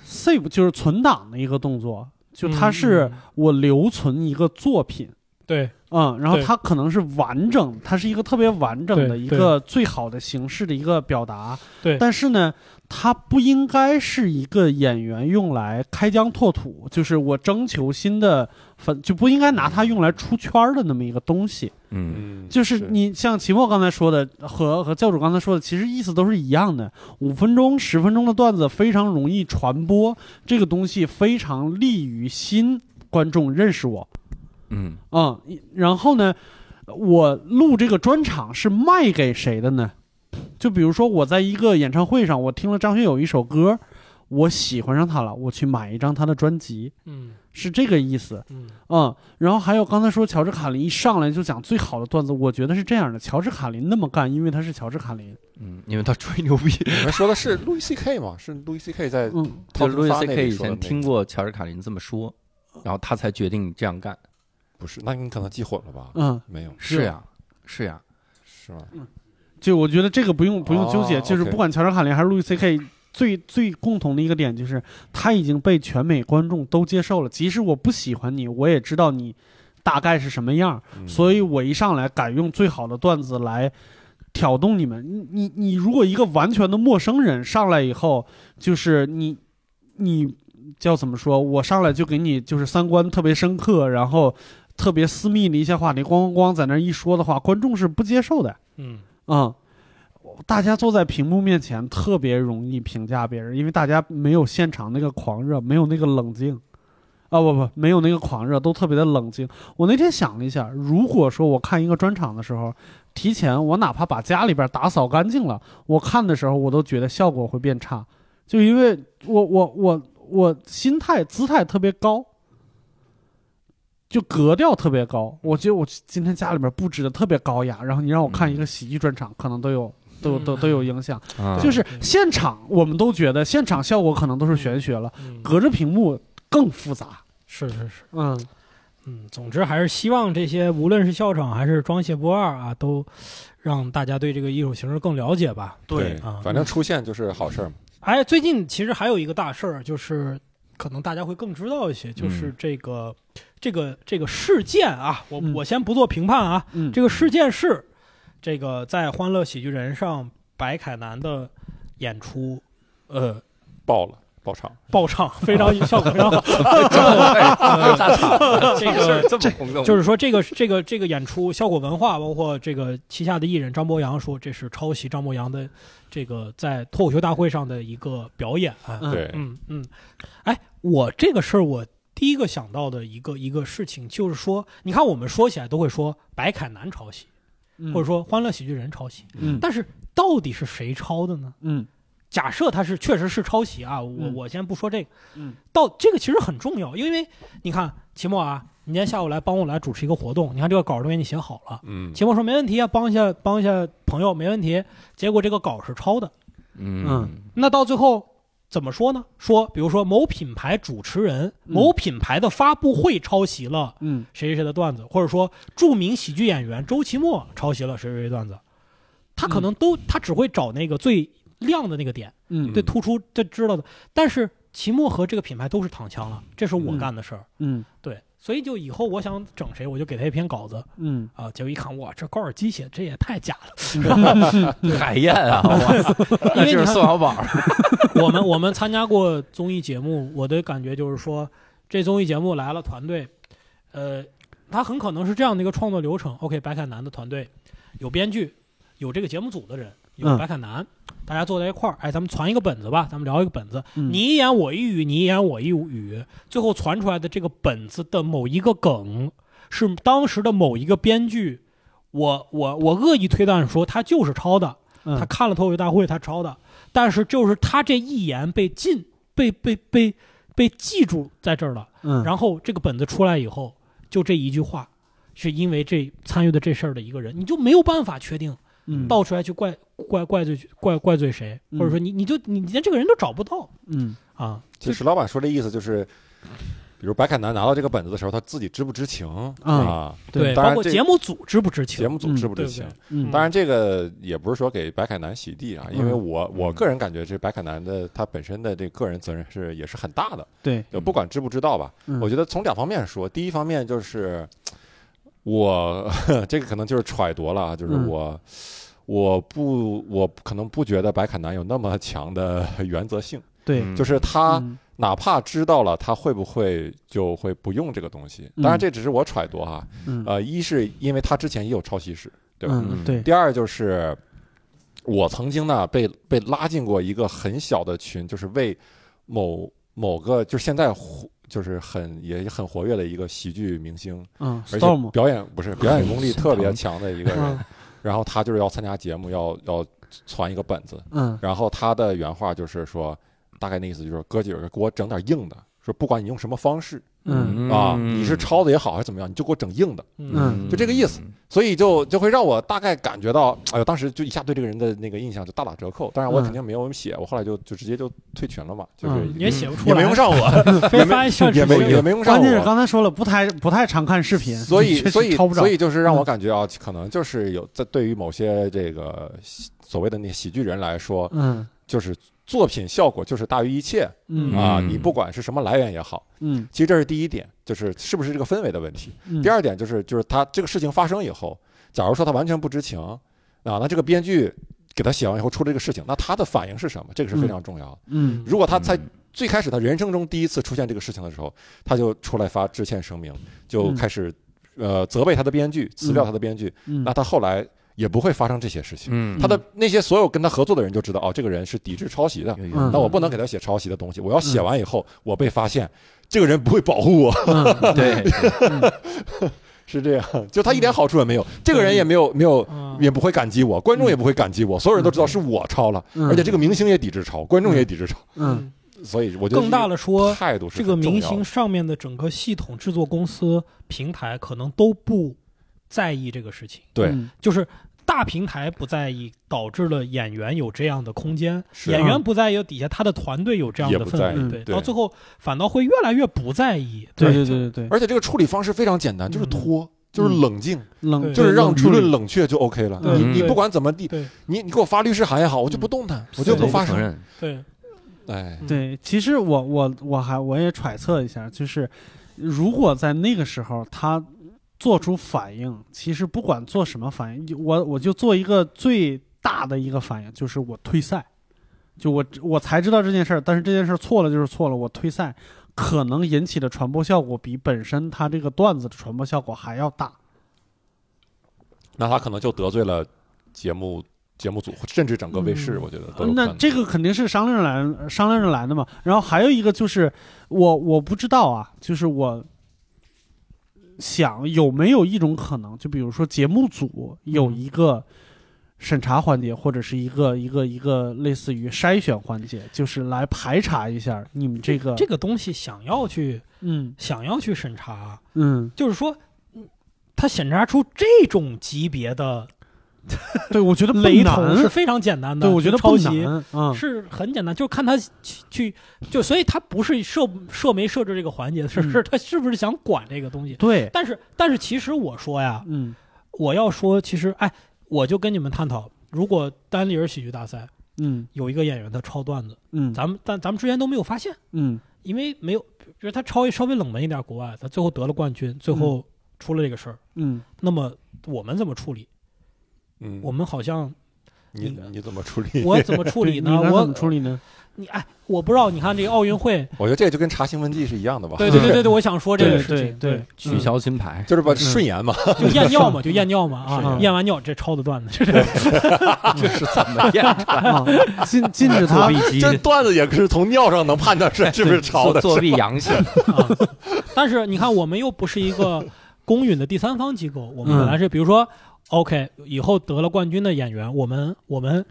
S3: save 就是存档的一个动作，就它是
S1: 嗯嗯
S3: 我留存一个作品。
S1: 对，
S3: 嗯，然后
S1: 对
S3: 它可能是完整，它是一个特别完整的
S1: 对
S3: 一
S1: 对
S3: 个最好的形式的一个表达。
S1: 对
S3: 但是呢，它不应该是一个演员用来开疆拓土，就是我征求新的粉，就不应该拿它用来出圈儿的那么一个东西。
S7: 嗯，
S4: 嗯，
S3: 就是你像秦墨刚才说的和和教主刚才说的，其实意思都是一样的。五分钟、十分钟的段子非常容易传播，这个东西非常利于新观众认识我。
S7: 嗯，
S3: 嗯，然后呢，我录这个专场是卖给谁的呢？就比如说我在一个演唱会上，我听了张学友一首歌，我喜欢上他了，我去买一张他的专辑，
S1: 嗯
S3: 是这个意思。
S1: 嗯
S3: 嗯，然后还有刚才说乔治卡林一上来就讲最好的段子，我觉得是这样的，乔治卡林那么干，因为他是乔治卡林。
S7: 嗯，因为他吹 牛逼，
S4: 你们说的是路易 C K 吗？是路易 C K 在
S3: 嗯，
S7: 就
S4: Top
S7: 路易
S4: Five
S7: C
S4: 那
S7: K
S4: 里
S7: 以
S4: 说的
S7: 前
S4: 那个哦
S7: 听过乔治卡林这么说，然后他才决定这样干。
S4: 不是？那你可能记混了吧？
S3: 嗯，
S4: 没有，
S7: 是呀，是呀，
S4: 是吗？
S3: 就我觉得这个不用不用纠结，
S4: 哦
S3: 就是不
S4: OK
S3: 管乔治卡林还是路易 C K，最最共同的一个点就是他已经被全美观众都接受了。即使我不喜欢你，我也知道你大概是什么样儿，
S4: 嗯
S3: 所以我一上来敢用最好的段子来挑动你们。你你你，如果一个完全的陌生人上来以后，就是你你叫怎么说？我上来就给你就是三观特别深刻，然后特别私密的一些话题，咣咣咣在那儿一说的话，观众是不接受的。
S1: 嗯，
S3: 嗯，大家坐在屏幕面前特别容易评价别人，因为大家没有现场那个狂热，没有那个冷静。啊不不，没有那个狂热，都特别的冷静。啊我那天想了一下，如果说我看一个专场的时候，提前我哪怕把家里边打扫干净了，我看的时候我都觉得效果会变差，就因为我我我我心态姿态特别高，就格调特别高。我觉得我今天家里边布置的特别高雅，然后你让我看一个喜剧专场，可能都有都有
S1: 嗯
S3: 都都有影响。
S4: 嗯
S7: 啊
S1: 对
S3: 就是现场我们都觉得现场效果可能都是玄学了，
S1: 嗯
S3: 隔着屏幕更复杂。
S1: 是是是，
S3: 嗯，
S1: 嗯，总之还是希望这些无论是校长还是装卸波二啊，都让大家对这个艺术形式更了解吧。
S4: 对
S1: 啊，
S4: 反正出现就是好事儿嘛。
S1: 哎，最近其实还有一个大事儿，就是可能大家会更知道一
S3: 嗯
S1: 些，就是这个、这个这个事件啊，我、
S3: 嗯
S1: 我先不做评判啊，
S3: 嗯
S1: 这个事件是这个在《欢乐喜剧人》上白凯南的演出，呃，
S4: 爆了，爆场，
S1: 爆唱， 非常效果非 常好。哎这 个
S7: 这么轰动
S1: 就是说，这个这个这个演出效果文化，包括这个旗下的艺人张博洋说，这是抄袭张博洋的这个在脱口秀大会上的一个表演啊。
S3: 嗯
S4: 对，
S1: 嗯嗯，哎，我这个事儿，我第一个想到的一个一个事情就是说，你看我们说起来都会说白凯南抄袭，
S3: 嗯
S1: 或者说《欢乐喜剧人》抄袭，
S3: 嗯
S1: 但是到底是谁抄的呢？
S3: 嗯
S1: 假设他是确实是抄袭啊，我、
S3: 嗯
S1: 我先不说这个，
S3: 嗯，
S1: 到这个其实很重要，因为你看秦墨啊，你今天下午来帮我来主持一个活动，你看这个稿儿都给你写好了，
S4: 嗯，
S1: 秦墨说没问题啊，帮一下帮一下朋友没问题，结果这个稿儿是抄的，
S7: 嗯
S3: 嗯
S1: 那到最后怎么说呢？说比如说某品牌主持人、某品牌的发布会抄袭了
S3: 嗯
S1: 谁谁谁的段子，或者说著名喜剧演员周奇墨抄袭了谁谁谁段子，他可能都、他只会找那个最亮的那个点。
S3: 嗯
S1: 对，突出这知道的。但是奇墨和这个品牌都是躺枪了，这是我
S3: 嗯
S1: 干的事儿。
S3: 嗯
S1: 对，所以就以后我想整谁，我就给他一篇稿子
S3: 嗯
S1: 啊。结果一看，哇，这高尔基写这也太假了。
S4: 嗯
S7: 海燕啊， 哇那就是宋小宝，
S1: 我们我们参加过综艺节目，我的感觉就是说，这综艺节目来了团队，呃，他很可能是这样的一个创作流程。OK，白凯南的团队有编剧，有这个节目组的人，有
S3: 嗯
S1: 白凯南，大家坐在一块儿，哎，咱们传一个本子吧，咱们聊一个本子。
S3: 嗯，
S1: 你一言我一语，你一言我一语，最后传出来的这个本子的某一个梗，是当时的某一个编剧，我我我恶意推断说他就是抄的，
S3: 嗯
S1: 他看了脱口秀大会他抄的，但是就是他这一言被禁被被被被记住在这儿了。
S3: 嗯，
S1: 然后这个本子出来以后，就这一句话，是因为这参与的这事儿的一个人，你就没有办法确定
S3: 嗯
S1: 爆出来去怪怪怪罪怪怪罪谁，或者说你你就你连这个人都找不到
S3: 嗯
S1: 啊。
S4: 就石老板说这意思就是，比如白凯南拿到这个本子的时候，他自己知不知情
S3: 啊
S4: 啊？
S3: 对
S1: 包
S4: 当然
S1: 括
S4: 这
S1: 节目组知不知情
S4: 节目组知不知情
S1: 嗯对不？
S3: 嗯
S4: 当然，这个也不是说给白凯南洗地啊，因为
S1: 嗯
S4: 我我个人感觉，这白凯南的他本身的这个个人责任是也是很大的，
S3: 对，
S4: 就不管知不知道吧。
S3: 嗯
S4: 我觉得从两方面说，第一方面就是我 这个可能就是揣度了啊，就是
S3: 嗯
S4: 我。我不，我可能不觉得白凯南有那么强的 原则性，
S3: 对，
S2: 嗯
S4: 就是他
S3: 嗯
S4: 哪怕知道了，他会不会就会不用这个东西？
S3: 嗯
S4: 当然，这只是我揣度哈。
S3: 嗯
S4: 呃，一是因为他之前也有抄袭史，对吧？
S3: 嗯对，
S4: 第二就是我曾经呢被被拉进过一个很小的群，就是为某某个就是现在火就是很也很活跃的一个喜剧明星，
S3: 嗯
S4: 而且
S3: ，storm，嗯
S4: 表演不 是表演功力特别强的一个人，然后他就是要参加节目，要要传一个本子，
S3: 嗯
S4: 然后他的原话就是说，大概那意思就是哥几个给我整点硬的，说不管你用什么方式
S3: 嗯
S4: 啊，你是抄的也好还是怎么样，你就给我整硬的，
S1: 嗯
S3: 嗯
S4: 就这个意思。所以就就会让我大概感觉到，哎呦，当时就一下对这个人的那个印象就大打折扣。当然我
S3: 嗯
S4: 肯定没有写，我后来就就直接就退群了嘛，就是
S3: 嗯
S1: 你也写不出
S4: 也
S1: 来，
S4: 没用上 我，
S1: 非发现
S4: 也没
S1: 是
S4: 也没用上
S3: 关键是
S4: 我。
S3: 刚才说了，不太不太常看视频，
S4: 所以
S3: 确实
S4: 所以
S3: 抄不着嗯
S4: 所，以就是让我感觉啊，可能就是有在对于某些这个喜所谓的那喜剧人来说，
S3: 嗯
S4: 就是作品效果就是大于一切
S3: 嗯
S4: 啊，
S7: 嗯
S4: 你不管是什么来源也好。
S3: 嗯
S4: 其实这是第一点，就是是不是这个氛围的问题。
S3: 嗯，
S4: 第二点就是，就是他这个事情发生以后，假如说他完全不知情，啊，那这个编剧给他写完以后出了这个事情，那他的反应是什么？这个是非常重要的。
S3: 嗯
S4: 如果他在最开始他人生中第一次出现这个事情的时候，他就出来发致歉声明，就
S3: 嗯
S4: 开始呃责备他的编剧，辞掉他的编剧，
S3: 嗯
S4: 那他后来也不会发生这些事情。
S2: 嗯
S4: 他的那些所有跟他合作的人就知道，哦，这个人是抵制抄袭的，
S3: 嗯
S4: 那我不能给他写抄袭的东西，我要写完以后，我被发现，这个人不会保护我，
S3: 嗯
S7: 对，
S4: 是这样，就他一点好处也没有，这个人也没有没有
S1: 啊
S4: 也不会感激我，观众也不会感激我，所有人都知道是我抄了，
S3: 嗯
S4: 而且这个明星也抵制抄，观众也抵制抄，
S3: 嗯
S4: 所以我觉得
S1: 更大的说，
S4: 态度是
S1: 这个
S4: 很重
S1: 明
S4: 要的
S1: 星上面的整个系统、制作公司、平台可能都不在意这个事情，
S4: 对
S3: 嗯
S1: 就是大平台不在意，导致了演员有这样的空间，
S4: 是嗯
S1: 演员不在意，底下他的团队有这样
S4: 也
S1: 的
S4: 不
S1: 氛
S4: 在
S3: 意
S1: 围，对，
S4: 对
S1: 到最后反倒会越来越不在意，
S3: 对对对对对，
S4: 而且这个处理方式非常简单，就是拖。就是冷静，
S3: 冷
S1: 嗯对
S4: 就是让舆
S3: 处理
S4: 论冷却就 OK 了。
S1: 对
S4: 你你
S1: 对
S4: 不管怎么地，
S1: 对
S4: 你你给我发律师函也好，我就不动
S3: 嗯
S4: 弹，我就不发嗯
S7: 承
S4: 声。
S7: 认，
S1: 对，
S4: 哎，
S3: 对，其实我我我还我也揣测一下，就是如果在那个时候他做出反应，其实不管做什么反应，我我就做一个最大的一个反应，就是我退赛，就我我才知道这件事儿，但是这件事儿错了就是错了，我退赛可能引起的传播效果比本身他这个段子的传播效果还要大。
S4: 那他可能就得罪了节目节目组，甚至整个卫视，
S3: 嗯
S4: 我觉得都有可
S3: 那
S4: 能
S3: 这个肯定是商量着来，呃商量着来的嘛。然后还有一个就是，我我不知道啊，就是我想有没有一种可能，就比如说节目组有
S1: 嗯
S3: 一个审查环节，或者是一个一个一个类似于筛选环节，就是来排查一下你们这个，
S1: 这个东西想要去
S3: 嗯
S1: 想要去审查，
S3: 嗯，
S1: 就是说，嗯他审查出这种级别的
S3: 对，我觉得不
S1: 雷同是
S3: 难，
S1: 非常简单的，
S3: 对我觉得
S1: 抄
S3: 不
S1: 袭。
S3: 难啊，
S1: 是很简单，就看他去去就，所以他不是设设没设置这个环节的事儿，
S3: 嗯
S1: 是他是不是想管这个东西？
S3: 对，
S1: 但是但是其实我说呀，
S3: 嗯
S1: 我要说其实哎，我就跟你们探讨，如果单立人喜剧大赛
S3: 嗯
S1: 有一个演员他抄段子，
S3: 嗯
S1: 咱们但咱们之前都没有发现，
S3: 嗯
S1: 因为没有，比如他抄一稍微冷门一点国外，他最后得了冠军，最后出了这个事儿，
S3: 嗯，
S1: 那么我们怎么处理？
S4: 嗯，
S1: 我们好 像
S4: 你你怎么处理？
S1: 我怎么处理呢？
S3: 你该怎么
S1: 我
S3: 处理呢？
S1: 你哎，我不知道，你看这个奥运会。
S4: 我觉得这就跟查新闻记是一样的吧？
S1: 对对对对对，我想说这个事情，
S3: 对对
S7: 取消金 牌，
S4: 就是把顺延嘛，
S1: 就验尿嘛，就验尿嘛 啊，
S3: 是
S1: 验完尿这抄的段子，这是
S7: 这是怎么啊验出来？
S3: 啊，禁禁 止
S7: 作
S3: 他
S7: 弊
S4: 这
S7: 机，
S4: 段子也是从尿上能判断是是不是抄的。
S7: 作弊阳性，
S1: 啊。 但是你看，我们又不是一个公允的第三方机构，我们
S3: 嗯
S1: 本来是，比如说，OK，以后得了冠军的演员，我们我们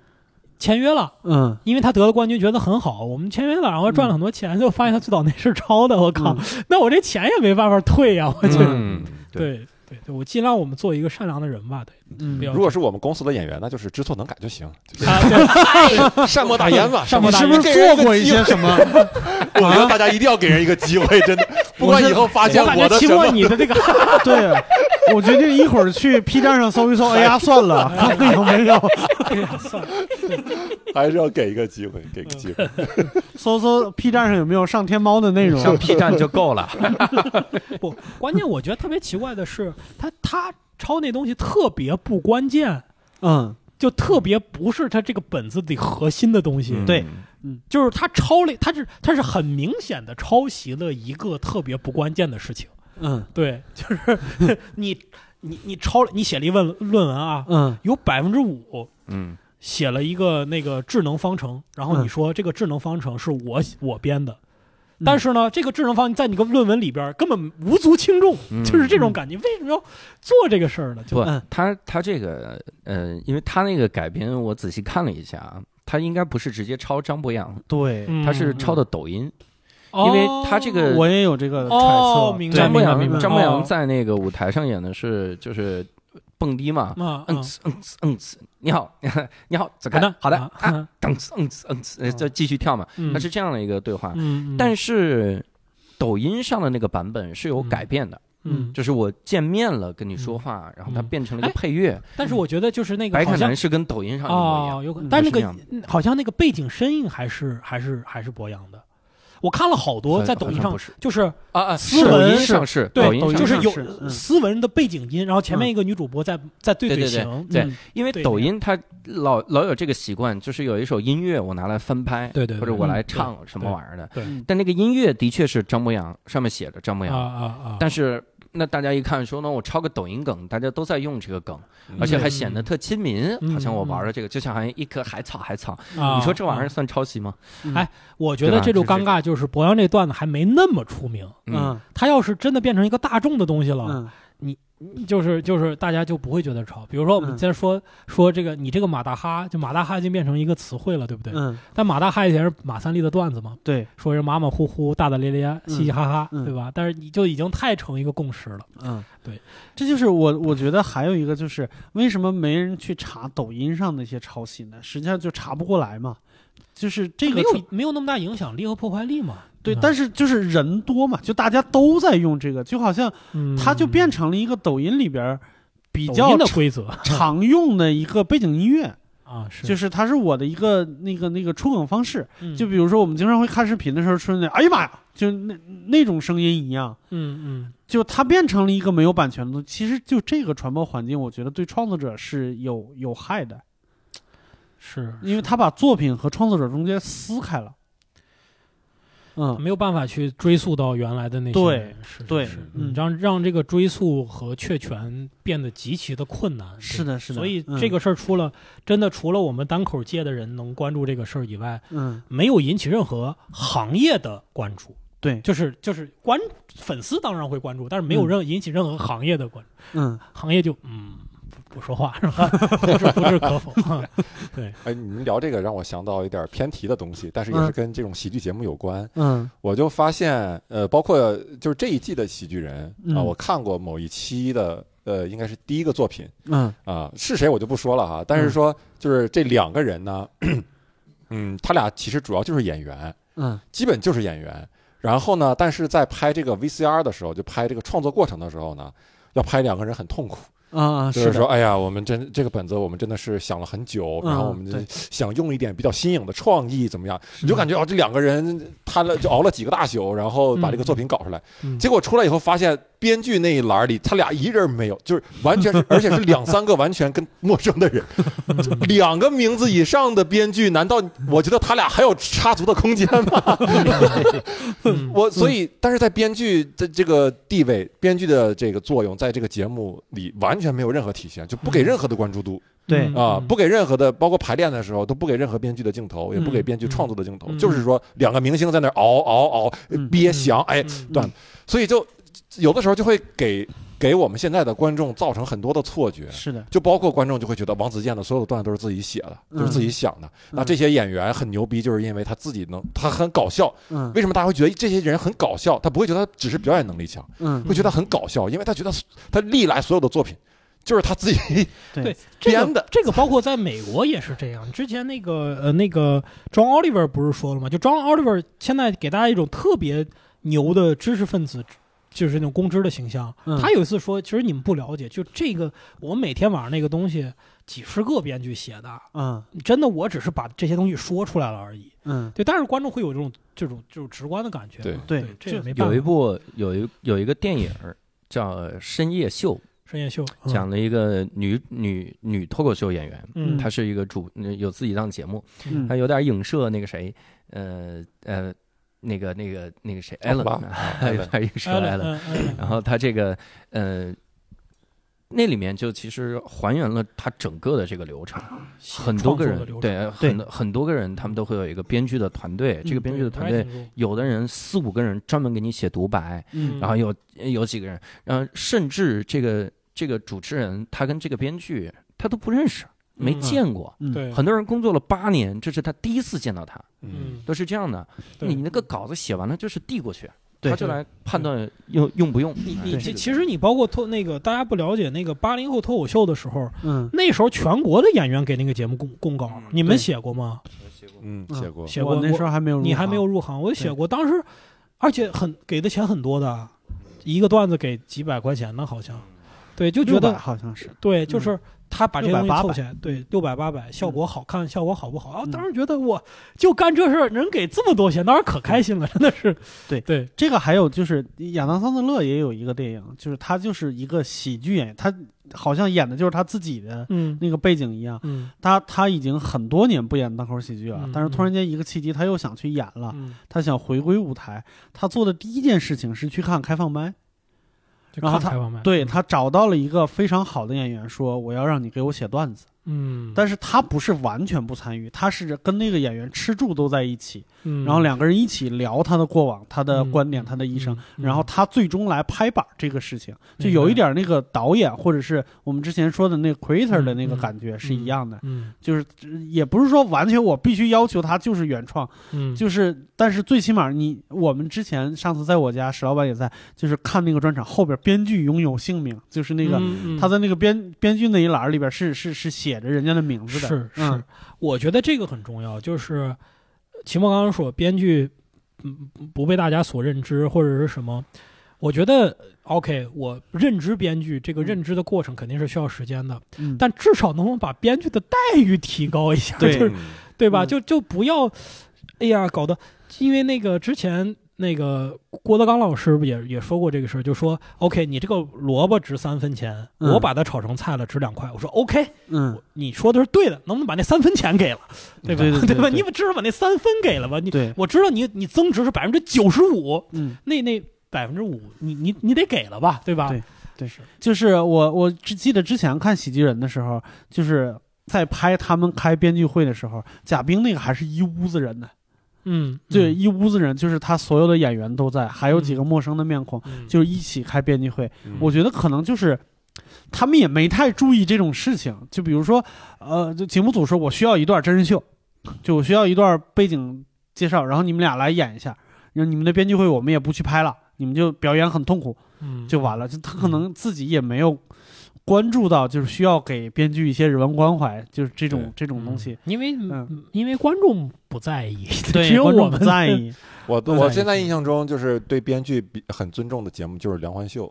S1: 签约了，
S3: 嗯，
S1: 因为他得了冠军，觉得很好，我们签约了，然后赚了很多钱，就发现他最早那是抄的，我靠，
S3: 嗯
S1: 那我这钱也没办法退呀、我就、
S8: 嗯，
S1: 对对对，我尽量我们做一个善良的人吧，对，
S3: 嗯
S1: 不要
S4: 如果是我们公司的演员，那就是知错能改就行，
S1: 啊， 对
S4: 善莫大焉嘛。
S1: 善莫
S4: 善莫
S1: 大焉
S3: 是
S4: 大焉，
S3: 不是做过一些什么？
S4: 我觉得大家一定要给人一个机会，真的。不管以后发现
S1: 我感
S4: 啊我
S1: 觉
S4: 的
S1: 期
S4: 什
S1: 末
S4: 么，
S1: 你的这个，
S3: 对，我决定一会儿去 P 站上 搜一搜，哎呀，算了，看看有没有，
S1: 哎算了，
S4: 还是要给一个机会，给个机会。
S3: 搜搜 P 站上有没有上天猫的内容。
S2: 上 P 站就够 了。
S1: 不，关键我觉得特别奇怪的是，他他抄那东西特别不关键，
S3: 嗯，
S1: 就特别不是他这个本子里核心的东西，
S2: 嗯
S3: 对，
S1: 就是他抄了，他是他是很明显的抄袭了一个特别不关键的事情。
S3: 嗯
S1: 对，就是 你你你抄了，你写了一问论文啊，
S3: 嗯
S1: 有百分之五
S2: 嗯
S1: 写了一个那个智能方程，然后你
S3: 嗯
S1: 说这个智能方程是我我编的。但是呢，这个智能方程在你个论文里边根本无足轻重，
S2: 嗯
S1: 就是这种感觉。为什么要做这个事儿呢？就
S2: 不
S3: 嗯，
S2: 他他这个呃，因为他那个改编，我仔细看了一下啊，他应该不是直接抄张博洋，
S3: 对，
S1: 嗯
S2: 他是抄的抖音。因为他这个
S3: 我也有这个猜测。
S1: 哦明白
S3: 对
S2: 张博
S1: 明白
S2: 洋，张博
S1: 哦
S2: 洋在那个舞台上演的是就是蹦迪嘛，
S1: 啊，
S2: 嗯呲嗯呲嗯呲，你好 你好，怎
S1: 好
S2: 么
S1: 的
S2: 好的
S1: 啊
S2: 啊，噔呲嗯呲嗯呲，就继续跳嘛，
S1: 嗯
S2: 他是这样的一个对话。
S1: 嗯，
S2: 但
S1: 是
S2: 是抖音上的那个版本是有改变的，
S1: 嗯，
S2: 就是我见面了跟你说话，然后它
S1: 嗯
S2: 变成了一
S1: 哎
S2: 个配乐，
S1: 但是我觉得就是那个
S2: 白
S1: 好
S2: 凯
S1: 像
S2: 南是跟抖音上一模一样。
S1: 哦，有可能，
S3: 嗯
S1: 但
S2: 是
S1: 那
S2: 那
S1: 个
S2: 样的
S1: 嗯好像那个背景声音还是还是还是博洋的，我看了好多
S2: 好
S1: 在
S2: 好
S1: 抖音
S2: 像
S1: 上
S2: 不是
S1: 就是
S2: 啊啊，
S1: 斯
S2: 抖
S1: 文
S2: 音上是
S1: 对
S2: 抖音上，
S1: 就是是
S3: 上
S1: 有
S3: 是嗯
S1: 斯文的背景音，然后前面一个女主播在在对
S2: 对对对
S1: 行，
S2: 对
S1: 嗯
S2: 因为
S1: 对
S2: 抖
S1: 那样
S2: 音它老老有这个习惯，就是有一首音乐我拿来翻拍，
S1: 对对对
S2: 或者我
S1: 嗯
S2: 来
S1: 对
S2: 唱嗯什么
S1: 对
S2: 玩意儿的。
S1: 对
S2: 但那个音乐的确是张博洋，上面写着张博
S1: 啊
S2: 洋，
S1: 啊啊！
S2: 但是那大家一看说呢，我抄个抖音梗，大家都在用这个梗，而且还显得特亲民，
S1: 嗯
S2: 好像我玩的这个就像好像一棵海草海草。
S1: 啊
S2: 你说这玩意儿
S1: 啊
S2: 算抄袭吗？
S1: 我觉
S2: 对
S1: 得
S2: 吧
S1: 这种
S2: 就是
S1: 尴
S2: 这
S1: 尬就是博洋这段子还没那么出名，
S3: 嗯
S1: 他要是真的变成一个大众的东西了，
S3: 嗯
S1: 就是就是大家就不会觉得潮。比如说我们
S3: 嗯
S1: 先说、说这个，你这个马大哈，就马大哈已经变成一个词汇了，对不对？
S3: 嗯，
S1: 但马大哈以前是马三立的段子嘛，
S3: 对，
S1: 说是马马虎虎、大大咧咧、嘻嘻哈哈，
S3: 嗯
S1: 对吧？但是你就已经太成一个共识了。
S3: 嗯，
S1: 对，
S3: 这就是我我觉得还有一个就是为什么没人去查抖音上的一些抄袭呢？实际上就查不过来嘛，就是这
S1: 没
S3: 个
S1: 有没有那么大影响力和破坏力嘛？
S3: 对，但
S1: 是、
S3: 是就是人多嘛，就大家都在用这个，就好像
S1: 嗯、
S3: 它就变成了一个抖音里边儿比
S1: 抖
S3: 较
S1: 音的规则
S3: 常用的一个背景音乐，
S1: 啊， 是
S3: 就是它是我的一个那个那个出梗方式。
S1: 嗯
S3: 就比如说我们经常会看视频的时候出现那，哎呀妈呀，就那那种声音一样，
S1: 嗯
S3: 就它变成了一个没有版权的东西。其实就这个传播环境，我觉得对创作者是有有害的，
S1: 嗯是
S3: 因为他把作品和创作者中间撕开了。嗯，
S1: 没有办法去追溯到原来的那些
S3: 对
S1: 人是是
S3: 对
S1: 是
S3: 嗯
S1: 让让这个追溯和确权变得极其的困难。对
S3: 是的，是的。
S1: 所以
S3: 嗯
S1: 这，个事儿出了，真的除了我们单口界的人能关注这个事儿以外，
S3: 嗯，
S1: 没有引起任何行业的关注。
S3: 对，
S1: 就是就是关粉丝当然会关注，但是没有任引起任何行业的关注，
S3: 嗯，
S1: 行业就嗯不不说话是吧？ 不置不置可否。
S4: 哎，你们聊这个让我想到一点偏题的东西，但是也是跟这种喜剧节目有关。
S3: 嗯，
S4: 我就发现，呃，包括就是这一季的喜剧人啊、
S3: 嗯
S4: 我看过某一期的，呃，应该是第一个作品
S3: 嗯，
S4: 啊、是谁我就不说了哈。但是说就是这两个人呢， 嗯，他俩其实主要就是演员，
S3: 嗯，
S4: 基本就是演员。然后呢，但是在拍这个 VCR 的时候，就拍这个创作过程的时候呢，要拍两个人很痛苦。
S3: 啊，
S4: 就是是
S3: 的
S4: 说，，哎呀，我们真这个本子我们真的是想了很久，
S3: 嗯
S4: 然后我们就
S3: 对
S4: 想用一点比较新颖的创意，怎么样？你就感觉哦，这两个人他了就熬了几个大宿，然后把这个作品搞出来。
S1: 嗯
S4: 结果出来以后，发现编剧那一栏里他俩一人没有，就是完全是，而且是两三个完全跟陌生的人，两个名字以上的编剧，难道我觉得他俩还有插足的空间吗？
S1: 嗯
S4: 我所以，但是在编剧的这个地位，编剧的这个作用，在这个节目里完全没有任何体现，就不给任何的关注度
S3: 对
S1: 嗯
S4: 啊，不给任何的，包括排练的时候都不给任何编剧的镜头，也不给编剧创作的镜头
S1: 嗯，
S4: 就是说两个明星在那儿熬熬熬
S3: 嗯
S4: 憋翔，哎，
S1: 嗯
S4: 段，所以就有的时候就会给给我们现在的观众造成很多的错觉。
S3: 是的，
S4: 就包括观众就会觉得王子健的所有的段子都是自己写的，
S1: 嗯
S4: 就是自己想的。那这些演员很牛逼，就是因为他自己能，他很搞笑。
S3: 嗯
S4: 为什么大家会觉得这些人很搞笑？他不会觉得他只是表演能力强，
S3: 嗯，
S4: 会觉得很搞笑，因为他觉得他历来所有的作品就是他自己
S1: 对
S3: 对，
S1: 这
S4: 编
S1: 个
S4: 的
S1: 这个包括在美国也是这样。之前那个呃那个 John Oliver 不是说了吗？就 John Oliver 现在给大家一种特别牛的知识分子，就是那种公知的形象。
S3: 嗯
S1: 他有一次说，其实你们不了解，就这个我每天晚上那个东西几十个编剧写的，
S3: 嗯
S1: 真的我只是把这些东西说出来了而已。
S3: 嗯，
S1: 对，但是观众会有这种这种这种直观的感觉嘛。
S3: 对
S1: 对，这也没办法。
S7: 有一部有一有一个电影儿叫《深夜秀
S1: 深夜秀》，嗯
S7: 讲了一个女女女脱口秀演员，
S1: 嗯，
S7: 她是一个主有自己档节目，
S3: 嗯
S7: 她有点影射那个谁，呃呃，那个那个那个谁啊
S4: 奥巴
S7: Ellen，有点影射
S1: 艾伦
S7: Ellen，
S1: 啊嗯嗯
S7: 然后他这个呃，那里面就其实还原了他整个的这个流程， 很多个
S1: 嗯创作的
S7: 人
S1: 流程嗯
S7: 对很多很多个人，他们都会有一个编剧的团队，这个编剧的团队。有的人四五个人专门给你写独白，
S1: 嗯，
S7: 然后有有几个人，然后甚至这个这个主持人他跟这个编剧他都不认识，没
S1: 嗯
S7: 见过。
S3: 嗯
S1: 对，
S7: 很多人工作了八年，这是他第一次见到他，
S1: 嗯，
S7: 都是这样的。
S1: 对
S7: 你那个稿子写完了就是递过去，
S3: 对
S7: 他就来判断用用不用。
S1: 你
S7: 哎
S1: 你
S7: 这
S1: 其
S7: 个
S1: 其实你包括脱那个大家不了解那个八零后脱口秀的时候，
S3: 嗯
S1: 那时候全国的演员给那个节目供供稿，你们
S3: 对
S1: 写过吗？
S4: 嗯，
S3: 嗯
S4: 写过。
S1: 写过，
S3: 我那
S1: 我
S3: 时候还没有入行，
S1: 你还没有入行，我就写过。当时而且很给的钱很多的，一个段子给几百块钱呢，好
S3: 嗯
S1: 像，对，就觉
S3: 600
S1: 得
S3: 好像是，
S1: 对，
S3: 嗯
S1: 就是他把这些
S3: 600
S1: 东西凑
S3: 800
S1: 起来，对，六百八百，效
S3: 嗯
S1: 果好看，效果好不好？啊，当时觉得我就干这事儿，能给这么多钱，当时可开心了，真的是。
S3: 对
S1: 对，
S3: 这个还有就是亚当·桑德勒也有一个电影，就是他就是一个喜剧演员，他好像演的就是他自己的
S1: 嗯
S3: 那个背景一样。
S1: 嗯
S3: 他他已经很多年不演单口喜剧了，
S1: 嗯
S3: 但是突然间一个契机，他又想去演了，
S1: 嗯，
S3: 他想回归舞台。他做的第一件事情是去看开放
S1: 嗯
S3: 麦，
S1: 就
S3: 然后
S1: 看
S3: 他
S1: 开放麦
S3: 对，他找到了一个非常好的演员，说我要让你给我写段子。
S1: 嗯，
S3: 但是他不是完全不参与，他是跟那个演员吃住都在一起，
S1: 嗯
S3: 然后两个人一起聊他的过往、他的
S1: 嗯
S3: 观点、
S1: 嗯
S3: 他的一生。
S1: 嗯
S3: 然后他最终来拍板这个事情，
S1: 明白
S3: 就有一点那个导演或者是我们之前说的那个 creator 的那个
S1: 嗯
S3: 感觉是一样的，
S1: 嗯
S3: 就是呃也不是说完全我必须要求他就是原创，
S1: 嗯，
S3: 就是但是最起码你我们之前上次在我家史老板也在，就是看那个专场后边编剧拥有姓名，就是那个。
S1: 嗯嗯
S3: 他在那个编编剧那一栏里边是是是写着人家的名字的，
S1: 是
S3: 嗯
S1: 是，我觉得这个很重要。就是秦墨刚刚说，编剧嗯不被大家所认知或者是什么，我觉得 OK，我认知编剧这个认知的过程肯定是需要时间的，
S3: 嗯
S1: 但至少能不能把编剧的待遇提高一 下，
S3: 对
S1: 就是
S4: 嗯
S1: 对吧？
S3: 嗯
S1: 就就不要，哎呀，搞得因为那个之前那个郭德纲老师不也也说过这个事儿，就说 OK，你这个萝卜值三分钱，
S3: 嗯
S1: 我把它炒成菜了值两块，我说 OK，
S3: 嗯，
S1: 你说的是对的，能不能把那三分钱给了，对吧？
S3: 对对对
S1: 吧？
S3: 对
S1: 你至少把那三分给了吧？你
S3: 对，
S1: 我知道你你增值是百分之九十五，
S3: 嗯，
S1: 那那百分之五，你你你得给了吧，对吧？
S3: 对对
S1: 是，
S3: 就是我我只记得之前看《喜剧人》的时候，就是在拍他们开编剧会的时候，贾冰那个还是一屋子人呢，
S1: 嗯，
S3: 对，
S1: 嗯，
S3: 一屋子人就是他所有的演员都在，还有几个陌生的面孔，
S1: 嗯
S3: 就是一起开编剧会。
S4: 嗯
S3: 我觉得可能就是他们也没太注意这种事情，就比如说，呃，就节目组说我需要一段真人秀，就我需要一段背景介绍，然后你们俩来演一下，然后你们的编剧会我们也不去拍了，你们就表演很痛苦。
S1: 嗯
S3: 就完了。就他可能自己也没有关注到，就是需要给编剧一些人文关怀，就是这种这种东西。，
S1: 因为
S3: 嗯
S1: 因为观众不在意，
S3: 对，
S1: 只有
S3: 观众
S1: 我们
S3: 不在意。
S4: 我
S3: 都
S4: 我
S3: 在
S4: 现
S3: 一
S4: 在
S3: 起
S4: 印象中就是对编剧比很尊重的节目就是《梁欢秀》，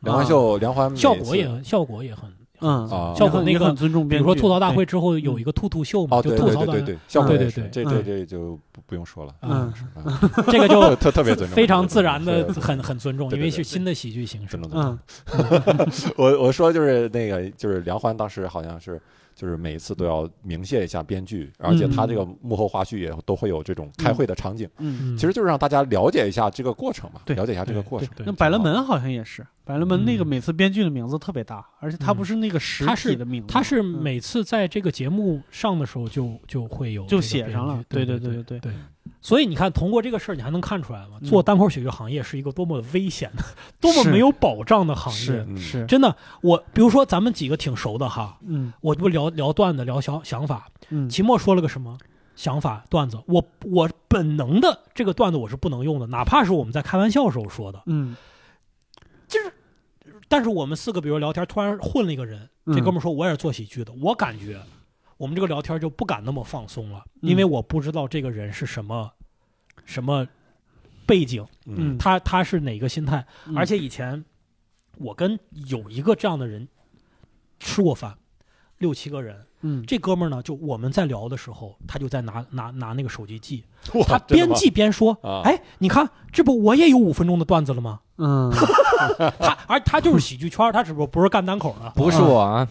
S4: 梁欢秀，梁欢每
S1: 啊效果
S4: 次
S1: 也效果也很，
S3: 嗯，
S4: 啊，
S1: 效果
S3: 也
S1: 那
S3: 很
S1: 个
S3: 也很尊重
S1: 比
S3: 编
S1: 如
S3: 剧。
S1: 说吐槽大
S3: 对
S1: 会，之后有一个兔兔秀嘛，
S4: 嗯哦，
S1: 就
S4: 对
S1: 吐
S4: 对
S1: 槽
S4: 对
S1: 大
S4: 对
S1: 会，
S4: 对，效果
S1: 对
S4: 也
S1: 对
S4: 是
S1: 对嗯
S4: 这这这就不不用说了，
S3: 嗯，
S4: 嗯
S1: 这 个就
S4: 特特别尊重，
S1: 非常自然
S4: 对
S1: 的
S4: 对对
S1: 很很尊重，
S4: 对对
S1: 因为是
S4: 对
S1: 新的喜剧形式
S4: 尊。重尊重。
S3: 嗯
S4: 我我说就是那个就是梁欢当时好像是。就是每一次都要明谢一下编剧，而且他这个幕后花絮也都会有这种开会的场景，
S3: 嗯，
S1: 嗯
S4: 其实就是让大家了解一下这个过程嘛，
S3: 对
S4: 了解一下这个过程。
S1: 对
S3: 那
S1: 对
S3: 百乐门好像也是，百乐门那个
S1: 嗯
S3: 每次编剧的名字特别大，而且他
S1: 嗯
S3: 不是那个实
S1: 他是
S3: 体的名字，
S1: 他是
S3: 嗯
S1: 每次在这个节目上的时候就就会有
S3: 就
S1: 这个
S3: 写
S1: 编
S3: 上了
S1: 剧
S3: 对
S1: 对
S3: 对
S1: 对
S3: 对
S1: 对，所以你看，通过这个事儿，你还能看出来吗？做
S4: 嗯
S1: 单口喜剧行业是一个多么危险的、多么没有保障的行业。
S3: 是
S4: 嗯
S3: 是，
S1: 真的，我比如说咱们几个挺熟的哈，
S3: 嗯
S1: 我不聊聊段子，聊想想法。
S3: 嗯，
S1: 秦墨说了个什么想法段子，我我本能的这个段子我是不能用的，哪怕是我们在开玩笑时候说的。
S3: 嗯
S1: 但是我们四个，比如聊天，突然混了一个人，这
S3: 嗯
S1: 哥们儿说我也是做喜剧的，我感觉我们这个聊天就不敢那么放松了，因为
S3: 嗯
S1: 我不知道这个人是什么什么背景，
S3: 嗯，
S1: 他他是哪个心态，
S3: 嗯
S1: 而且以前我跟有一个这样的人吃过饭，六七个人，
S3: 嗯
S1: 这哥们儿呢，就我们在聊的时候，他就在拿拿拿那个手机记，
S4: 哇
S1: 嗯他
S4: 真的
S1: 边
S4: 吗
S1: 记边说
S4: 啊：“
S1: 哎，你看，这不我也有五分钟的段子了吗
S3: 嗯？”
S1: 他而他就是喜剧圈儿，他只不过不是干单口 的，
S7: 不是我啊，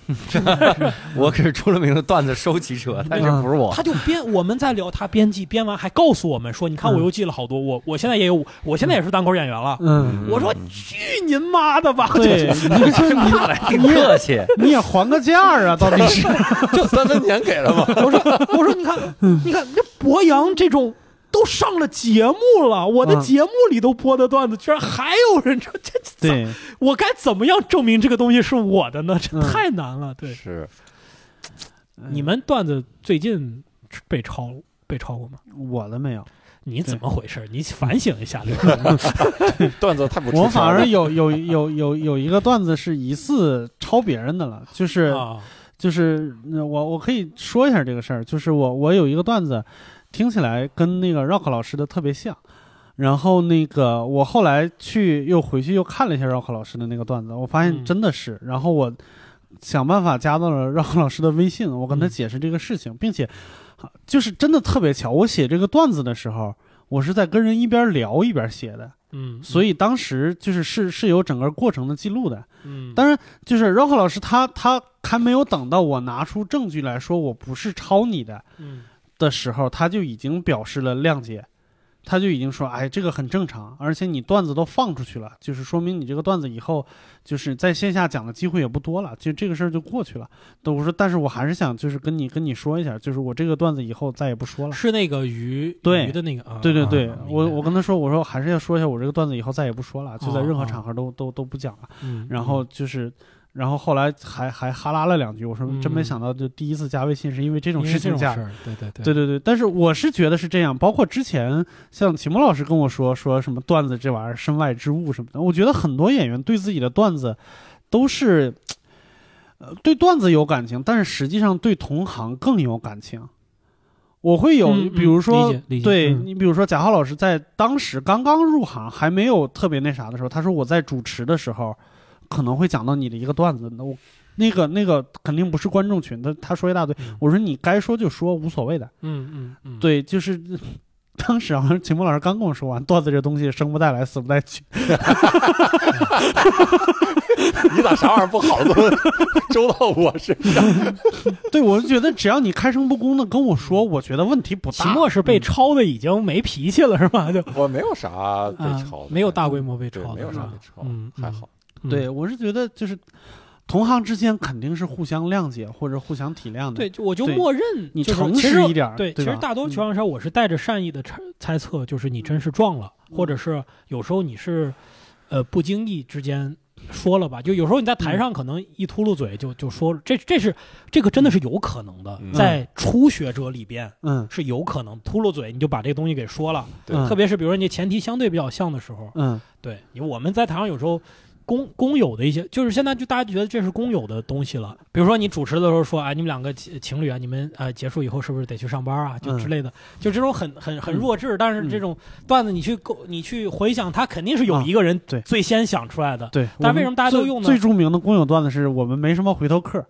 S7: 我可是出了名的段子收集者，
S1: 嗯
S7: 但是不是我。
S1: 他就边我们在聊，他边记边完还告诉我们说：“你看，我又记了好多，我我现在也有，我现在也是单口演员了。”
S3: 嗯，
S1: 我说：“去您妈的吧！”
S3: 对，你说
S7: 挺客气，
S3: 你你也还个价儿啊，到底 是
S2: 这三分钱给了吗？
S1: 我说我说你看
S3: 嗯
S1: 你看这博洋这种都上了节目了，我的
S3: 嗯
S1: 节目里都播的段子，居然还有人这这这
S3: 对，
S1: 我该怎么样证明这个东西是我的呢？这
S3: 嗯
S1: 太难了。对，
S4: 是
S1: 你们段子最近被抄被抄过吗？
S3: 哎我的没有，
S1: 你怎
S3: 对
S1: 么回事？你反省一下。
S4: 段子太不出
S3: 我
S4: 圈
S3: 反 而
S4: 了
S3: 有有有有有一个段子是疑似抄别人的了，就是
S1: 啊，
S3: 就是呃我我可以说一下这个事儿，就是我我有一个段子，听起来跟那个绕口老师的特别像。然后那个，我后来去又回去又看了一下绕口老师的那个段子，我发
S1: 嗯
S3: 现真的是。然后我想办法加到了绕口老师的微信，我跟他
S1: 嗯
S3: 解释这个事情，并且啊就是真的特别巧，我写这个段子的时候，我是在跟人一边聊一边写的，
S1: 嗯，
S3: 所以当时就是是是有整个过程的记录的。
S1: 嗯，
S3: 当然，就是 Rocco 老师他他还没有等到我拿出证据来说我不是抄你的
S1: 嗯
S3: 的时候，他就已经表示了谅解，他就已经说，哎，这个很正常，而且你段子都放出去了，就是说明你这个段子以后就是在线下讲的机会也不多了，就这个事儿就过去了。但我说，但是我还是想就是跟你跟你说一下，就是我这个段子以后再也不说了。
S1: 是那个鱼
S3: 对
S1: 鱼的那个啊，
S3: 对对对，
S1: 啊
S3: 我
S1: 明白
S3: 我跟他说，我说还是要说一下，我这个段子以后再也不说了，就在任何场合都、都都不讲了。
S1: 嗯
S3: 然后就是，然后后来还还哈拉了两句，我说
S1: 嗯
S3: 真没想到，就第一次加微信是因为这
S1: 因
S3: 种
S1: 为
S3: 事
S1: 这
S3: 情
S1: 种事
S3: 加的。
S1: 儿，对对对
S3: 对对对，但是我是觉得是这样，包括之前像秦墨老师跟我说说什么段子这玩意儿身外之物什么的，我觉得很多演员对自己的段子都是，呃，对段子有感情，但是实际上对同行更有感情。我会有，
S1: 嗯嗯
S3: 比如说，
S1: 理解理解
S3: 对
S1: 嗯
S3: 你，比如说贾浩老师在当时刚刚入行，还没有特别那啥的时候，他说我在主持的时候，可能会讲到你的一个段子，那我那个那个肯定不是观众群，他他说一大堆，
S1: 嗯
S3: 我说你该说就说，无所谓的。
S1: 嗯嗯嗯，
S3: 对，就是 当时好像秦梦老师刚跟我说完，段子这东西生不带来，死不带去。
S4: 你咋啥玩意儿不 好都周到我身上？
S3: 对，我就觉得只要你开诚布公的跟我说，我觉得问题不
S1: 秦
S3: 大。嗯
S1: 墨是被抄的已经没脾气了是吧？ 就
S4: 我没有啥被
S1: 啊
S4: 抄的，
S1: 没有大规模被
S4: 对
S1: 抄的，
S4: 没有啥
S1: 是吧
S4: 被抄，
S1: 嗯
S4: 还
S1: 嗯
S4: 好。
S1: 嗯
S3: 对，我是觉得就是同行之间肯定是互相谅解或者互相体谅的。
S1: 对，就我就
S3: 对
S1: 默认
S3: 你
S1: 就是
S3: 诚
S1: 其
S3: 实
S1: 实
S3: 一点儿
S1: 对，其
S3: 对
S1: 实
S3: 吧
S1: 大多
S3: 嗯
S1: 情况下，我是带着善意的猜猜测，就是你真是撞了，或
S3: 嗯
S1: 者是有时候你是呃不经意之间说了吧，就有时候你在
S3: 嗯
S1: 台上可能一秃噜嘴就就说了，这这是这个真的是有可能的，
S4: 嗯
S1: 在初学者里边
S3: 嗯，
S1: 是有可能秃噜嘴你就把这个东西给说了，
S4: 对
S3: 嗯
S1: 特别是比如说你前提相对比较像的时候，
S3: 嗯
S1: 对，因为我们在台上有时候公公有的一些，就是现在就大家觉得这是公有的东西了。比如说你主持的时候说，哎，你们两个情情侣啊，你们啊结束以后是不是得去上班啊，就
S3: 嗯
S1: 之类的，就这种很很很弱智，但是这种段子你去构，你去回想，它肯定是有
S3: 啊
S1: 一个人
S3: 对
S1: 最先想出来的。
S3: 对。
S1: 但
S3: 我
S1: 为
S3: 们
S1: 什么大家都
S3: 最
S1: 用呢
S3: 最著名的公有段子是我们没什么回头客。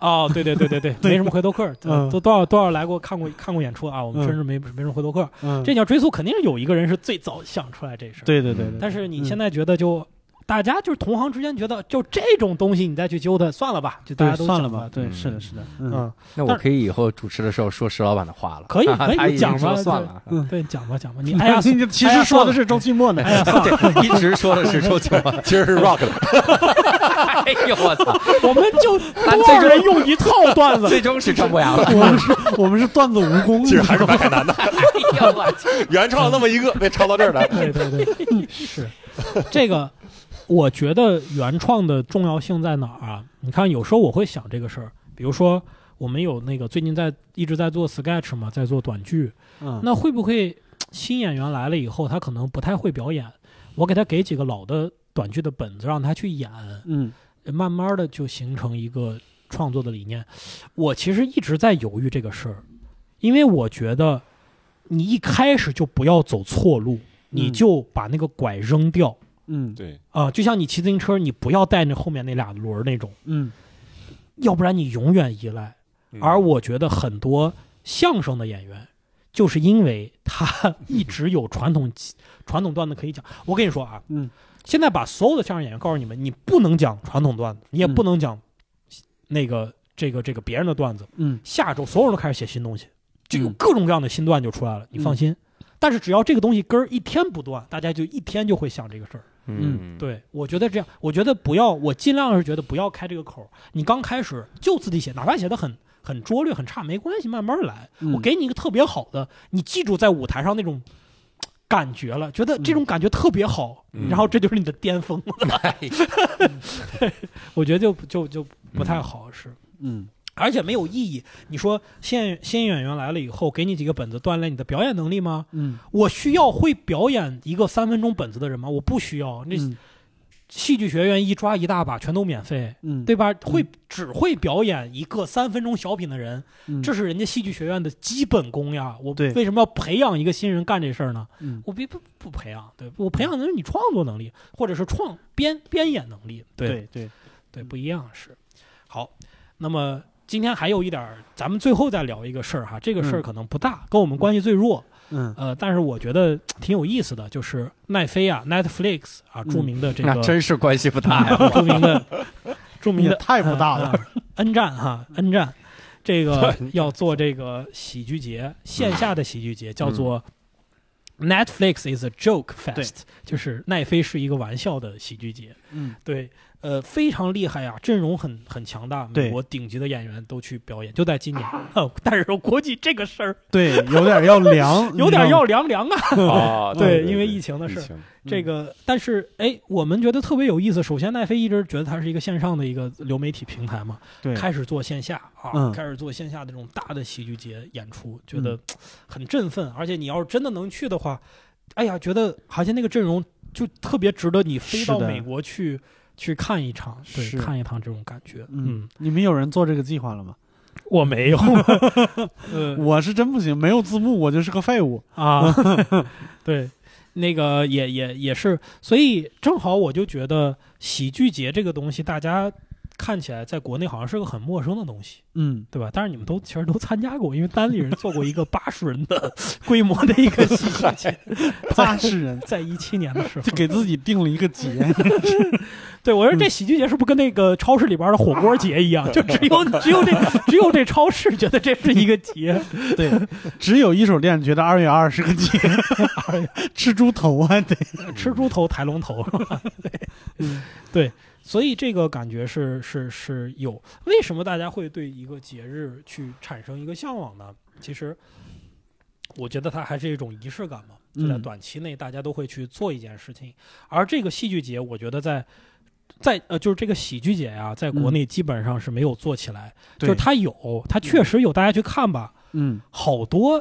S1: 哦，对对对对 对，没什么回头客儿，
S3: 嗯
S1: 都多少多少来过看过看过演出啊，我们
S3: 嗯
S1: 甚至没没什么回头客儿。
S3: 嗯，
S1: 这你要追溯，肯定是有一个人是最早想出来这事儿。
S3: 对对对对。
S1: 但是你
S3: 嗯
S1: 现在觉得就。大家就是同行之间觉得，就这种东西你再去揪它，算了吧，就大
S3: 对
S1: 家都
S3: 算
S1: 讲
S3: 了吧，对，
S7: 嗯
S3: 是的，是的，嗯，
S1: 嗯，
S7: 那我可以以后主持的时候说石老板的话了。
S1: 可以可以
S7: 他已经
S1: 讲吧
S7: 说算了。
S3: 嗯
S1: 对，讲吧讲吧， 你哎呀，
S3: 你其
S1: 哎呀
S3: 实说
S1: 算了
S3: 的是周奇墨 呢，
S1: 哎呀，算了，
S7: 对，一直说的是周杰伦。
S4: 今儿是 rock 的，
S7: 哎呦我操！
S1: 我们 就
S7: 但
S1: 多
S7: 最
S1: 少
S7: 终
S1: 人用一套段 子？
S7: 最终是成不了了。
S3: 我们是，我们是段子蜈蚣，
S4: 其实还是蛮海南的，
S7: 哎呦我操！
S4: 原创了那么一个，被抄到这儿来。
S1: 对对对，是这个。我觉得原创的重要性在哪儿啊？你看，有时候我会想这个事儿，比如说我们有那个最近在一直在做 sketch 嘛，在做短剧，
S3: 嗯，
S1: 那会不会新演员来了以后，他可能不太会表演？我给他给几个老的短剧的本子，让他去演，
S3: 嗯
S1: 慢慢的就形成一个创作的理念。我其实一直在犹豫这个事儿，因为我觉得你一开始就不要走错路，你
S3: 嗯
S1: 就把那个拐扔掉
S3: 嗯
S4: 对，
S1: 啊、就像你骑自行车，你不要带那后面那俩轮儿那种，
S3: 嗯
S1: 要不然你永远依赖。
S4: 嗯
S1: 而我觉得很多相声的演员，就是因为 他一直有传统传统段子可以讲。我跟你说啊，
S3: 嗯，
S1: 现在把所有的相声演员告诉你们，你不能讲传统段子，你也
S3: 嗯
S1: 不能讲那个这个这个别人的段子。
S3: 嗯
S1: 下周所有人都开始写新东西，就有
S3: 嗯
S1: 各种各样的新段就出来了。你放心，但是只要这个东西根儿一天不断，大家就一天就会想这个事儿。
S3: 嗯，
S1: 对，我觉得这样，我觉得不要，我尽量是觉得不要开这个口儿。你刚开始就自己写，哪怕写的很很拙劣、很差，没关系，慢慢来。
S3: 嗯
S1: 我给你一个特别好的，你记住在舞台上那种嘖感觉了，觉得
S3: 嗯
S1: 这种感觉特别好，
S4: 嗯
S1: 然后这就是你的巅峰了。
S7: 哎
S1: 我觉得就就就不太好，是。
S3: 嗯
S1: 而且没有意义。你说现新演员来了以后，给你几个本子锻炼你的表演能力吗？
S3: 嗯
S1: 我需要会表演一个三分钟本子的人吗？我不需要。那
S3: 嗯
S1: 戏剧学院一抓一大把，全都免费。
S3: 嗯，
S1: 对吧？会只会表演一个三分钟小品的人，
S3: 嗯，
S1: 这是人家戏剧学院的基本功呀。我
S3: 对
S1: 为什么要培养一个新人干这事儿呢？
S3: 嗯
S1: 我别不不培养，对我培养的是你创作能力，或者是创编编演能力，
S3: 对对，
S1: 对，不一样是。好，那么今天还有一点儿，咱们最后再聊一个事儿哈，这个事儿
S3: 嗯
S1: 可能不大，跟我们关系最弱，
S3: 嗯
S1: 呃，但是我觉得挺有意思的，就是奈飞啊，Netflix 啊，著名的这个、啊
S7: 那真是关系不大 呀！
S1: 著名 的著名的
S3: 也太不大了
S1: 啊啊 N 站哈，N 站这个要做这个喜剧节，线下的喜剧节
S3: 嗯
S1: 叫做 Netflix is a joke fest，就是奈飞是一个玩笑的喜剧节。
S3: 嗯
S1: 对，呃，非常厉害啊，阵容很很强大，美
S3: 对
S1: 国顶级的演员都去表演，就在今年。哦但是我估计这个事儿
S3: 对，有点 嗯要嗯凉，
S1: 有点
S3: 你知道
S1: 要
S3: 吗
S1: 凉凉啊，
S4: 啊，
S1: 对
S4: 对，
S1: 因为疫情的事儿
S4: 情
S1: 这个，但是哎，我们觉得特别有意思。首先，奈飞一直觉得它是一个线上的一个流媒体平台嘛，
S3: 嗯对，
S1: 开始做线下啊，
S3: 嗯
S1: 开始做线下的这种大的喜剧节演出，觉得
S3: 嗯
S1: 很振奋。而且你要是真的能去的话，哎呀，觉得好像那个阵容就特别值得你飞
S3: 是
S1: 到
S3: 的
S1: 美国去去看一场，对，
S3: 是
S1: 看一趟这种感觉。
S3: 嗯，你们有人做这个计划了吗？
S1: 我没有， 呃
S3: 我是真不行，没有字幕，我就是个废物。
S1: 啊， 对，那个也也也是，所以正好我就觉得喜剧节这个东西，大家看起来在国内好像是个很陌生的东西。
S3: 嗯，
S1: 对吧？但是你们都其实都参加过，因为单立人做过一个八十人 的规模的一个喜剧节，
S3: 八十人
S1: 在一七年的时候
S3: 就，给嗯自己定了一个 节，
S1: 对我说这喜剧节是不是跟那个超市里边的火锅节一样？就只 有只有这只有这超市觉得这是一个节，
S3: 对，只有一手店觉得二月二是个节，吃猪头啊，得，
S1: 吃猪头抬龙头， 嗯对对，所以这个感觉是是是有。为什么大家会对一个节日去产生一个向往呢？其实，我觉得它还是一种仪式感嘛，就在
S3: 嗯
S1: 短期内大家都会去做一件事情，而这个戏剧节，我觉得在。在呃，就是这个喜剧节呀、在国
S3: 嗯
S1: 内基本上是没有做起来。就
S3: 对
S1: 是它有，它确实有，大家去看吧。
S3: 嗯，
S1: 好多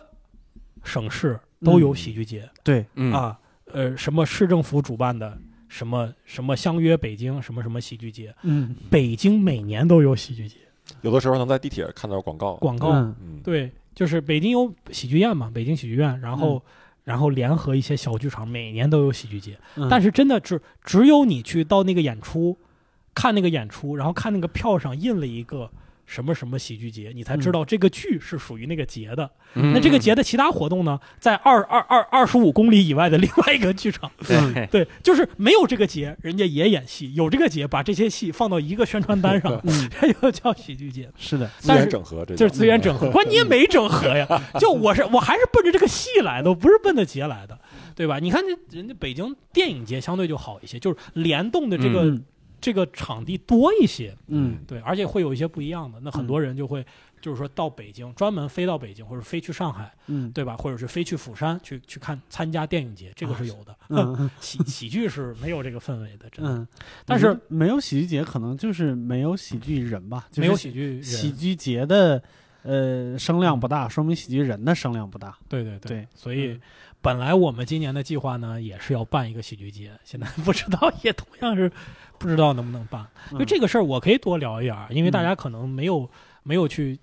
S1: 省市都有
S4: 嗯
S1: 喜剧节，
S3: 对，
S7: 嗯，
S1: 啊，呃，什么市政府主办的什么什么相约北京什么什么喜剧节，
S3: 嗯，
S1: 北京每年都有喜剧节
S4: 有的时候能在地铁看到广告，
S1: 广告，
S3: 嗯
S4: 嗯，
S1: 对，就是北京有喜剧院嘛，北京喜剧院，然后、然后联合一些小剧场，每年都有喜剧节，
S3: 嗯
S1: 但是真的只只有你去到那个演出，看那个演出，然后看那个票上印了一个。什么什么喜剧节，你才知
S3: 嗯，
S1: 道这个剧是属于那个节的。
S7: 那
S1: 那这个节的其他活动呢，在二二二二十五公里以外的另外一个剧场
S7: 对
S1: 对，就是没有这个节，人家也演戏；有这个节，把这些戏放到一个宣传单上
S3: 嗯，
S1: 这就叫喜剧节，
S3: 是的，
S4: 资
S1: 但
S4: 源
S1: 是
S4: 整合，这嗯
S1: 就是
S4: 叫
S1: 资源整合。关键你也没整合 呀，就我是我还是奔着这个戏来的，我不是奔着节来的，对吧？你看这人家北京电影节相对就好一些，就是联动的这个
S3: 嗯
S1: 这个场地多一些，
S3: 嗯
S1: 对，而且会有一些不一样的。那很
S4: 嗯
S1: 多人就会就是说到北京，专门飞到北京，或者飞去上海，
S3: 嗯
S1: 对吧？或者是飞去釜山去去看参加电影节，这
S4: 啊
S1: 个是有的。
S3: 嗯
S1: 喜 喜剧是没有这个氛围的，真的。
S3: 嗯，
S1: 但是
S3: 我觉得没有喜剧节，可能就是没有喜剧人吧，就是
S1: 没有喜剧人，
S3: 喜剧节的呃声量不大，说明喜剧人的声量不大。
S1: 对对
S3: 对嗯
S1: 所以本来我们今年的计划呢，也是要办一个喜剧节，现在不知道，也同样是不知道能不能办。因为
S3: 嗯
S1: 这个事儿，我可以多聊一点儿，因为大
S3: 嗯
S1: 家可能没有没有去。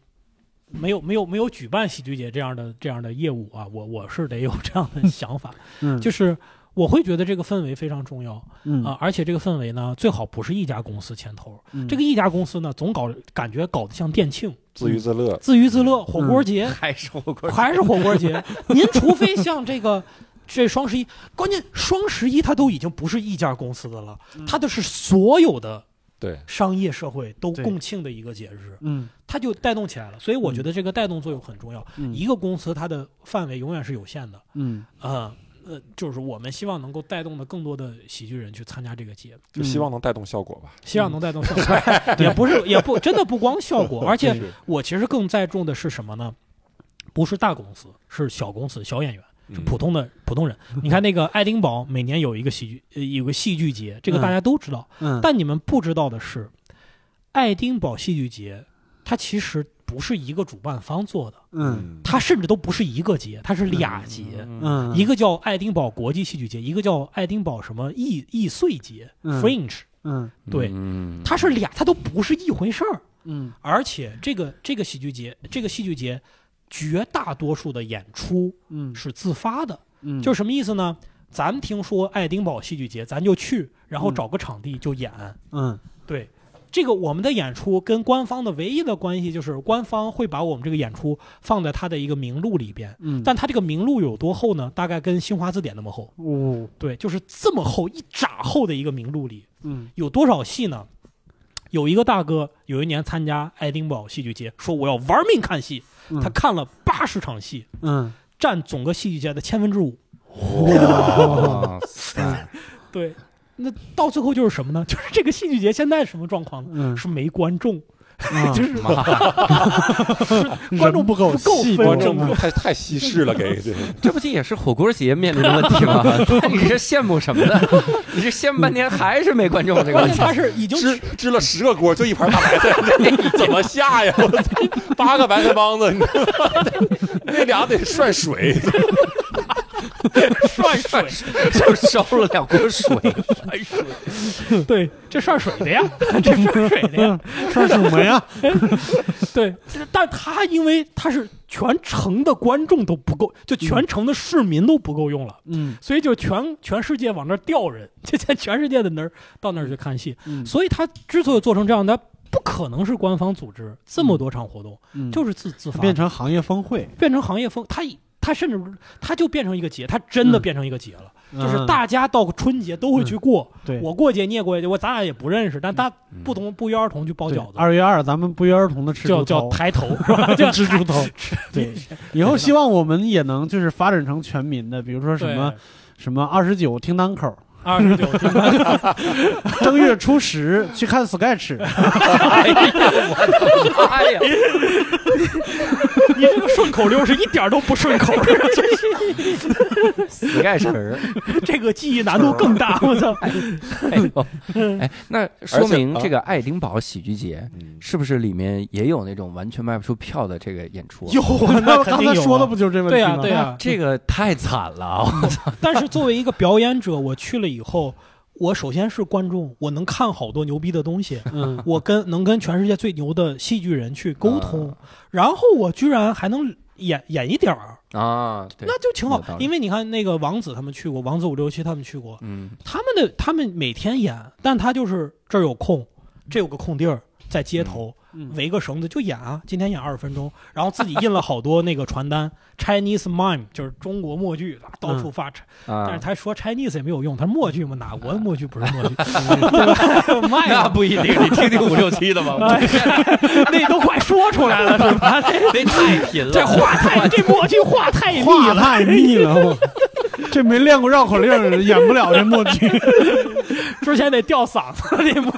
S1: 没有没有没有举办喜剧节这样的这样的业务啊，我我是得有这 样的想法，
S3: 嗯，
S1: 就是 我会觉得这个氛围非常重要啊、
S3: 嗯
S1: 而且这个氛围呢，最好不是一家公司牵头，
S3: 嗯
S1: 这个一家公司呢总搞感觉搞得像店庆，
S4: 自娱自乐，
S1: 自娱自
S3: 嗯
S1: 乐火锅节，
S2: 还是火锅
S1: 还是火锅 节。您除非像这个这双十一，关键双十一它都已经不是一家公司的了，
S3: 嗯
S1: 它的是所有的
S4: 对，
S1: 商业社会都
S3: 对
S1: 共庆的一个节日，
S3: 嗯
S1: 它就带动起来了。所以我觉得这个带动作用很重要。
S3: 嗯
S1: 一个公司它的范围永远是有限的，
S3: 嗯
S1: 呃呃，就是我们希望能够带动的更多的喜剧人去参加这个节，
S4: 就希望能带动效果吧。
S1: 希
S3: 嗯
S1: 望能带动效 果，也不是也不真的不光效果，而且我其实更在重的是什么呢？不是大公司，是小公司、小演员。
S4: 嗯
S1: 普通的普通 人。你看那个爱丁堡每年有一个喜剧，呃，有个戏剧节，这个大家都知道。
S3: 嗯，
S1: 但你们不知道的是，爱丁堡戏剧节它其实不是一个主办方做的，
S3: 嗯
S1: 它甚至都不是一个节，它是俩节。
S3: 嗯
S1: 一个叫爱丁堡国际戏剧节，一个叫爱丁堡什么易易碎节
S3: 嗯
S1: （Fringe），
S3: 嗯
S1: 对，
S7: 嗯，
S1: 它是俩，它都不是一回事儿。
S3: 嗯
S1: 而且这个这个喜剧节，这个戏剧节，绝大多数的演出
S3: 嗯
S1: 是自发的，
S3: 嗯，
S1: 就是什么意思呢？咱们听说爱丁堡戏剧节，咱就去，然后
S3: 嗯
S1: 找个场地就演。
S3: 嗯
S1: 对，这个我们的演出跟官方的唯一的关系就是，官方会把我们这个演出放在他的一个名录里边。
S3: 嗯，
S1: 但他这个名录有多厚呢？大概跟新华字典那么厚。
S3: 哦
S1: 对，就是这么厚一拃厚的一个名录里，
S3: 嗯
S1: 有多少戏呢？有一个大哥有一年参加爱丁堡戏剧节，说我要玩命看戏，
S3: 嗯
S1: 他看了八十场戏，
S3: 嗯
S1: 占总个戏剧节的千分之五。
S7: 哇塞，
S1: 对，那到最后就是什么呢？ 就是这个戏剧节现在什么状况呢？
S3: 嗯，
S1: 是没观众，
S3: 啊
S1: 就是
S3: 人
S1: 观众
S3: 嗯不够
S1: 不够
S3: 戏
S1: 分
S4: 观
S1: 众
S4: 众太太稀释了，给对
S2: 这不就也是火锅节面临的问题 吗？ 那你是羡慕什么呢？你是羡慕半天还是没观众这个
S1: 关
S2: 问
S1: 键
S2: 题？
S1: 他是已经
S4: 支支了十个锅，就一盘大白菜，这怎么下呀？我操八个白菜帮子，你知道吗 那俩得涮水，
S1: 涮水，
S7: 嗯
S2: 就烧了两锅水，
S1: 对，这涮水 的呀，这涮水的呀，
S3: 算什么呀？
S1: 对。但他因为他是全城的观众都不够，就全城的市民都不够用了，
S3: 嗯
S1: 所以就全全世界往那儿调人， 就在全世界的那儿到那儿去看戏。
S3: 嗯
S1: 所以他之所以做成这样，他不可能是官方组织这么多场活动，
S3: 嗯，
S1: 就是自自发的
S3: 变成行业峰会，
S1: 变成行业风，它它甚至它就变成一个节，它真
S3: 嗯
S1: 的变成一个节了，嗯就是大家到春节都会去过，
S3: 嗯对嗯
S1: 我过节你也过节，我咱俩也不认识，但大不同不约而同去包
S3: 对
S1: 饺子，
S3: 二月二，咱们不约而同的吃
S1: 叫
S3: 猪
S1: 叫
S3: 头，
S1: 抬头是吧？叫
S3: 吃猪头。
S1: 吃
S3: 对，以后希望我们也能就是发展成全民的，比如说 什
S1: 对
S3: 么什么二十九听单口，
S1: 二十九天干
S3: 正月初十去看 sketch，
S2: 妈哎呀！
S1: 你这个顺口溜是一点儿都不顺口， 真是
S2: 死盖神儿，
S1: 这个记忆难度更大，我操！
S2: 哎呦
S7: 嗯
S2: 哎，那说明
S4: 而且啊
S7: 这个爱丁堡喜剧节
S2: 嗯
S7: 是不是里面也有那种完全卖不出票的这个演出啊？
S1: 有啊， 那
S3: 那
S1: 肯
S3: 刚
S1: 定
S3: 才
S1: 有啊
S3: 说的不就是这问
S1: 对
S3: 题
S1: 呀
S3: 吗？
S1: 对 呀，
S7: 这个太惨了啊！
S1: 但是作为一个表演者，我去了以后，我首先是观众，我能看好多牛逼的东 西，
S3: 嗯
S1: 我跟能跟全世界最牛的戏剧人去沟通，
S3: 啊
S1: 然后我居然还能演演一点儿，
S7: 啊，对，
S1: 那就挺
S7: 有道
S1: 好。
S7: 理
S1: 因为你看那个王子他们去过，王子五六七他们去过，
S7: 嗯，
S1: 他们的他们每天演，但他就是这儿有空，这有个空地儿。在街头
S3: 嗯
S1: 围个绳子就演啊，今天演二十分钟，然后自己印了好多那个传单，Chinese mime 就是中国默剧，
S3: 嗯
S1: 到处发但
S7: 啊
S1: 是，他说 Chinese 也没有用，他是默剧嘛，哪国的默剧不是默剧？卖
S2: 那
S1: 了，
S2: 不一定，你听听五六七的吧，
S1: 哎 那都快说出来了是吧？
S2: 那太贫 了。
S1: 这话太这默剧话太密
S3: 话
S1: 了，
S3: 太密了，我 这没练过绕口令儿，演不了这默剧。
S1: 之前得吊嗓子那幕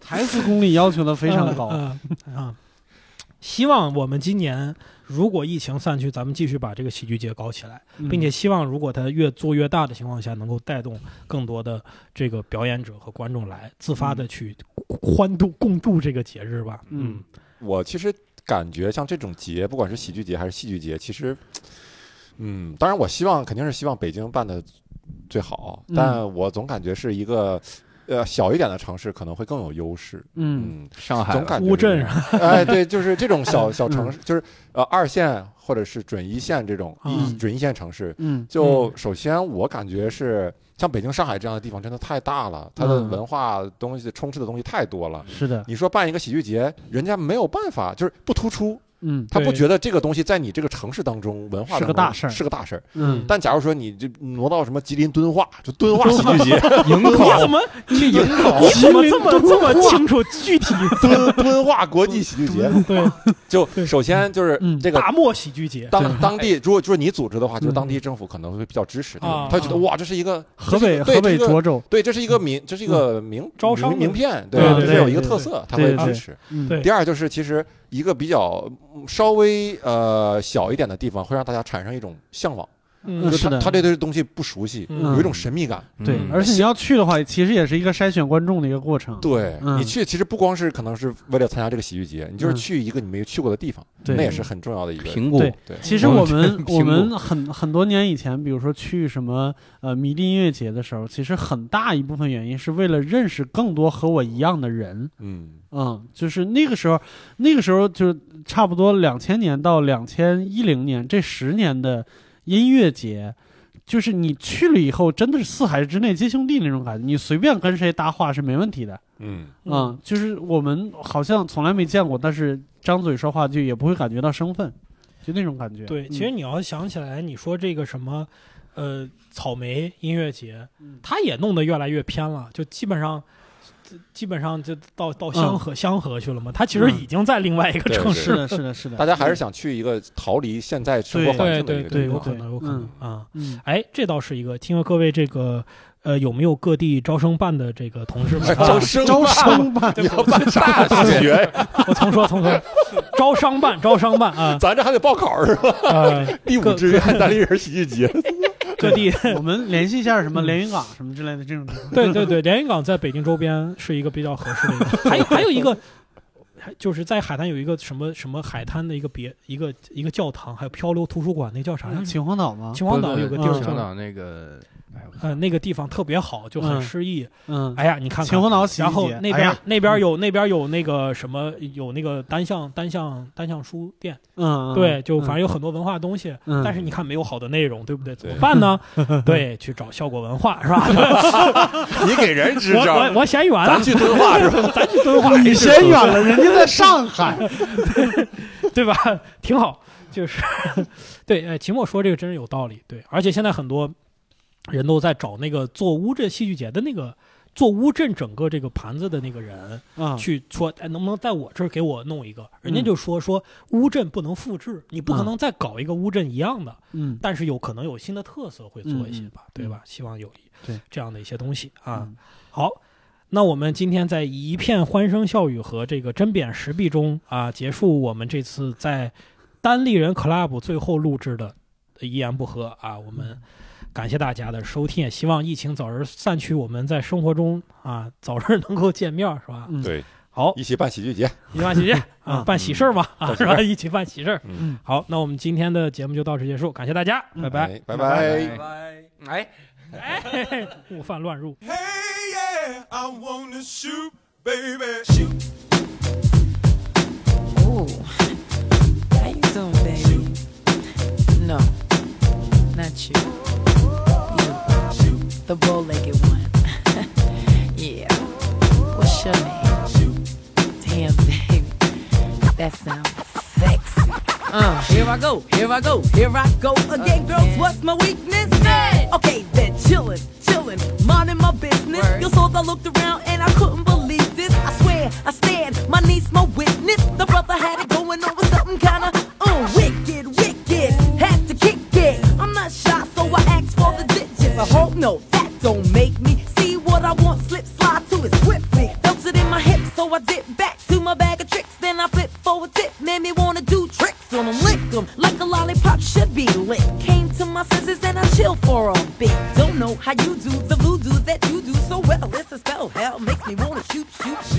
S3: 台词功力要求的非常 高。
S1: 啊、嗯嗯希望我们今年如果疫情散去，咱们继续把这个喜剧节搞起来，
S3: 嗯
S1: 并且希望如果它越做越大的情况下，能够带动更多的这个表演者和观众来自发的去欢度共度这个节日吧。
S3: 嗯
S4: 我其实感觉像这种节，不管是喜剧节还是戏剧节，其实，嗯，当然我希望肯定是希望北京办的最好，
S3: 嗯
S4: 但我总感觉是一个。呃，小一点的城市可能会更有优势。
S3: 嗯
S4: 嗯，
S7: 上
S2: 啊
S7: 海
S4: 总感觉
S1: 乌镇啊
S4: 是这样哎，对，就是这种小小城市，就是呃二线或者是准一线这种一
S1: 嗯
S4: 准一线城市，
S3: 嗯
S4: 就首先我感觉是像北京、上海这样的地方真的太大了，它的
S3: 嗯
S4: 文化东西充斥的东西太多了。
S3: 是的，
S4: 你说办一个喜剧节，人家没有办法，就是不突出，
S3: 嗯
S4: 他不
S1: 对
S4: 觉得这个东西在你这个城市当中文化
S3: 是
S4: 当
S3: 个
S4: 中
S3: 大事儿
S4: 是个大事儿。
S3: 嗯，
S4: 但假如说你就挪到什么吉林敦化，就敦化喜 剧节，
S1: 营口 你怎么去营口？你怎么这么这么清楚具体？
S4: 敦敦化国际喜剧节，
S1: 对，
S4: 就
S1: 对
S4: 首先就是
S3: 嗯哎
S4: 这个
S1: 大漠喜剧节，
S4: 当当地，如果就是你组织的话，就是当
S3: 嗯
S4: 地政府可能会比较支持你
S1: 啊，
S4: 他觉得
S1: 啊
S4: 哇，这是一个
S3: 河北
S4: 这是
S3: 河北
S4: 一个对这是一个
S3: 涿州，
S4: 对，这是一个名，这是一个名
S1: 招商的
S4: 名名片，
S1: 对
S4: 吧？
S1: 对
S4: 这是有一个
S1: 对
S4: 特
S1: 对
S4: 色，他
S3: 对
S4: 会
S3: 对
S4: 支持。
S3: 嗯
S1: 对
S4: 第二就是，其实一个比较嗯稍微呃小一点的地方，会让大家产生一种向往，
S1: 嗯
S4: 就是是他
S3: 的
S4: 他对这东西不熟悉，
S1: 嗯
S4: 有一种神秘感。
S3: 对，而且你要去的话，其实也是一个筛选观众的一个过程。
S4: 嗯对
S3: 嗯
S4: 你去，其实不光是可能是为了参加这个喜剧节，你就是
S3: 嗯
S4: 去一个你没有去过的地方，
S3: 对
S4: 那也是很重要的一个。
S7: 评估
S3: 对
S4: 对，
S3: 其实我
S7: 嗯
S3: 们
S7: 苹果
S3: 我们很很多年以前，比如说去什么呃迷笛音乐节的时候，其实很大一部分原因是为了认识更多和我一样的人。
S4: 嗯
S3: 嗯，就是那个时候，那个时候就差不多两千年到两千一零年这十年的音乐节，就是你去了以后，真的是四海之内皆兄弟那种感觉，你随便跟谁搭话是没问题的。
S4: 嗯，
S3: 嗯，就是我们好像从来没见过，但是张嘴说话就也不会感觉到生分，就那种感觉。
S1: 对，
S3: 嗯
S1: 其实你要想起来，你说这个什么，呃，草莓音乐节
S3: 嗯，
S1: 它也弄得越来越偏了，就基本上。基本上就到到香河、香河去了嘛，它其实
S3: 嗯
S1: 已经在另外一个
S4: 对
S1: 城
S4: 对
S1: 市
S3: 是
S1: 了。
S3: 的，是的，是的，
S4: 大家还是想去一个逃离现在生活环
S1: 对
S4: 境的
S1: 对
S4: 一个
S1: 对，
S4: 地
S1: 有
S4: 方。
S1: 可能有可能
S3: 嗯
S1: 啊。
S3: 嗯，
S1: 哎，这倒是一个。听了各位这个，呃，有没有各地招生办的这个同志们？ 啊
S4: 招生
S3: 招
S4: 办
S3: 生 吧，
S4: 你要办啥大学？
S1: 我重说重 说，招商办，招商办啊，
S4: 咱这还得报考是吧？
S1: 呃，
S4: 第五
S1: 各
S4: 志愿单立人喜剧节。
S1: 各地
S3: 我们联系一下什
S1: 嗯
S3: 么连云港什么之类的这种地方。
S1: 对对对，连云港在北京周边是一个比较合适的 一个，还有还有一个，还就是在海滩有一个什么什么海滩的一个别一个一个教堂，还有漂流图书馆，那叫啥来着？
S3: 秦皇岛吗？
S1: 秦皇岛有个地儿
S3: 嗯
S1: 叫
S7: 青，岛那个，哎我
S1: 呃，那个地方特别好，就很诗意。
S3: 嗯，
S1: 哎呀，你看看
S3: 秦皇岛喜剧节
S1: 然后那
S3: 哎
S1: 边
S3: 呀
S1: 那边有那边有那个什么，有那个单向单向单向书店，
S3: 嗯，嗯
S1: 对，就反正有很多文化东西，
S3: 嗯
S1: 但是你看没有好的内容，对不对？怎么
S4: 对
S1: 办 呢？对，去找效果文化是吧？
S4: 你给人支
S1: 我
S4: 招，
S1: 我我嫌远啊
S4: 咱，去敦化是吧？
S1: 咱去敦化，
S3: 你嫌 远了，人家在上海。
S1: 对吧？ 挺好，就是 对。哎，秦墨说这个真是有道理，对。而且现在很多人都在找那个做乌镇戏剧节的那个做乌镇整个这个盘子的那个人
S3: 啊，
S4: 嗯
S1: 去说，哎，能不能在我这儿给我弄一个？人家就说说乌镇不能复制，你
S4: 嗯
S1: 不可能再搞一个乌镇一样的，
S3: 嗯，
S1: 但是有可能有新的特色会做一些吧，对吧？希望有
S3: 对
S1: 这样的一些东西啊。
S3: 嗯
S1: 好，那我们今天在一片欢声笑语和这个针砭时弊中啊，结束我们这次在单立人 club 最后录制的一言不合啊，我
S3: 嗯
S1: 们。感谢大家的收听，也希望疫情早日散去，我们在生活中啊早日能够见面，是吧？
S3: 嗯
S4: 对，
S1: 好，
S4: 一起办喜剧节，
S1: 一万喜剧啊，
S3: 嗯
S1: 办喜事儿嘛，啊，是吧？一起办喜事儿。
S4: 嗯
S1: 好，那我们今天的节目就到此结束，感谢大家，嗯拜拜。
S4: 哎拜
S7: 拜
S4: 拜。
S7: 哎。
S1: 悟饭乱入。
S9: Hey, yeah, I wanna shoot, baby. Shoot.
S10: Ooh. How you doing, baby? No, not you. You. The bow-legged one. yeah. What's your name? Damn, baby. That sounds sexy. Uh, here I go, here I go, here I go again, girls. What's my weakness? Okay, then chillin', chillin', minding my business. You saw I looked around and I couldn't believe this. I swear, I stand, my niece, my witness. The brother had it going on with something kinda uh, wicked, wicked. Had to kick it. I'm not shy, so I asked for the ditches. A hoe? No, that don't make me see what I want. Slip, slide to it swiftly. Felt it in my hips, so I dip back to my bag of tricks. Then I flip for a tip. Made me wanna do tricks on 'em, lick 'em like a lollipop should be lick. Came to my senses and I chill for a bit. Don't know how you do the voodoo that you do so well. It's a spell. Hell makes me wanna shoot, shoot, shoot.